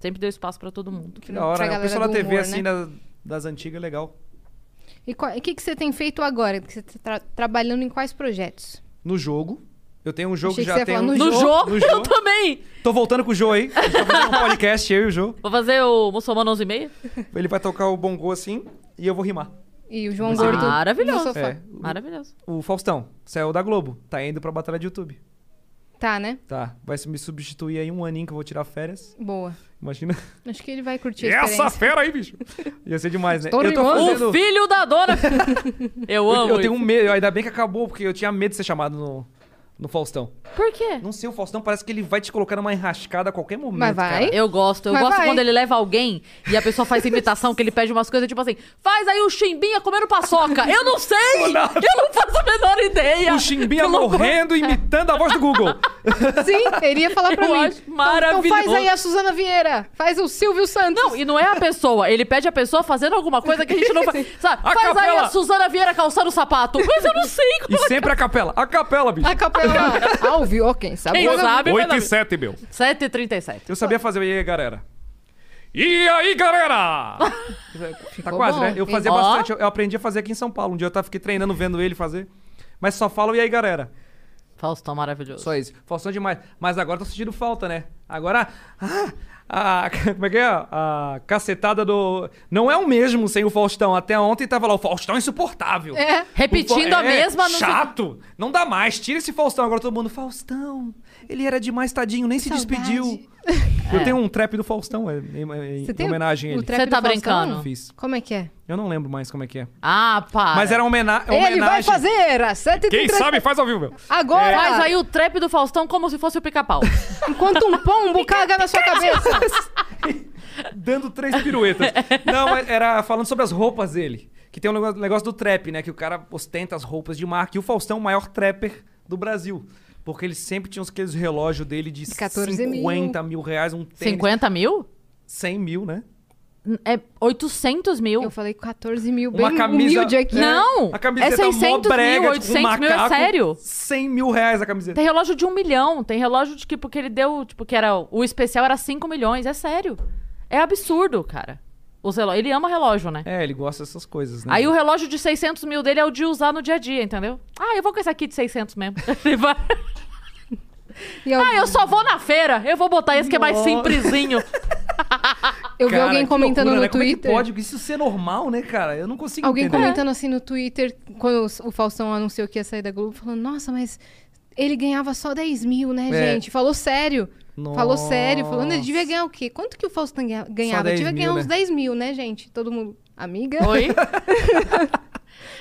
A: Sempre deu espaço pra todo mundo.
C: Que da hora.
B: Pra
C: né? O
B: galera
C: pessoal da
B: do
C: TV,
B: humor,
C: assim,
B: né?
C: da- das antigas, legal.
B: E qual- e o que, que você tem feito agora? Que Você tá tra- trabalhando em quais projetos?
C: No jogo. Eu tenho um jogo
B: Achei
C: que
B: que
C: já
B: você ia
C: tem.
B: falar
C: um-
B: no
A: No
B: jogo?
A: jogo,
C: No
A: eu
C: jogo.
A: também!
C: Tô voltando com o Jô aí. A gente tá fazendo um podcast, eu e o Jô.
A: Vou fazer o muçulmano 11 e meia?
C: Ele vai tocar o bongô assim e eu vou rimar.
B: E o João Gordo
A: é Maravilhoso.
B: no sofá.
C: É.
A: Maravilhoso.
C: O Faustão, saiu da Globo. Tá indo pra batalha de YouTube.
B: Tá, né?
C: Tá. Vai se me substituir aí um aninho que eu vou tirar férias.
B: Boa.
C: Imagina.
B: Acho que ele vai curtir a
C: Essa
B: experiência.
C: fera aí, bicho. Ia ser demais, né?
B: Tô
C: eu tô
B: rimando.
C: fazendo.
A: O Um filho da dona! eu amo.
C: Eu tenho um
A: isso.
C: medo. Ainda bem que acabou, porque eu tinha medo de ser chamado no, no Faustão.
A: Por quê?
C: Não sei, o Faustão parece que ele vai te colocar numa enrascada a qualquer momento.
B: Mas vai.
C: cara.
A: Eu gosto, eu
B: Mas
A: gosto
B: vai.
A: quando ele leva alguém e a pessoa faz imitação, que ele pede umas coisas tipo assim: faz aí o chimbinha comendo paçoca. Eu não sei! eu não faço a menor ideia!
C: O Chimbinha
A: Que loucura.
C: morrendo, imitando a voz do Google.
B: Sim, ele ia falar pra
A: Eu
B: mim.
A: acho
B: Então- Então
A: maravilhoso.
B: faz aí a Suzana Vieira. Faz o Silvio Santos.
A: Não, e não é a pessoa. Ele pede a pessoa fazendo alguma coisa que a gente não faz. Sabe?
C: A
A: faz aí
C: capela.
A: a Suzana Vieira calçando o sapato. Mas eu não sei como.
C: E sempre a capela. A capela, bicho.
B: A capela. Ah, ouviu? Ó, Quem sabe?
A: Quem
B: Agora-
A: sabe? vai dar-
C: 7, meu.
A: 7h37.
C: Eu sabia fazer. E aí, galera? E aí, galera? tá quase,
B: bom,
C: né? Eu
B: hein?
C: fazia
A: Ó.
C: bastante. Eu, eu aprendi a fazer aqui em São Paulo. Um dia eu tava, fiquei treinando, vendo ele fazer. Mas só falo, e aí, galera?
A: Faustão maravilhoso.
C: Só isso. Faustão demais. Mas agora eu tô sentindo falta, né? Agora. ah, a, como é que é? A cacetada do. Não é o mesmo sem o Faustão. Até ontem tava lá, o Faustão é insuportável.
B: É.
A: Repetindo
C: O
A: a mesma, não sei-
C: Chato! Não dá mais, tira esse Faustão. Agora todo mundo, Faustão, ele era demais, tadinho, nem se
B: Saudade.
C: despediu. Eu tenho um trap do Faustão, é, em, em-
B: Você
C: em
B: tem
C: homenagem a
B: o
C: ele.
B: trap
A: Você tá
B: do Faustão?
A: brincando?
C: Fiz.
B: Como é que é?
C: Eu não lembro mais como é que é.
A: Ah, pá.
C: Mas era uma homena- homenagem.
B: Ele vai fazer a 7
C: Quem sabe faz ao vivo, meu. É.
B: Agora,
A: Faz aí o trap do Faustão como se fosse o pica-pau.
B: enquanto um pombo caga na sua cabeça.
C: Dando três piruetas. Não, mas era falando sobre as roupas dele. Que tem um negócio, negócio do trap, né? Que o cara ostenta as roupas de marca. E o Faustão é o maior trapper do Brasil. Porque ele sempre tinha uns- aqueles relógios dele de
B: 14 mil.
C: 50 mil. reais, um tênis.
A: 50 mil?
C: 100 mil, né?
A: É 800 mil.
B: Eu falei 14 mil, bem
C: Uma camisa.
B: humilde aqui. né?
C: é,
A: Não,
C: A camiseta
A: é 600
C: mó brega,
A: mil,
C: tipo,
A: 800
C: um
A: mil, é
C: macaco,
A: sério?
C: 100 mil reais a camiseta.
A: Tem relógio de um milhão, tem relógio de que, porque ele deu, tipo, que era, o especial era 5 milhões, é sério. É absurdo, cara. Os reló- Ele ama relógio, né?
C: É, ele gosta dessas coisas, né?
A: Aí o relógio de 600 mil dele é o de usar no dia a dia, entendeu? Ah, eu vou com esse aqui de 600 mesmo. Ele vai-
B: E eu,
A: ah, eu só vou na feira, eu vou botar esse que é mais simplesinho.
B: eu vi
C: Cara,
B: alguém
C: que
B: comentando
C: loucura,
B: no
C: né?
B: Twitter.
C: Como é que pode isso ser normal, né, cara? Eu não consigo
B: Alguém
C: entender.
B: comentando assim no Twitter, quando o Faustão anunciou que ia sair da Globo, falando, nossa, mas ele ganhava só 10 mil, né,
C: É.
B: gente? Falou sério. Falou
C: Nossa.
B: sério, falando, ele devia ganhar o quê? Quanto que o Faustão ganha- ganhava?
C: 10
B: Devia
C: mil,
B: ganhar uns
C: né?
B: 10 mil, né, gente? Todo mundo, amiga?
A: Oi?
B: 10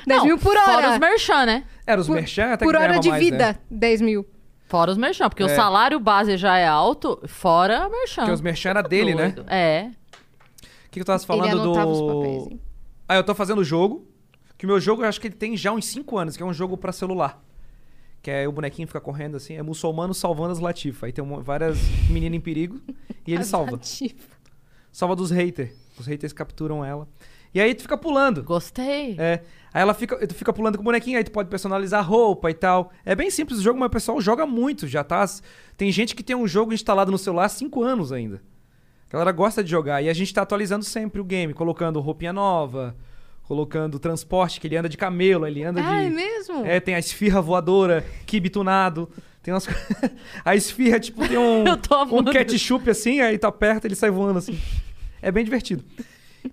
A: Não,
B: mil por hora.
A: Fora os merchan, né?
C: Era os
B: por
C: merchan até
B: por
C: que
B: hora
C: ganhava
B: de
C: mais, né?
B: vida, 10 mil.
A: Fora os merchan, porque
C: É.
A: o salário base já é alto, fora merchan.
C: Porque os
B: Ah.
C: merchan era dele, né?
A: Doido. É.
C: O que, que eu tava falando
B: ele anotava
C: do.
B: os papéis. hein?
C: Ah, eu tô fazendo o jogo. Que o meu jogo eu acho que ele tem já uns 5 anos, que é um jogo pra celular. Que é o bonequinho fica correndo assim, é muçulmano salvando as latifas. Aí tem uma- várias meninas em perigo e ele salva.
B: Tipo,
C: Salva dos haters. Os haters capturam ela. E aí tu fica pulando.
A: Gostei.
C: É. Aí ela fica, tu fica pulando com o bonequinho, aí tu pode personalizar a roupa e tal. É bem simples o jogo, mas o pessoal joga muito, já tá. Tem gente que tem um jogo instalado no celular há 5 anos ainda. A galera gosta de jogar e a gente tá atualizando sempre o game, colocando roupinha nova, colocando transporte, que ele anda de camelo, ele anda
B: Ah,
C: de
B: é mesmo?
C: É, tem a esfirra voadora, kibe tunado. Tem umas co- A esfirra, tipo, tem um,
A: Eu tô
C: um
A: amando.
C: ketchup assim, aí tu aperta, ele sai voando assim. É bem divertido.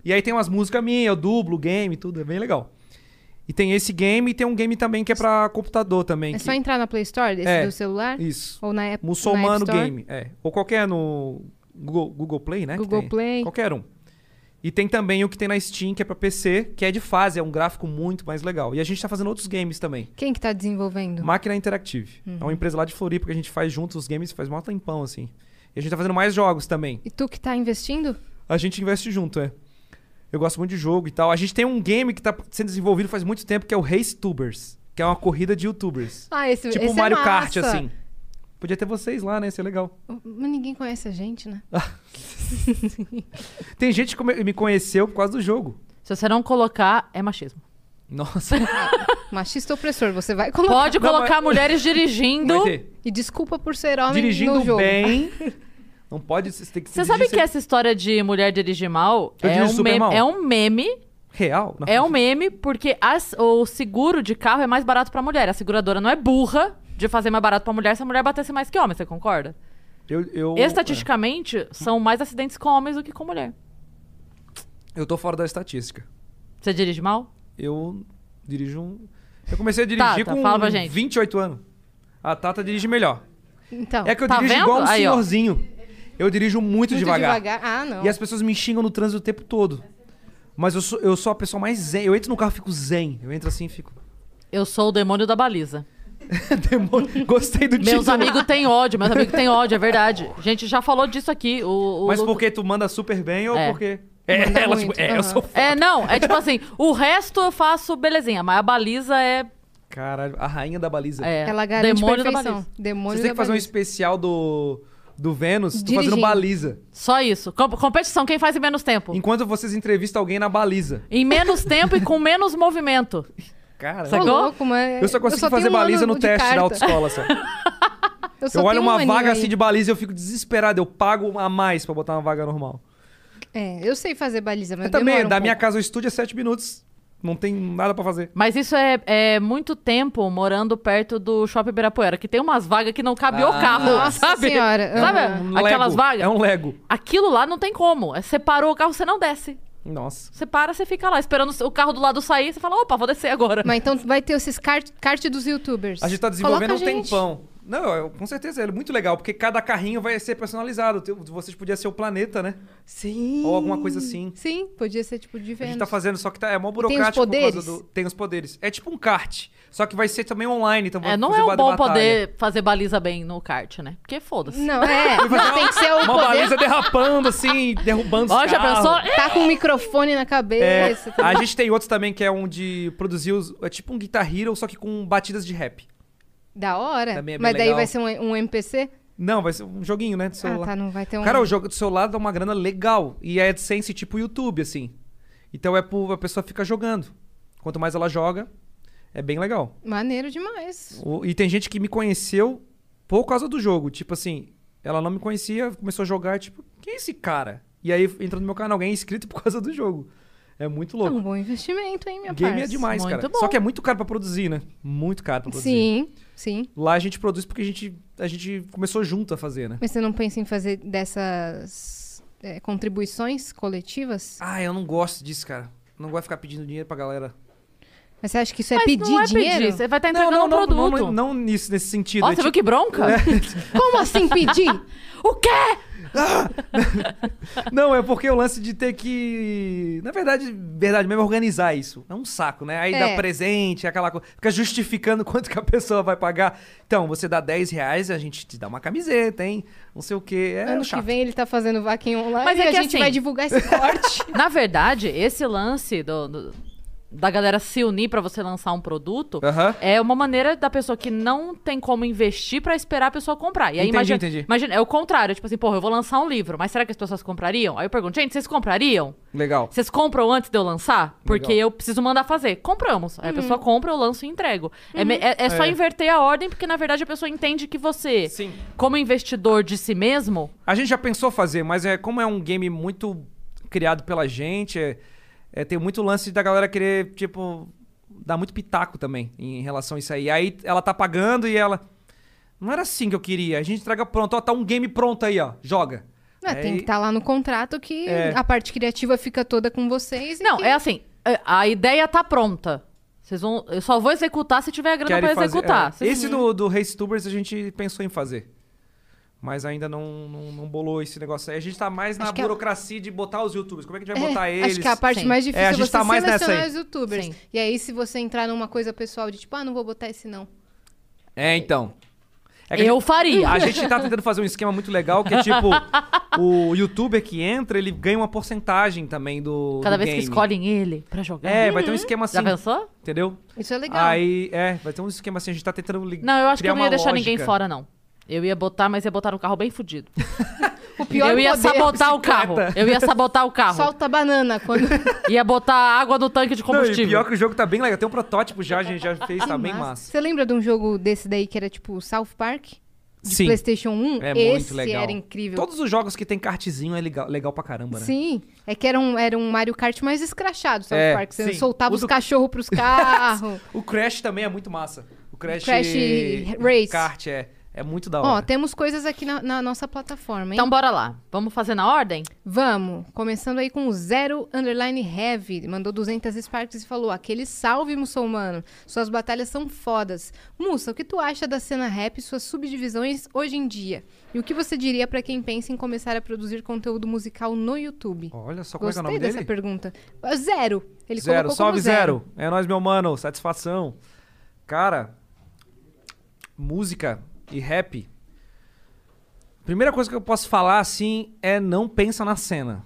C: E aí tem umas músicas minhas, eu dublo, game, tudo, é bem legal. E tem esse game e tem um game também que é pra computador também.
B: é
C: que-
B: só entrar na Play Store desse
C: É,
B: do celular?
C: isso.
B: Ou na app na App
C: Muçulmano
B: Store?
C: Game, é. Ou qualquer no Google, Google Play, né? que
B: Google
C: tem.
B: Play.
C: Qualquer um. E tem também o que tem na Steam, que é pra PC, que é de fase, é um gráfico muito mais legal. E a gente tá fazendo outros games também.
B: Quem que tá
A: Uhum.
B: desenvolvendo?
C: Máquina Interactive. É uma empresa lá de Floripa que a gente faz juntos os games faz mó tempão, assim. E a gente tá fazendo mais jogos também.
B: E tu que tá investindo?
C: A gente investe junto, é. Eu gosto muito de jogo e tal. A gente tem um game que tá sendo desenvolvido faz muito tempo, que é o Race Tubers, que é uma corrida de youtubers.
B: Ah, esse
C: tipo
B: esse é
C: Mario Kart,
B: massa.
C: assim. Podia ter vocês lá, né? Ia ser legal.
B: Mas ninguém conhece a gente, né?
C: Tem gente que come- me conheceu por causa do jogo.
A: Se você não colocar, é machismo.
C: Nossa.
B: Machista opressor, você vai colocar.
A: Pode
C: Não,
A: colocar
C: mas-
A: mulheres
C: Vai
A: dirigindo.
C: ter.
B: E desculpa por ser homem no
C: Dirigindo
B: jogo.
C: bem. Não pode. Você tem que
A: Você sabe
C: dirigir assim.
A: que essa história de mulher dirigir mal
C: Eu
A: é
C: dirijo
A: um,
C: super
A: meme,
C: mal.
A: é um meme.
C: sempre- Real? Não.
A: É um meme, porque as- o seguro de carro é mais barato pra mulher. A seguradora não é burra de fazer mais barato pra mulher se a mulher batesse mais que homem, você concorda?
C: Eu, eu,
A: É Estatisticamente, são mais acidentes com homens do que com mulher.
C: Eu tô fora da estatística.
A: Você dirige mal?
C: Eu dirijo um. Eu comecei a dirigir
A: Tata,
C: com
A: fala pra gente.
C: 28 anos. A Tata dirige melhor.
B: Então,
C: É que eu
A: Tá
C: dirijo
A: vendo?
C: igual um
A: Aí, ó.
C: senhorzinho. Eu dirijo muito,
B: muito
C: devagar.
B: Ah, não.
C: E as pessoas me xingam no trânsito o tempo todo. Mas eu sou, eu sou a pessoa mais zen. Eu entro no carro e fico zen. Eu entro assim e fico.
A: Eu sou o demônio da baliza.
C: Demônio. Gostei do título.
A: Meus amigos têm ódio, meus amigos têm ódio, é verdade. A gente já falou disso aqui. O, o
C: Mas
A: Lu-
C: porque tu manda super bem ou
A: É.
C: porque. É,
B: Manda
C: ela,
B: muito,
C: tipo, é,
B: aham.
C: eu sou. f-
A: É, não, é tipo assim, o resto eu faço belezinha, mas a baliza é.
C: Caralho, a rainha da baliza.
A: é
B: Ela garante
A: demônio da
B: perfeição.
A: baliza.
B: Demônio
C: Vocês têm
B: da
C: que fazer um
B: baliza.
C: especial do. Do Vênus, tu
B: Dirigindo.
C: fazendo baliza.
A: Só isso. Com- competição, quem faz em menos tempo?
C: Enquanto vocês entrevistam alguém na baliza.
A: Em menos tempo e com menos movimento.
C: Cara,
B: Ô,
A: Sacou?
B: louco, mas-
C: eu só consigo fazer
B: tenho um
C: baliza
B: ano
C: no
B: de
C: teste
B: carta.
C: da autoescola só.
B: Eu, só
C: Eu olho
B: tenho um
C: uma
B: aninho
C: vaga
B: aí.
C: assim de baliza e eu fico desesperado. Eu pago uma a mais pra botar uma vaga normal.
B: É, eu sei fazer baliza, mas
C: Mas também,
B: demora um
C: da minha
B: pouco.
C: casa ao estúdio é 7 minutos. Não tem nada pra fazer.
A: Mas isso é, é muito tempo morando perto do Shopping Ibirapuera, que tem umas vagas que não cabe o carro,
B: Nossa
A: sabe?
B: senhora.
A: Sabe
C: Um
A: aquelas
C: Lego.
A: vagas?
C: Ah, É um Lego.
A: Aquilo lá não tem como. É, Você parou o carro, você não desce.
C: Nossa.
A: Você para, você fica lá esperando o carro do lado sair, você fala, opa, vou descer agora.
B: Mas então vai ter esses kart, kart dos youtubers.
C: A gente tá desenvolvendo
B: Coloca
C: um
B: a gente.
C: tempão. Não, eu- com certeza, é muito legal, porque cada carrinho vai ser personalizado. O teu- Vocês podiam ser o planeta, né?
B: Sim.
C: Ou alguma coisa assim.
B: Sim, podia ser tipo de
C: A gente
B: Vênus.
C: tá fazendo, só que tá, é mó burocrático
B: poderes?
C: Tem os poderes. É tipo um kart, só que vai ser também online. Então
A: É,
C: vamos
A: não
C: fazer
A: é um
C: ba- de
A: bom
C: batalha.
A: poder fazer baliza bem no kart, né? Porque foda-se.
B: Não, é. Não, tem que ser o
C: Uma
B: poder.
C: baliza derrapando, assim, derrubando os
A: Ó, já
C: carros.
A: pensou?
B: Tá com o microfone na
C: É,
B: cabeça. tá
C: a gente tem outros também que é um de produzir os, é tipo um Guitar Hero, só que com batidas de rap.
B: Da hora.
C: Também é bem
B: mas daí
C: legal.
B: vai ser um, um NPC?
C: Não, vai ser um joguinho, né, do celular.
B: tá, não vai ter um-
C: Cara, o jogo do celular dá uma grana legal e é AdSense tipo YouTube assim. Então é por, a pessoa fica jogando. Quanto mais ela joga, é bem legal.
B: Maneiro demais.
C: O- e tem gente que me conheceu por causa do jogo, tipo assim, ela não me conhecia, começou a jogar, tipo, quem é esse cara? E aí entra no meu canal, alguém é inscrito por causa do jogo. É muito
B: É
C: louco.
B: um bom investimento, hein, minha
C: Game é
B: parça?
C: demais,
A: Muito
C: cara.
A: bom.
C: Só que é muito caro pra produzir, né? Muito caro pra produzir.
B: Sim, sim.
C: Lá a gente produz porque a gente, a gente começou junto a fazer, né?
B: Mas você não pensa em fazer dessas é, contribuições coletivas?
C: Ah, eu não gosto disso, cara. Não gosto de ficar pedindo dinheiro pra galera.
B: Mas você acha que isso é
A: Mas
B: pedir
A: não é
B: dinheiro?
A: pedir, você vai estar
C: Não,
A: entregando
C: não,
A: um
C: não,
A: produto.
C: não, não, É. não nisso, nesse sentido.
A: Nossa,
C: É
A: você viu
C: tipo-
A: que bronca?
B: Como assim pedir?
A: O quê?
C: Não, é porque o lance de ter que. Na verdade, verdade mesmo, organizar isso. É um saco, né? Aí
B: É.
C: dá presente, aquela coisa. Fica justificando quanto que a pessoa vai pagar. Então, você dá 10 reais, a gente te dá uma camiseta, hein? Não sei o quê. É
B: ano
C: chato.
B: que vem ele tá fazendo vaquinha online
A: Mas é
B: e a
A: que
B: gente
A: assim-
B: vai divulgar esse corte.
A: Na verdade, esse lance do- do- da galera se unir pra você lançar um produto
C: Aham.
A: é uma maneira da pessoa que não tem como investir pra esperar a pessoa comprar. E aí,
C: Entendi,
A: imagina,
C: entendi.
A: imagina, é o contrário. Tipo assim, porra, eu vou lançar um livro, mas será que as pessoas comprariam? Aí eu pergunto, gente, vocês comprariam?
C: Legal.
A: Vocês compram antes de eu lançar? Porque
C: Legal.
A: eu preciso mandar fazer. Compramos.
B: Uhum.
A: Aí a pessoa compra, eu lanço e entrego. É me- É, é só inverter a ordem, porque na verdade a pessoa entende que você,
C: Sim.
A: como investidor de si mesmo,
C: A gente já pensou fazer, mas é como é um game muito criado pela gente, é, é, tem muito lance da galera querer, tipo, dar muito pitaco também em relação a isso aí. Aí ela tá pagando e ela. Não era assim que eu queria. A gente entrega pronto, ó, tá um game pronto aí, ó. Joga.
B: Ah, tem
C: Aí-
B: que estar lá no contrato que
C: É.
B: a parte criativa fica toda com vocês. e
A: Não,
B: que-
A: é assim, é, a ideia tá pronta. Vocês vão. Eu só vou executar se tiver grana
C: Querem
A: pra
C: fazer-
A: executar.
C: é.
A: Vocês-
C: Esse do, do Race Tubers a gente pensou em fazer. Mas ainda não, não, não bolou esse negócio aí. A gente tá mais na
B: Acho que a-
C: burocracia de botar os youtubers. Como é que a gente vai
B: É,
C: botar eles?
B: Acho que a parte
A: Sim.
B: mais difícil
C: É, a
B: é
C: gente
B: você
C: tá mais nessa
B: selecionar
C: aí.
B: os youtubers.
A: Sim.
B: E aí, se você entrar numa coisa pessoal de tipo, ah, não vou botar esse não.
C: É, então. É que a
A: Eu
C: gente-
A: faria.
C: A gente tá tentando fazer um esquema muito legal que é tipo: o youtuber que entra, ele ganha uma porcentagem também do.
A: Cada
C: do
A: vez
C: game.
A: que escolhem ele pra jogar. Uhum.
C: É, vai ter um esquema assim.
A: Já pensou?
C: Entendeu?
B: Isso é legal.
C: Aí, é, vai ter um esquema assim. A gente tá tentando ligar.
A: Não, eu acho que eu não ia deixar ninguém fora, não. Eu ia botar, mas ia botar um carro bem fudido.
B: O pior é
A: eu ia
B: poder-
A: sabotar o carro. Eu ia sabotar o carro.
B: Solta a banana quando.
A: Ia botar água no tanque de
C: Não, e
A: combustível.
C: pior que o jogo tá bem legal. Tem um protótipo já, a gente já fez, tá bem massa.
B: Você lembra de um jogo desse daí que era tipo South Park? De
C: Sim.
B: PlayStation 1?
C: É
B: Esse
C: muito legal.
B: era incrível.
C: Todos os jogos que tem kartzinho é legal, legal pra caramba, né?
B: Sim, é que era um, era um Mario Kart mais escrachado, South
C: É,
B: Park. Você
C: sim.
B: soltava
C: O
B: os
C: do-
B: cachorros pros carros.
C: O Crash também é muito massa. O Crash,
B: Crash Race.
C: Kart, é. É muito da
B: Ó,
C: hora.
B: temos coisas aqui na, na nossa plataforma, hein?
A: Então bora lá. Vamos fazer na ordem?
B: Vamos, começando aí com o Zero Underline Heavy, mandou 200 Sparks e falou, aquele salve muçulmano, suas batalhas são fodas. Mussa, o que tu acha da cena rap e suas subdivisões hoje em dia? E o que você diria pra quem pensa em começar a produzir conteúdo musical no YouTube?
C: Olha só como
B: Gostei
C: é que é o nome
B: dessa
C: dele.
B: pergunta. Ah, Zero, ele
C: Zero,
B: colocou
C: salve
B: como zero.
C: zero. É nóis, meu mano. Satisfação. Cara, música e rap. Primeira coisa que eu posso falar, assim, é não pensa na cena.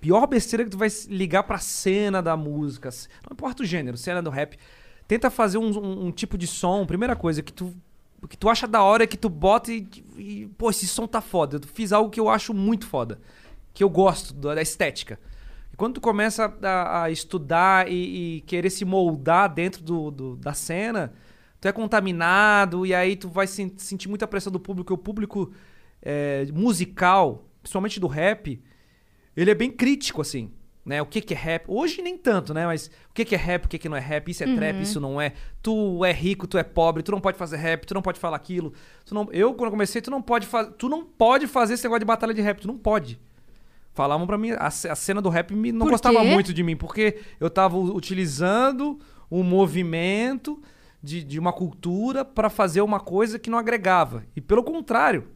C: Pior besteira que tu vai se ligar pra cena da música. Não importa o gênero, cena do rap. Tenta fazer um, um- um tipo de som. Primeira coisa que tu, que tu acha da hora, que tu bota e, e, Pô, esse som tá foda. Eu fiz algo que eu acho muito foda. Que eu gosto da, da estética. E quando tu começa a, a estudar e, e querer se moldar dentro do- do- da cena, tu é contaminado e aí tu vai sen- sentir muita pressão do público. E O público é, musical, principalmente do rap, ele é bem crítico, assim. Né? O que, que é rap? Hoje nem tanto, né? Mas o que, que é rap, o que, que não é rap, isso é
B: Uhum.
C: trap, isso não é. Tu é rico, tu é pobre, tu não pode fazer rap, tu não pode falar aquilo. Tu não... Eu, quando comecei, tu não pode fazer. Tu não pode fazer esse negócio de batalha de rap, tu não pode. Falavam pra mim, a, ce- a cena do rap me- não
B: Por
C: gostava
B: quê?
C: muito de mim, porque eu tava u- utilizando um movimento de, de uma cultura pra fazer uma coisa que não agregava. E pelo contrário,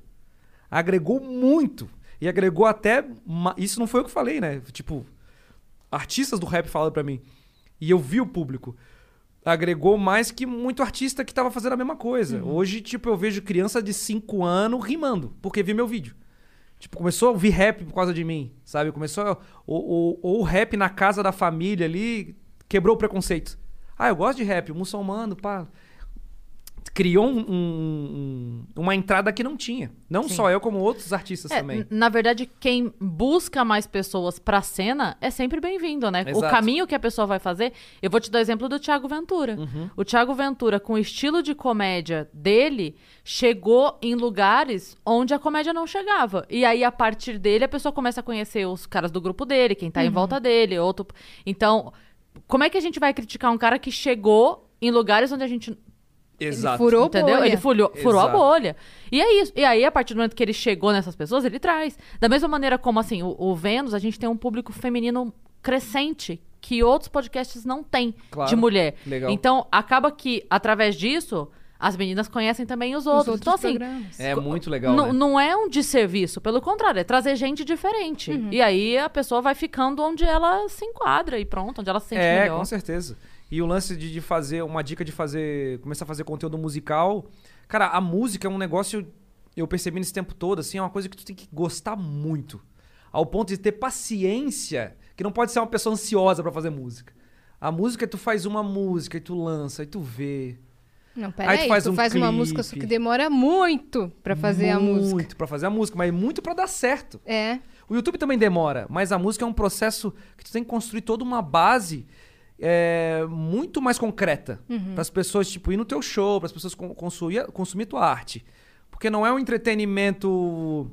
C: agregou muito. E agregou até. ma- Isso não foi eu que falei, né? Tipo, artistas do rap falaram pra mim. E eu vi o público. Agregou mais que muito artista que tava fazendo a mesma coisa.
A: Uhum.
C: Hoje, tipo, eu vejo criança de 5 anos rimando, porque vi meu vídeo. Tipo, começou a ouvir rap por causa de mim, sabe? Começou. a- Ou, ou- ou o rap na casa da família ali quebrou o preconceito. Ah, eu gosto de rap, muçulmano, pá. Criou um- um- um- uma entrada que não tinha. Não só eu, como outros artistas
A: É,
C: também.
A: n- Na verdade, quem busca mais pessoas pra cena é sempre bem-vindo, né? O
C: Exato.
A: caminho que a pessoa vai fazer. Eu vou te dar exemplo do Thiago Ventura.
C: Uhum.
A: O Thiago Ventura, com o estilo de comédia dele, chegou em lugares onde a comédia não chegava. E aí, a partir dele, a pessoa começa a conhecer os caras do grupo dele, quem tá em volta dele, outro. Então, como é que a gente vai criticar um cara que chegou em lugares onde a gente
B: Ele furou
A: Entendeu?
B: bolha.
A: Ele furou, furou a
C: Exato.
A: bolha. E é isso. E aí, a partir do momento que ele chegou nessas pessoas, ele traz. Da mesma maneira como, assim, o, o Vênus, a gente tem um público feminino crescente que outros podcasts não têm
C: Claro.
A: de mulher.
C: Legal.
A: Então, acaba que, através disso, as meninas conhecem também os outros.
B: outros
A: então, assim,
B: programas.
C: É muito legal.
A: não-
C: né?
A: não é um desserviço, pelo contrário, é trazer gente diferente.
B: Uhum.
A: E aí a pessoa vai ficando onde ela se enquadra e pronto, onde ela se sente
C: é,
A: melhor.
C: com certeza. E o lance de, de fazer, uma dica de fazer, começar a fazer conteúdo musical. Cara, a música é um negócio, eu percebi nesse tempo todo, assim, é uma coisa que tu tem que gostar muito. Ao ponto de ter paciência, que não pode ser uma pessoa ansiosa pra fazer música. A música é tu faz uma música e tu lança e tu vê.
B: Não,
C: Aí
B: peraí,
C: tu
B: tu faz,
C: faz um
B: uma
C: clipe.
B: música só que demora muito pra fazer a música.
C: Muito pra fazer a música, mas muito pra dar certo.
B: É,
C: O YouTube também demora, mas a música é um processo que tu tem que construir toda uma base é, muito mais concreta
B: Uhum.
C: para as pessoas tipo ir no teu show, para as pessoas con- consumir, consumir tua arte, porque não é um entretenimento,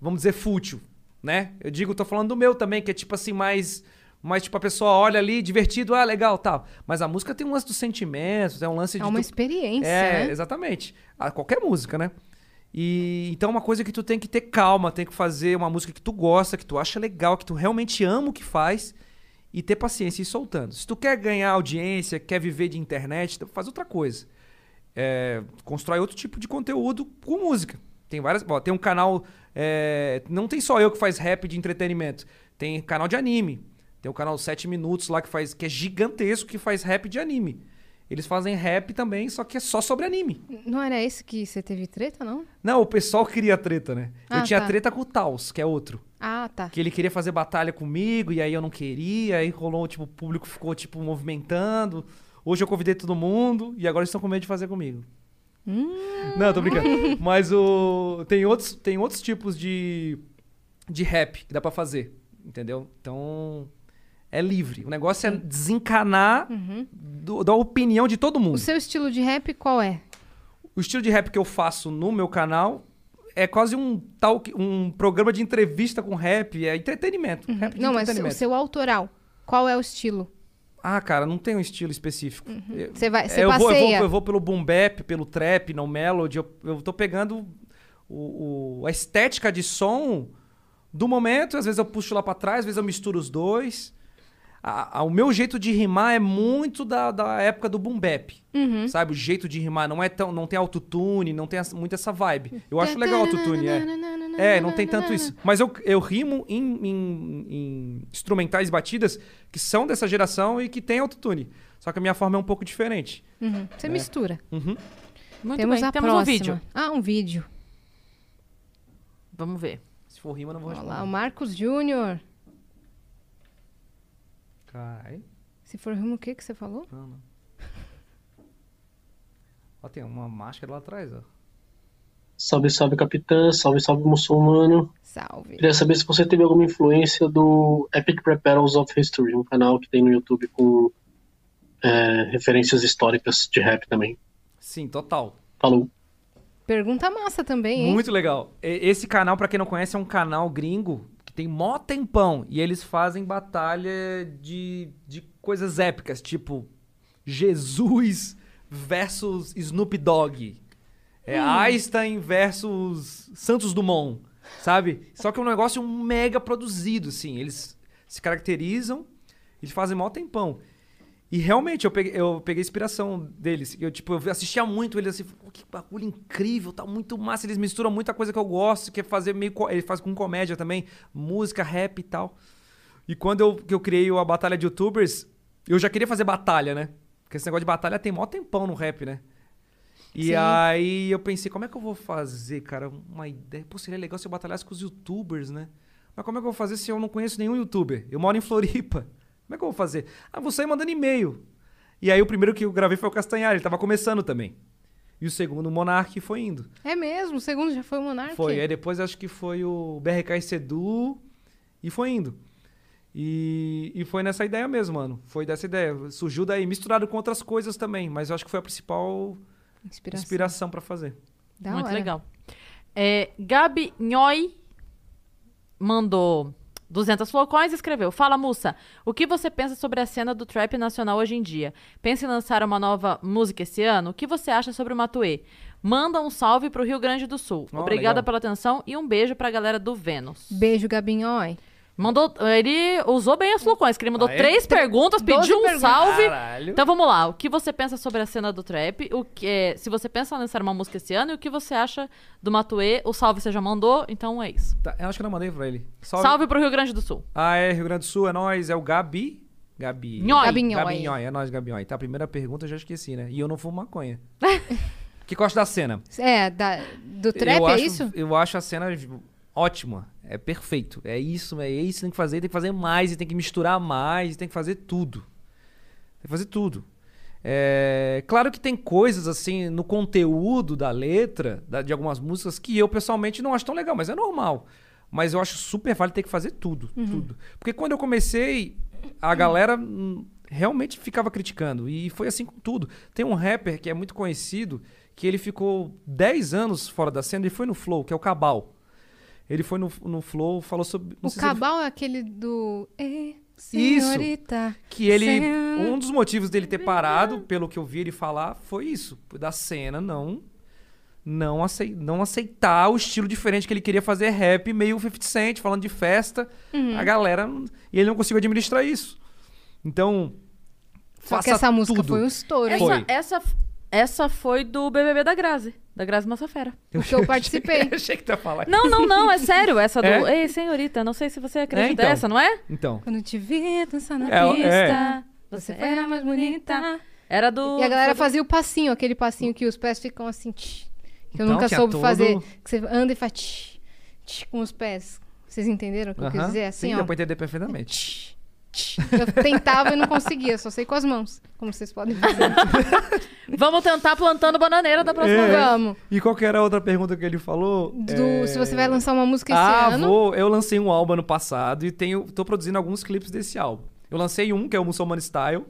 C: vamos dizer fútil, né? Eu digo, tô falando do meu também, que é tipo assim mais mais tipo a pessoa olha ali, divertido, ah, legal, tal. Mas a música tem um lance dos sentimentos, é um lance
B: é
C: de
B: uma
C: tu-
B: experiência,
C: é,
B: né?
C: exatamente. A qualquer música, né? E então é uma coisa que tu tem que ter calma, tem que fazer uma música que tu gosta, que tu acha legal, que tu realmente ama o que faz e ter paciência e ir soltando. Se tu quer ganhar audiência, quer viver de então internet, faz outra coisa. É, constrói outro tipo de conteúdo com música. Tem várias. ó, tem um canal. é, não tem só eu que faz rap de entretenimento. Tem canal de anime. Tem o canal 7 Minutos lá que faz. que é gigantesco, que faz rap de anime. Eles fazem rap também, só que é só sobre anime.
B: Não era esse que você teve treta, não?
C: Não, o pessoal queria treta, né? eu
B: Ah,
C: tinha
B: tá.
C: treta com o Taos, que é outro.
B: Ah, tá.
C: Que ele queria fazer batalha comigo, e aí eu não queria, aí rolou, tipo, o público ficou, tipo, movimentando. Hoje eu convidei todo mundo, e agora eles estão com medo de fazer comigo.
B: Hum.
C: Não, tô brincando. Mas o. Tem outros, tem outros tipos de. de rap que dá pra fazer, entendeu? Então. É livre. O negócio é desencanar do- da opinião de todo mundo.
B: Uhum. O seu estilo de rap qual é?
C: O estilo de rap que eu faço no meu canal é quase um talk, um programa de entrevista com rap, é entretenimento. Rap de
B: Uhum. Não, mas o
C: entretenimento.
B: seu autoral. Qual é o estilo?
C: Ah, cara, não tem um estilo específico. Eu-
B: Você vai- você
C: É, eu, vou, eu, vou,
B: passeia?
C: eu vou pelo boom bap, pelo trap, no melody. Eu, eu tô pegando o, o- a estética de som do momento. Às vezes eu puxo lá pra trás, às vezes eu misturo os dois. A- a- o meu jeito de rimar é muito da, da época do boom bap.
B: Uhum.
C: Sabe? O jeito de rimar não é tão... Não tem autotune, não tem essa- muito essa vibe. Eu acho legal o autotune, é. É, não tem tanto isso. Mas eu, eu rimo em, em- em instrumentais e batidas que são dessa geração e que tem autotune. Só que a minha forma é um pouco diferente.
B: Uhum. Você
C: É.
B: mistura.
A: Muito
B: temos
A: bem,
B: a
A: temos
B: próxima.
A: um vídeo.
B: Ah, um vídeo.
A: Vamos ver.
C: Se for rima, eu não vou
B: Olha
C: responder.
B: lá, o Marcos Júnior.
C: Carai.
B: Se for rumo, o que, que você falou?
C: Não, não. Ó, tem uma máscara lá atrás, ó.
G: Salve, salve, capitã. Salve, salve, muçulmano.
B: Salve.
G: Queria saber se você teve alguma influência do Epic Rap Battles of History, um canal que tem no YouTube com é, referências históricas de rap também.
C: Sim, total.
G: Falou.
B: Pergunta massa também, hein?
C: Muito legal. E- Esse canal, pra quem não conhece, é um canal gringo que tem mó tempão. E eles fazem batalha de, de coisas épicas, tipo Jesus versus Snoop Dogg. É
B: Hum.
C: Einstein versus Santos Dumont, sabe? Só que é um negócio mega produzido, assim. Eles se caracterizam, eles fazem mó tempão. E realmente, eu peguei, eu peguei inspiração deles. Eu, tipo, eu assistia muito eles assim, "Pô, que bagulho incrível, tá muito massa. Eles misturam muita coisa que eu gosto, que é fazer meio. co- Ele faz com comédia também, música, rap e tal. E quando eu, que eu criei o a Batalha de Youtubers, eu já queria fazer batalha, né? Porque esse negócio de batalha tem mó tempão no rap, né? E
B: Sim.
C: aí eu pensei, como é que eu vou fazer, cara? Uma ideia. Pô, seria legal se eu batalhasse com os youtubers, né? Mas como é que eu vou fazer se eu não conheço nenhum youtuber? Eu moro em Floripa. Como é que eu vou fazer? Ah, vou sair mandando e-mail. E aí o primeiro que eu gravei foi o Castanhari, ele tava começando também. E o segundo, o Monark, foi indo.
B: É mesmo, o segundo já foi o Monark.
C: Foi. é Aí depois acho que foi o BRK e Sedu e foi indo. E, e foi nessa ideia mesmo, mano. Foi dessa ideia. Surgiu daí, misturado com outras coisas também, mas eu acho que foi a principal
B: Inspiração.
C: inspiração pra fazer.
B: Da
A: Muito
B: hora.
A: legal. É, Gabi Nhoi mandou 200 flocões e escreveu: Fala, moça, o que você pensa sobre a cena do trap nacional hoje em dia? Pensa em lançar uma nova música esse ano? O que você acha sobre o Matuê? Manda um salve pro Rio Grande do Sul.
C: Ó,
A: Obrigada
C: legal.
A: pela atenção e um beijo pra galera do Vênus.
B: Beijo, Gabinhoi.
A: Mandou, ele usou bem as flocões, que ele mandou
C: Ah, é?
A: três perguntas,
B: Doze
A: pediu um
B: perguntas.
A: salve.
C: Caralho.
A: Então vamos lá. O que você pensa sobre a cena do trap? O que, é, se você pensa em lançar uma música esse ano e o que você acha do Matuê? O salve você já mandou, então é isso.
C: Tá, eu acho que eu não mandei pra ele.
A: Salve, pro Rio Grande do Sul.
C: Ah, é, Rio Grande do Sul, é nós, é o Gabi. Gabi.
A: Nhoi.
B: Gabinhoi.
C: Gabinhoi, é nós, Gabinhoi. Tá, a primeira pergunta eu já esqueci, né? E eu não fumo maconha. que gosta da cena?
B: É, da, do trap,
C: eu
B: é
C: acho,
B: isso?
C: Eu acho a cena tipo, ótima. É perfeito. É isso, é isso que tem que fazer. Tem que fazer mais, e tem que misturar mais, e tem que fazer tudo. Tem que fazer tudo. É, claro que tem coisas assim no conteúdo da letra, da- de algumas músicas, que eu pessoalmente não acho tão legal, mas é normal. Mas eu acho super válido ter que fazer tudo, tudo. Porque quando eu comecei, a galera hum, realmente ficava criticando. E foi assim com tudo. Tem um rapper que é muito conhecido, que ele ficou 10 anos fora da cena, ele foi no Flow, que é o Cabal. Ele foi no, no Flow, falou sobre. não
B: O
C: sei se ele-
B: Cabal é aquele do... "Ei,
C: Isso.
B: senhorita.
C: que ele.
B: Sen-
C: Um dos motivos dele ter parado, pelo que eu vi ele falar, foi isso. Da cena não. Não, acei- não aceitar o estilo diferente que ele queria fazer rap, meio 50 Cent, falando de festa.
B: Uhum.
C: A galera. não- E ele não conseguiu administrar isso. Então.
B: Só que
C: faça
B: essa música
C: tudo.
B: foi um estouro, hein?
C: Foi.
A: Essa, essa Essa foi do BBB da Grazi, da Grazi Massafera.
B: Porque eu participei.
C: Eu achei que tu ia falar.
A: Não, não, não, é sério. Essa do.
C: É?
A: Ei, senhorita, não sei se você acredita.
C: É, então.
A: Essa, não é?
C: Então.
B: Quando te vi dançar na
C: É,
B: pista,
C: é.
B: você foi a mais bonita.
A: Era do.
B: E a galera
A: foi
B: fazia o passinho, aquele passinho que os pés ficam assim. tch, que eu
C: Então,
B: nunca
C: que é
B: soube
C: todo-
B: fazer. Que você anda e faz tch, tch, com os pés. Vocês entenderam o que eu quis
C: Aham.
B: dizer? Assim,
C: Sim,
B: ó.
C: deu pra entender perfeitamente.
B: Tch, tch. Eu tentava e não conseguia, só sei com as mãos. Como vocês podem ver.
A: do- Vamos tentar plantando bananeira da
C: É.
A: próxima vez.
B: Vamos.
C: E qual que era a outra pergunta que ele falou?
B: Do-
C: É,
B: Se você vai lançar uma música esse
C: ah,
B: ano.
C: vou. Eu lancei um álbum ano passado e tenho, tô produzindo alguns clipes desse álbum. Eu lancei um, que é o Muçulmano Style,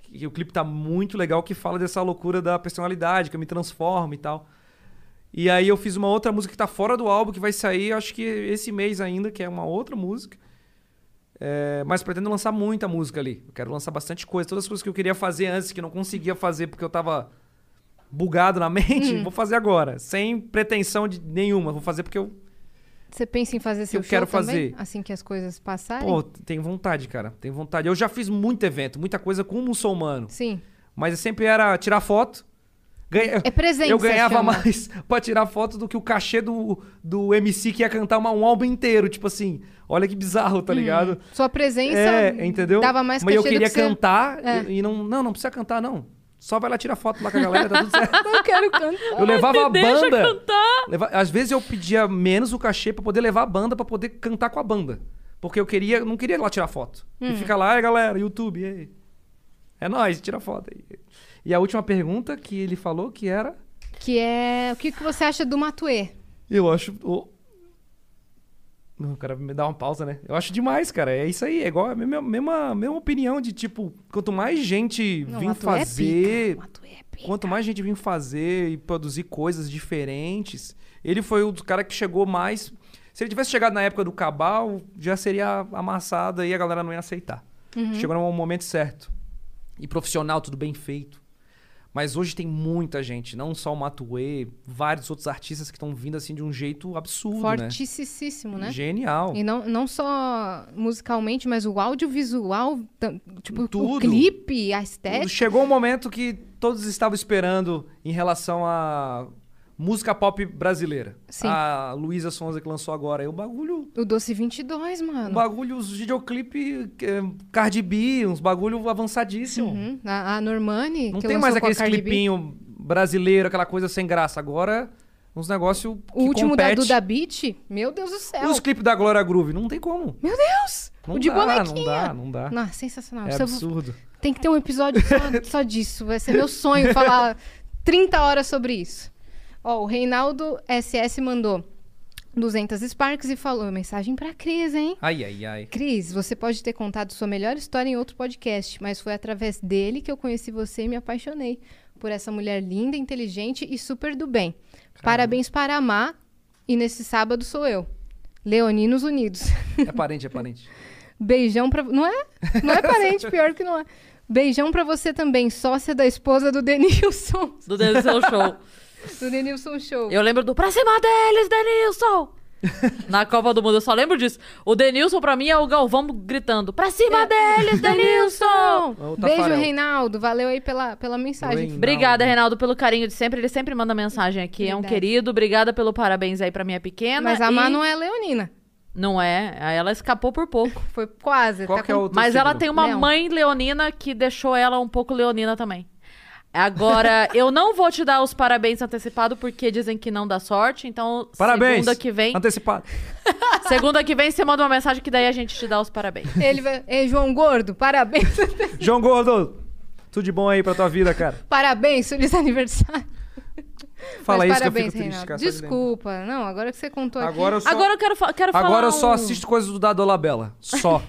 C: que o clipe tá muito legal, que fala dessa loucura da personalidade, que eu me transformo e tal. E aí eu fiz uma outra música que tá fora do álbum, que vai sair, acho que esse mês ainda, que é uma outra música. É, mas pretendo lançar muita música ali. Eu quero lançar bastante coisa. Todas as coisas que eu queria fazer antes, que eu não conseguia fazer porque eu tava bugado na mente,
B: Hum.
C: vou fazer agora. Sem pretensão de nenhuma. Vou fazer porque eu
B: Você pensa em fazer seu
C: Eu
B: show
C: quero
B: também?
C: fazer.
B: Assim que as coisas passarem?
C: Pô, tenho vontade, cara. Tenho vontade. Eu já fiz muito evento, muita coisa com um muçulmano.
B: Sim.
C: Mas eu sempre era tirar foto. Ganha...
B: É presença,
C: Eu ganhava
B: chama.
C: mais pra tirar foto do que o cachê do, do MC que ia cantar uma, um álbum inteiro. Tipo assim, olha que bizarro, tá ligado?
B: Sua presença
C: É, entendeu?
B: Hum. dava mais
C: Mas eu
B: cachê do
C: queria
B: que você-
C: cantar
B: É.
C: e, e não, não, não precisa cantar, não. Só vai lá tirar foto lá com a galera, tá tudo certo.
B: Eu quero cantar.
C: Eu levava a
A: deixa
C: banda.
A: cantar.
C: Leva- Às vezes eu pedia menos o cachê pra poder levar a banda pra poder cantar com a banda. Porque eu queria, eu não queria ir lá tirar foto.
B: Hum.
C: E fica lá, "Ai, galera, YouTube, e aí? É nóis, tira foto aí. E a última pergunta que ele falou que era.
B: Que é... O que que você acha do Matuê?
C: Eu acho. o- Não, o cara me dá uma pausa, né? Eu acho demais, cara. É isso aí. É igual a mesma, mesma, mesma opinião de tipo, quanto mais gente
B: Não,
C: vir
B: Matuê é
C: fazer.
B: pica. Matuê é pica.
C: Quanto mais gente vinha fazer e produzir coisas diferentes, ele foi o dos cara que chegou mais. Se ele tivesse chegado na época do Cabal, já seria amassada e a galera não ia aceitar.
B: Uhum.
C: Chegou no momento certo. E profissional, tudo bem feito. Mas hoje tem muita gente, não só o Matuê, vários outros artistas que estão vindo assim de um jeito absurdo,
B: Fortíssimo, né?
C: né? Genial.
B: E não, não só musicalmente, mas o audiovisual, tam- tipo, o
C: Tudo.
B: clipe, a estética.
C: Chegou um momento que todos estavam esperando em relação à música pop brasileira.
B: Sim.
C: A Luísa Sonza que lançou agora. É um bagulho.
B: O Doce 22,
C: Um
B: mano.
C: bagulho, os videoclipe é, Cardi B, uns bagulho avançadíssimo.
B: Uhum. A, a Normani,
C: Não
B: que
C: tem
B: lançou
C: mais
B: com a
C: aquele
B: Cardi B.
C: clipinho brasileiro, aquela coisa sem graça. Agora, uns negócios.
B: O último
C: compete.
B: da Duda é Beat, meu Deus do céu.
C: Os clipes da Glória Groove, não tem como.
B: Meu Deus!
C: Não
B: o de
C: dá,
B: bonequinha.
C: Não dá, não dá.
B: Não, sensacional.
C: É
B: Isso eu-
C: absurdo.
B: Tem que ter um episódio só, só disso. Vai ser meu sonho falar 30 horas sobre isso. Ó, o Reinaldo SS mandou 200 Sparks e falou mensagem pra Cris, hein?
C: Ai, ai, ai.
B: Cris, você pode ter contado sua melhor história em outro podcast, mas foi através dele que eu conheci você e me apaixonei por essa mulher linda, inteligente e super do bem. Parabéns para amar e nesse sábado sou eu. Leoninos Unidos.
C: É parente, é parente.
B: Beijão pra. Não é? Não é parente, pior que não é. Beijão pra você também, sócia da esposa do Denilson.
A: Do Denilson Show.
B: Do Denilson Show.
A: Eu lembro do Pra cima deles, Denilson! Na Copa do Mundo, eu só lembro disso. O Denilson, pra mim, é o Galvão gritando: Pra cima deles, Denilson!
C: Ó, o
B: Beijo,
C: Tafarel.
B: Reinaldo. Valeu aí pela, pela mensagem.
A: Obrigada, Reinaldo, pelo carinho de sempre. Ele sempre manda mensagem aqui. É um
B: Verdade.
A: querido. Obrigada pelo parabéns aí pra minha pequena.
B: Mas a Má
A: e-
B: não é leonina.
A: Não é. Aí Ela escapou por pouco.
B: Foi quase.
C: Qual
B: tá
C: que é
B: com-
C: o outro
A: Mas ela
C: signo?
A: tem uma
B: Leão.
A: mãe leonina que deixou ela um pouco leonina também. Agora, eu não vou te dar os parabéns antecipado porque dizem que não dá sorte. Então,
C: Parabéns!
A: segunda que vem,
C: Antecipado.
A: segunda que vem você manda uma mensagem que daí a gente te dá os parabéns.
B: Ele vai... Ei, João Gordo, parabéns.
C: João Gordo, tudo de bom aí pra tua vida, cara.
B: parabéns, feliz aniversário.
C: Fala
B: Mas
C: isso
B: parabéns,
C: que eu fico triste,
B: Reinaldo.
C: cara. só de lembrar.
B: Desculpa. Não, agora que você contou
C: Agora eu
B: aqui.
C: só,
A: Agora eu quero, fa- quero falar.
C: agora eu só
A: um-
C: assisto coisas do Dado Labella. Só.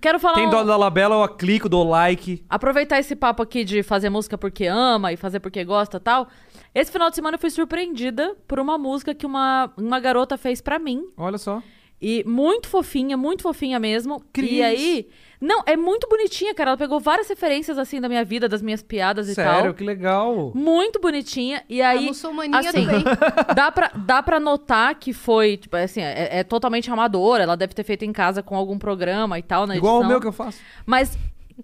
A: Quero falar.
C: Tem
A: um-
C: Dado Labella, eu clico, dou like.
A: Aproveitar esse papo aqui de fazer música porque ama e fazer porque gosta e tal. Esse final de semana eu fui surpreendida por uma música que uma, uma garota fez pra mim.
C: Olha só.
A: E muito fofinha, muito fofinha mesmo.
C: Cris.
A: E aí. Não, é muito bonitinha, cara. Ela pegou várias referências assim da minha vida, das minhas piadas e
C: Sério,
A: tal.
C: que legal.
A: Muito bonitinha. E
B: A
A: aí.
B: muçulmania
A: assim,
B: do bem.
A: Dá pra, dá pra notar que foi, tipo, assim, é, é totalmente amadora. Ela deve ter feito em casa com algum programa e tal, na
C: Igual o
A: edição.
C: meu que eu faço.
A: Mas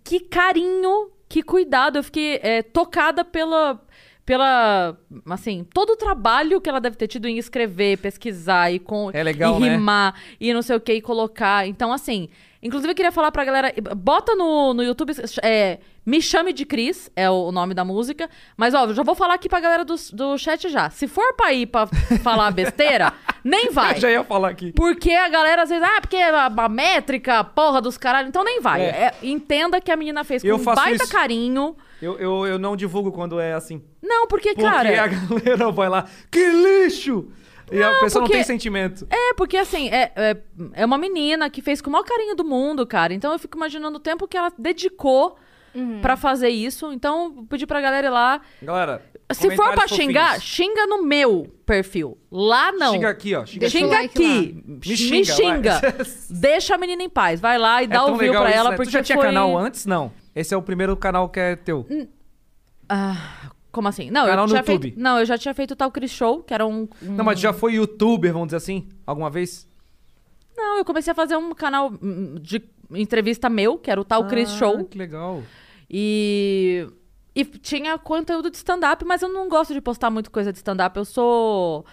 A: que carinho, que cuidado. Eu fiquei é, tocada pela. pela, assim, todo o trabalho que ela deve ter tido em escrever, pesquisar e com
C: É legal,
A: e
C: né?
A: rimar e não sei o que e colocar. Então, assim, inclusive eu queria falar pra galera, bota no, no YouTube, é, Me Chame de Cris, é o nome da música, mas ó, eu já vou falar aqui pra galera do, do chat já. Se for pra ir pra falar besteira, nem vai.
C: Eu já ia falar aqui.
A: Porque a galera às vezes, ah, porque a, a métrica, a porra dos caralho, então nem vai.
C: É.
A: É, entenda que a menina fez com
C: Eu
A: um
C: faço
A: baita
C: isso.
A: carinho.
C: Eu, eu, eu não divulgo quando é assim.
A: Não, porque,
C: Porque é
A: cara.
C: a galera vai lá, que lixo! E
A: Não,
C: a pessoa
A: porque-
C: não tem sentimento.
A: É, porque assim, é, é, é uma menina que fez com o maior carinho do mundo, cara. Então eu fico imaginando o tempo que ela dedicou pra fazer isso. Então, pedir pra galera ir lá.
C: Galera,
A: Se for pra
C: comentários
A: xingar,
C: fofinhos. É
A: xinga no meu perfil. Lá não.
C: Xinga aqui, ó. Xinga
B: Deixa
A: Xinga
B: o like
A: aqui. Me
C: Me
A: xinga.
C: xinga, vai.
A: Deixa a menina em paz. Vai lá e
C: é
A: dá
C: tão
A: o um view
C: legal
A: pra
C: isso,
A: ela,
C: né?
A: porque
C: tu já tinha
A: foi...
C: canal antes? Não. Esse é o primeiro canal que é teu.
A: Ah, como assim? Não, eu
C: Canal no
A: tinha
C: YouTube.
A: feito... Não, eu já tinha feito o tal Chris Show, que era um... um-
C: Não, mas já foi youtuber, vamos dizer assim? Alguma vez?
A: Não, eu comecei a fazer um canal hum, de entrevista meu, que era o tal Chris
C: Ah,
A: Show.
C: Que legal.
A: E. E tinha conteúdo de stand-up, mas eu não gosto de postar muito coisa de stand-up. Eu sou.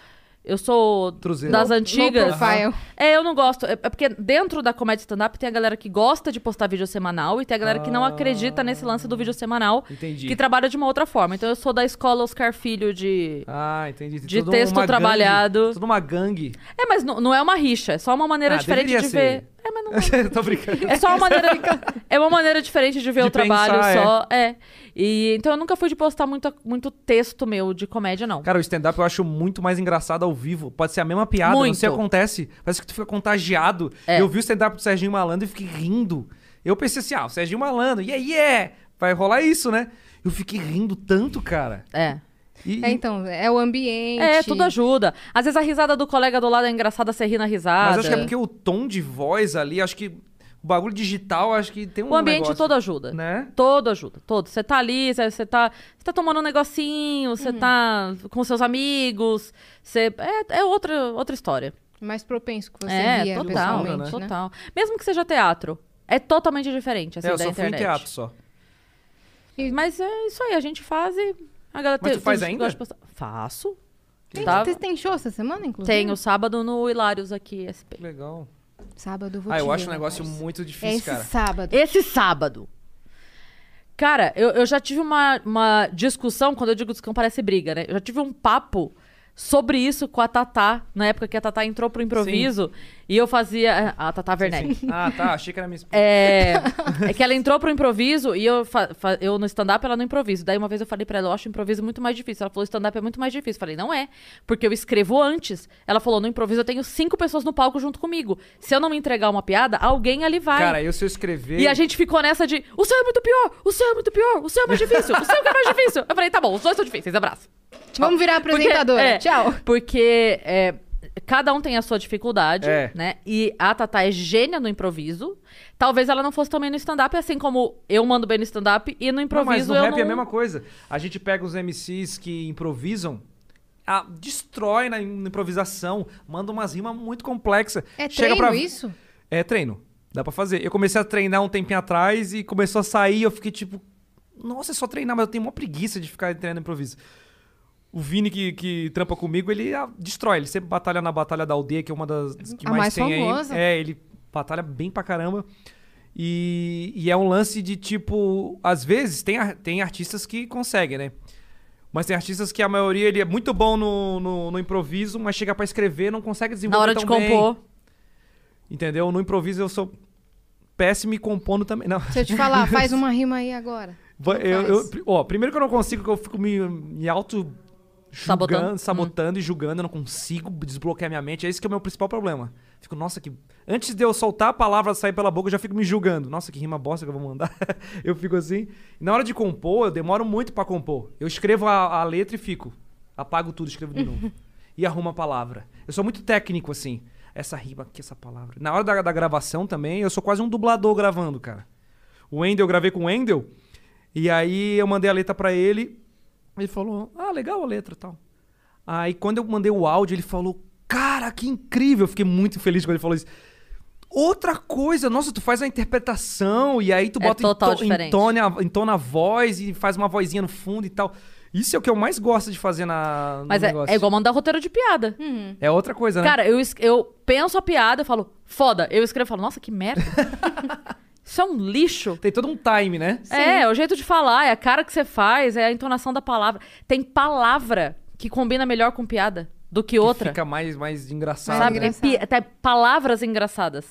A: Eu sou
C: Truzeiro.
A: das
C: Low-
A: antigas.
B: low profile.
A: É, eu não gosto. É é porque dentro da comédia stand-up tem a galera que gosta de postar vídeo semanal e tem a galera que não acredita nesse lance do vídeo semanal.
C: Ah. Entendi.
A: Que trabalha de uma outra forma. Então eu sou da escola Oscar Filho de.
C: Ah, entendi. Tem
A: De
C: toda
A: texto
C: uma gangue,
A: trabalhado.
C: Toda uma gangue.
A: É, mas não, não é uma rixa, é só uma maneira
C: Ah,
A: diferente
C: deveria
A: de
C: ser.
A: ver. É, mas não é.
C: Tô brincando.
A: É só uma maneira. é uma maneira diferente de ver
C: De
A: o trabalho
C: pensar, é.
A: só. É. E, então eu nunca fui de postar muito, muito texto meu de comédia, não.
C: Cara, o stand-up eu acho muito mais engraçado ao vivo. Pode ser a mesma piada,
A: Muito.
C: não sei o que acontece. Parece que tu fica contagiado.
A: É.
C: Eu vi o stand-up do Serginho Malandro e fiquei rindo. Eu pensei assim, ah, o Serginho Malandro, yeah, yeah! Vai rolar isso, né? Eu fiquei rindo tanto, cara.
A: É.
C: E,
B: É, então, é o ambiente.
A: É, tudo ajuda. Às vezes a risada do colega do lado é engraçada, você ri na risada.
C: Mas acho que é porque o tom de voz ali, acho que o bagulho digital, acho que tem um
A: O ambiente
C: negócio,
A: todo ajuda.
C: Né?
A: Todo ajuda, todo. Você tá ali, você você tá, você tá tomando um negocinho, você tá com seus amigos. Você, é é outra, outra história.
B: Mais propenso que você
A: é,
B: ria
A: total,
B: pessoalmente, né?
A: total. Mesmo que seja teatro. É totalmente diferente, assim,
C: é, eu
A: da
C: só fui em
A: internet.
C: teatro só.
A: Mas é isso aí, a gente faz e a galera
C: Mas
A: tem-
C: tu faz
A: tem-
C: ainda?
A: gosta de postar. Faço.
B: Tem,
A: Tá?
B: Você tem show essa semana, inclusive?
A: Tenho sábado no Hilários aqui, SP.
C: Legal.
B: Sábado eu vou
C: Ah,
B: te
C: eu
B: ver,
C: acho um negócio
B: rapaz.
C: muito
B: É
C: difícil,
B: esse
C: cara.
B: sábado.
A: Esse sábado. Cara, eu, eu já tive uma, uma discussão, quando eu digo discussão parece briga, né? Eu já tive um papo sobre isso com a Tatá, na época que a Tatá entrou pro improviso, e eu fazia... A Tatá Werneck.
C: Ah, tá. Achei que era minha esposa.
A: É, é que ela entrou pro improviso e eu, fa- fa- eu no stand-up, ela no improviso. Daí uma vez eu falei pra ela, eu acho o improviso muito mais difícil. Ela falou, stand-up é muito mais difícil. Eu falei, não é, porque eu escrevo antes. Ela falou, no improviso eu tenho cinco pessoas no palco junto comigo. Se eu não me entregar uma piada, alguém ali vai.
C: Cara, eu se eu escrever.
A: E a gente ficou nessa de, o seu é muito pior, o seu é muito pior, o seu é mais difícil, o seu que é mais difícil. Eu falei, tá bom, os dois são difíceis, abraço.
B: Vamos virar
A: Porque-
B: apresentadora.
A: é,
B: Tchau.
A: Porque é, cada um tem a sua dificuldade,
C: É.
A: né? E a Tatá é gênia no improviso. Talvez ela não fosse também no stand-up, assim como eu mando bem no stand-up e no
C: Não,
A: improviso
C: mas no
A: eu
C: rap
A: não...
C: é a mesma coisa. A gente pega os MCs que improvisam, ah, destrói na na improvisação, manda umas rimas muito complexas.
B: É
C: Chega
B: treino
C: pra-
B: isso?
C: É treino. Dá pra fazer. Eu comecei a treinar um tempinho atrás e começou a sair, eu fiquei tipo, nossa, é só treinar, mas eu tenho uma preguiça de ficar treinando improviso. O Vini que, que trampa comigo, ele ah, destrói. Ele sempre batalha na Batalha da Aldeia, que é uma das que
B: A
C: mais,
B: mais
C: tem
B: famosa.
C: aí. É, ele batalha bem pra caramba. E, e é um lance de tipo. Às vezes tem, ar- tem artistas que conseguem, né? Mas tem artistas que a maioria ele é muito bom no, no, no improviso, mas chega pra escrever não consegue
A: Na
C: desenvolver.
A: hora de
C: tão bem.
A: compor.
C: Entendeu? No improviso eu sou péssimo e compondo também. Não.
B: Se eu te falar, faz uma rima aí agora.
C: Vai- Eu, eu-
B: faz.
C: pri- ó, primeiro que eu não consigo, que eu fico me, me auto
A: Sabotando.
C: sabotando, sabotando e julgando, eu não consigo desbloquear minha mente. É esse que é o meu principal problema. Fico, nossa, que. Antes de eu soltar a palavra sair pela boca, eu já fico me julgando. Nossa, que rima bosta que eu vou mandar. eu fico assim. E na hora de compor, eu demoro muito pra compor. Eu escrevo a, a letra e fico. Apago tudo, escrevo de novo. e arrumo a palavra. Eu sou muito técnico, assim. Essa rima aqui, essa palavra. Na hora da, da gravação também, eu sou quase um dublador gravando, cara. O Wendel, eu gravei com o Wendel. E aí eu mandei a letra pra ele. Ele falou, ah, legal a letra e tal. Aí quando eu mandei o áudio, ele falou, cara, que incrível. Eu fiquei muito feliz quando ele falou isso. Outra coisa, nossa, tu faz a interpretação e aí tu
A: É
C: bota
A: total
C: into-
A: diferente.
C: entona, entona a voz e faz uma vozinha no fundo e tal. Isso é o que eu mais gosto de fazer na, no
A: Mas é,
C: negócio.
A: é igual mandar roteiro de piada.
B: Hum.
C: É outra coisa, né?
A: Cara, eu, es- eu penso a piada, eu falo, foda. Eu escrevo e falo, nossa, que merda. Isso é um lixo.
C: Tem todo um time, né?
A: É, é o jeito de falar, é a cara que você faz, é a entonação da palavra. Tem palavra que combina melhor com piada do que outra.
C: Fica mais, mais engraçado.
A: sabe?
C: né?
A: Tem, pi- tem palavras engraçadas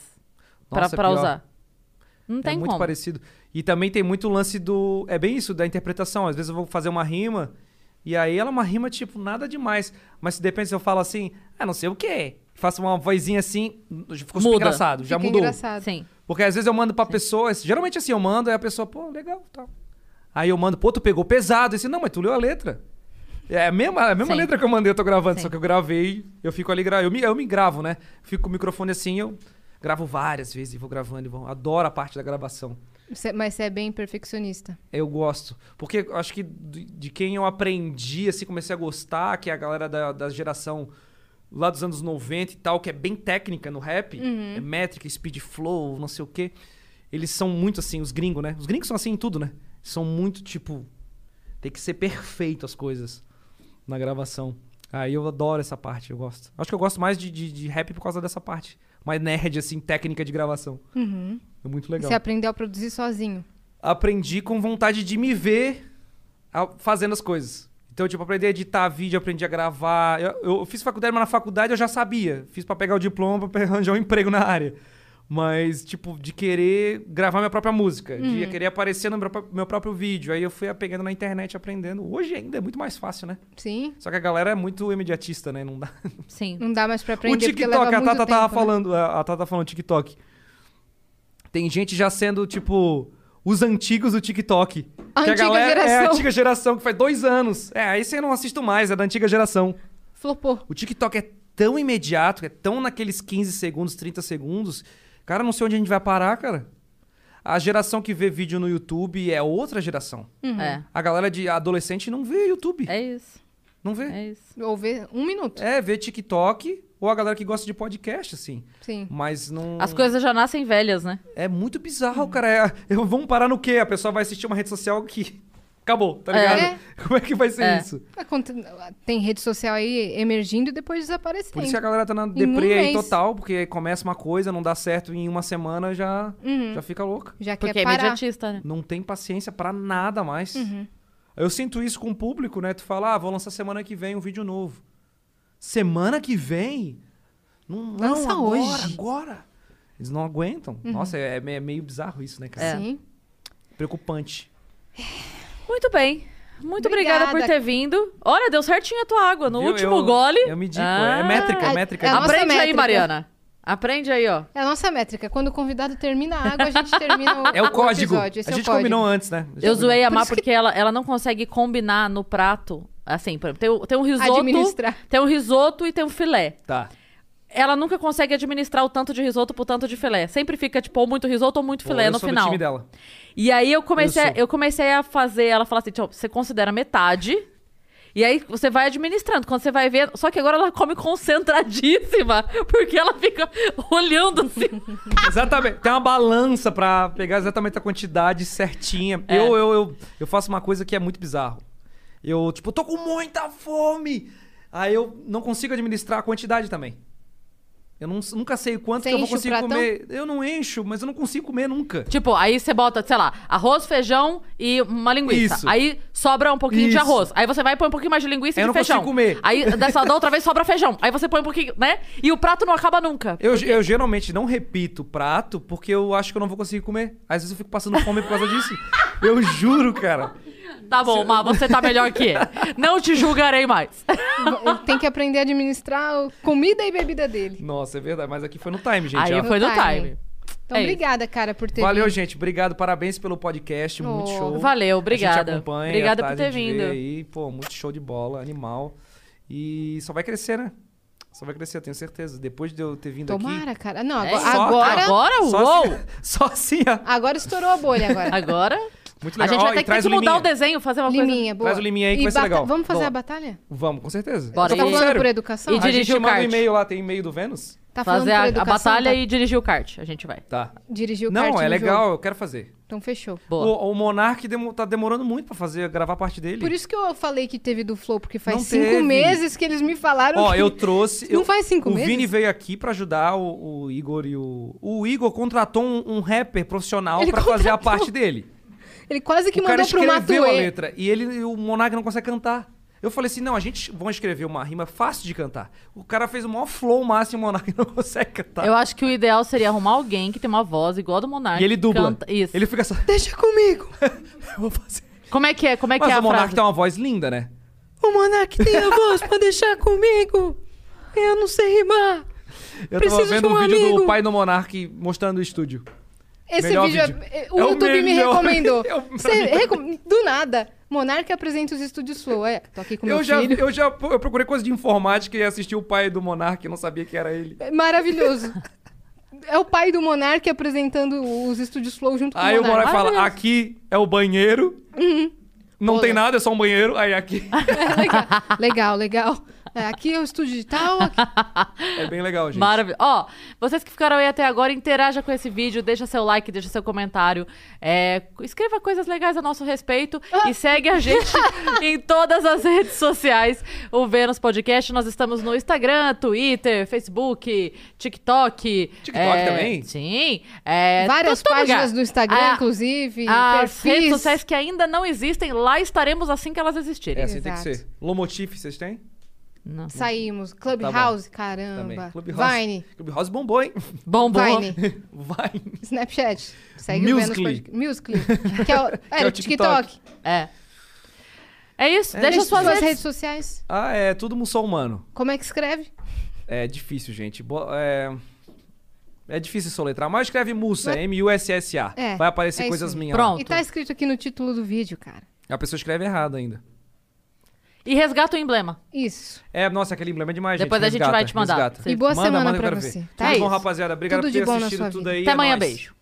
A: pra,
C: Nossa, é
A: pra
C: pior.
A: usar. Não tem
C: é muito
A: como.
C: parecido. E também tem muito lance do. É bem isso, da interpretação. Às vezes eu vou fazer uma rima, e aí ela é uma rima, tipo, nada demais. Mas se depende se eu falo assim, ah, não sei o quê. Faço uma vozinha assim, ficou super
A: Muda.
C: engraçado, já
B: Fica
C: mudou.
B: engraçado.
A: Sim.
C: Porque às vezes eu mando pra pessoa, geralmente assim, eu mando, aí a pessoa, pô, legal, tal. Aí eu mando, pô, tu pegou pesado. Aí assim, não, mas tu leu a letra. É a mesma, a mesma
A: Sim.
C: letra que eu mandei, eu tô gravando,
A: Sim.
C: só que eu gravei, eu fico ali, gra- eu me, eu me gravo, né? Fico com o microfone assim, eu gravo várias vezes e vou gravando, e vou, adoro a parte da gravação.
B: Cê- mas você é bem perfeccionista.
C: Eu gosto. Porque eu acho que de de quem eu aprendi, assim, comecei a gostar, que é a galera da, da geração lá dos anos 90 e tal, que é bem técnica no rap, é métrica, speed flow, não sei o quê. Eles são muito assim, os gringos, né? Os gringos são assim em tudo, né? São muito, tipo, tem que ser perfeito as coisas na gravação. Aí eu adoro essa parte, eu gosto. Acho que eu gosto mais de, de- de rap por causa dessa parte. Mais nerd, assim, técnica de gravação. É muito legal
B: Você aprendeu a produzir sozinho.
C: aprendi com vontade de me ver a- fazendo as coisas. Então, tipo, aprendi a editar vídeo, aprendi a gravar. Eu, eu fiz faculdade, mas na faculdade eu já sabia. Fiz pra pegar o diploma, pra arranjar um emprego na área. Mas, tipo, de querer gravar minha própria música, de querer aparecer no meu, pró- meu próprio vídeo. Aí eu fui pegando na internet, aprendendo. Hoje ainda é muito mais fácil, né?
B: Sim?
C: Só que a galera é muito imediatista, né? Não dá.
A: Sim.
B: Não dá mais pra aprender
C: o
B: porque leva
C: TikTok, a
B: muito
C: Tata
B: tempo,
C: tava
B: né?
C: falando, a a Tata falando TikTok. Tem gente já sendo, tipo, os antigos do TikTok.
B: A
C: que a
B: antiga
C: galera é a
B: geração.
C: antiga geração, que faz dois anos. É, aí você não assisto mais, é da antiga geração.
B: Flopou.
C: O TikTok é tão imediato, é tão naqueles 15 segundos, 30 segundos. Cara, não sei onde a gente vai parar, cara. A geração que vê vídeo no YouTube é outra geração.
B: Uhum.
A: É.
C: A galera de adolescente não vê YouTube.
A: É isso.
C: Não vê.
A: É isso.
B: Ou ver um minuto.
C: É, vê TikTok ou a galera que gosta de podcast, assim.
B: Sim.
C: Mas não.
A: As coisas já nascem velhas, né?
C: É muito bizarro, cara. É, eu, vamos parar no quê? A pessoa vai assistir uma rede social que. Acabou, tá ligado? Como é que vai ser
A: É.
C: isso?
B: Aconte- Tem rede social aí emergindo e depois desaparecendo.
C: Por isso que a galera tá na
B: um
C: deprê aí
B: mês.
C: total, porque começa uma coisa, não dá certo e em uma semana já,
B: Uhum.
C: já fica louca.
B: Já quer
A: Porque é
B: parar.
A: imediatista, né?
C: Não tem paciência pra nada mais.
B: Uhum.
C: Eu sinto isso com o público, né? Tu fala, ah, vou lançar semana que vem um vídeo novo. Semana que vem? Não, não,
B: Lança
C: agora,
B: hoje. Uhum.
C: agora. Eles não aguentam. Nossa, é, é meio bizarro isso, né, cara?
B: Sim.
C: Preocupante.
A: Muito bem. Muito obrigada. por
B: Obrigada.
A: ter vindo. Olha, deu certinho a tua água. No
C: Viu?
A: último
C: Eu-
A: gole. Ah.
C: eu medico, é métrica, é métrica.
B: é a nossa
A: Aprende aí,
B: métrica.
A: Mariana. Aprende aí, ó.
B: É a nossa métrica. Quando o convidado termina a água, a gente termina o
C: É o código.
B: episódio. Esse
C: a
B: é o
C: gente
B: código.
C: combinou antes, né?
A: Eu zoei a
B: Por
A: Má
B: isso que-
A: porque ela, ela não consegue combinar no prato. Assim, por exemplo, tem, o- tem um risoto.
B: Administrar.
A: Tem um risoto e tem um filé.
C: Tá.
A: Ela nunca consegue administrar o tanto de risoto pro tanto de filé. Sempre fica, tipo, ou muito risoto ou muito
C: Pô,
A: filé
C: eu
A: "É no
C: sou
A: final.
C: do time dela.
A: E aí eu comecei,
C: Eu
A: eu,
C: sou.
A: comecei a fazer ela falar assim, tipo, você considera metade. E aí você vai administrando. Quando você vai ver. Só que agora ela come concentradíssima, porque ela fica olhando assim.
C: Exatamente. Tem uma balança pra pegar exatamente a quantidade certinha.
A: É.
C: Eu, eu, eu, eu faço uma coisa que é muito bizarro. Eu, tipo, tô com muita fome. Aí eu não consigo administrar a quantidade também. Eu não- nunca sei quanto
B: Você
C: que eu vou
B: enche o
C: conseguir
B: pratão?
C: comer. Eu não encho, mas eu não consigo comer nunca.
A: Tipo, aí você bota, sei lá, arroz, feijão e uma linguiça.
C: Isso.
A: Aí sobra um pouquinho de
C: Isso.
A: arroz. Aí você vai e põe um pouquinho mais de linguiça e
C: Eu
A: de
C: não
A: feijão.
C: consigo comer.
A: Aí dessa da outra vez sobra feijão. Aí você põe um pouquinho, né? E o prato não acaba nunca.
C: Eu, eu geralmente não repito o prato porque eu acho que eu não vou conseguir comer. Às vezes eu fico passando fome por causa disso. Eu juro, cara.
A: Tá bom, Má, você tá melhor que ele. Não te julgarei mais.
B: Ele tem que aprender a administrar o- comida e bebida dele.
C: Nossa, é verdade. Mas aqui foi no time, gente. é ó.
A: aí foi no
B: No
A: time.
B: time. Então,
A: É isso.
B: obrigada, cara, por ter
C: Valeu,
B: vindo.
C: gente. Obrigado, parabéns pelo podcast. Muito
B: Oh,
C: show.
A: valeu,
C: A gente
A: obrigada.
C: acompanha,
A: Obrigada
C: tá?
A: por
C: A
A: ter
C: gente vê
A: vindo.
C: Aí, pô, muito show de bola, animal. E só vai crescer, né? Só vai crescer, eu tenho certeza. Depois de eu ter vindo
B: Tomara, cara. Não,
A: É
B: agora,
A: isso.
B: agora, agora...
A: Agora,
C: aqui. Só
A: uou!
C: Assim, só assim, ó.
B: estourou a bolha agora.
A: Agora.
C: Muito
A: A
C: legal.
A: gente
C: Ó,
A: vai
C: e
A: ter que, ter
C: traz
A: que mudar o
C: liminha.
A: desenho, fazer uma
B: Liminha, boa.
C: Traz o liminha aí que
B: E
C: vai ser
B: bata-
C: legal.
B: Vamos fazer
C: Boa.
B: a batalha?
C: Vamos, com certeza.
A: Bora. E-
B: Tá
C: Eu tô falando
B: falando
C: sério.
B: por educação?
A: E
C: A
A: dirigir
C: gente
A: o
C: manda um
A: kart.
C: e-mail lá, tem e-mail do Vênus?
B: Tá
A: coisa. Fazer
B: por
A: a, a
B: educação,
A: batalha
B: tá?
A: e dirigir o kart. A gente vai.
C: Tá.
B: Dirigir o
C: Não,
B: kart
C: é
B: no
C: legal,
B: jogo.
C: eu quero fazer.
B: Então fechou.
A: Boa.
C: O, o Monark demo- tá demorando muito pra fazer, gravar parte dele.
B: Por isso que eu falei que teve do Flow, porque faz
C: Não
B: cinco
C: teve.
B: meses que eles me falaram.
C: Ó,
B: que-
C: eu trouxe.
B: Não
C: eu-
B: faz cinco
C: o
B: meses?
C: O Vini veio aqui pra ajudar o, o Igor e o. O Igor contratou um, um rapper profissional
B: Ele
C: pra fazer a
B: contratou.
C: parte dele.
B: Ele quase que
C: o cara
B: mandou pro
C: escreveu a
B: Matuê.
C: letra e ele o Monark não consegue cantar. Eu falei assim: não, a gente vai escrever uma rima fácil de cantar. O cara fez o maior flow máximo e o Monark não consegue cantar.
A: Eu acho que o ideal seria arrumar alguém que tem uma voz igual a do Monark.
C: Tá. E ele
A: que
C: dubla.
A: canta- Isso.
C: Ele fica só.
B: Deixa comigo.
C: Eu vou fazer.
A: Como é que é? Como é que
C: Mas
A: é a
C: o Monark
A: frase?
C: tem uma voz linda, né?
B: O Monark tem a voz pra deixar comigo. Eu não sei rimar.
C: Eu
B: Preciso
C: tava
B: de
C: vendo
B: um
C: um, vídeo
B: amigo.
C: do pai do Monark mostrando o estúdio.
B: Esse
C: Melhor
B: vídeo, é-
C: vídeo.
B: é- o
C: É o
B: YouTube me
C: melhor.
B: recomendou.
C: É o melhor.
B: Cê recom- Do nada, Monark apresenta os estúdios Flow. É, tô aqui com meu
C: Eu já,
B: filho.
C: eu já eu procurei coisa de informática e assisti o pai do Monark e não sabia que era ele.
B: É maravilhoso. É o pai do Monark apresentando os estúdios Flow junto com
C: Aí
B: o
C: o Monark
B: Monark.
C: fala: aqui é o banheiro.
B: Uhum.
C: Não
B: Pô,
C: tem
B: legal.
C: nada, é só um banheiro. Aí aqui.
B: legal, legal. É, aqui é o estúdio de tal. aqui-
C: É bem legal, gente.
A: Maravilhoso. Ó, vocês que ficaram aí até agora, interaja com esse vídeo, deixa seu like, deixa seu comentário, é, escreva coisas legais a nosso respeito e segue a gente em todas as redes sociais. O Vênus Podcast, nós estamos no Instagram, Twitter, Facebook, TikTok.
C: TikTok
A: é,
C: também?
A: Sim. é,
B: Várias
A: todo lugar.
B: páginas do Instagram,
A: Ah,
B: inclusive.
A: As
B: perfis.
A: redes sociais que ainda não existem, lá estaremos assim que elas existirem.
C: É assim tem que
B: Exato.
C: ser. Lomotif, vocês têm?
A: Não.
B: Saímos.
C: bom.
B: Clubhouse,
C: Também.
B: caramba.
C: Clubhouse.
B: Vine.
C: Clubhouse bombou, hein?
A: Bom, bom.
B: Vine.
C: Vai.
B: Snapchat. Segue
C: Musically.
B: o Vênus Podcast. Musically. Que é o, é,
C: o
B: o TikTok.
C: TikTok.
A: É. É isso. deixa
B: Deixa
A: suas redes.
B: sociais.
C: Ah, é tudo muçulmano.
B: Como é que escreve?
C: É difícil, gente. Bo- é... é difícil soletrar, mas escreve Mussa, M-U-S-S-A.
B: É,
C: Vai aparecer
B: é isso
C: coisas
B: mesmo.
C: minhas.
A: Pronto.
B: E tá escrito aqui no título do vídeo, cara.
C: lá. A pessoa escreve errado ainda.
A: E resgata o emblema.
B: Isso.
C: É, nossa, aquele emblema é demais,
A: Depois
C: gente.
A: a gente vai te mandar.
C: Resgata.
A: E
B: boa
C: manda,
B: semana
C: manda, eu
B: pra
C: quero
B: você,
C: ver.
B: tá?
C: Tudo
A: É
C: bom,
A: isso.
C: rapaziada? Obrigado
B: Tudo
C: por
B: de
C: ter
B: bom na
C: assistido
B: sua
C: tudo
B: vida.
C: aí.
A: Até
C: é
A: amanhã,
C: nóis.
A: beijo.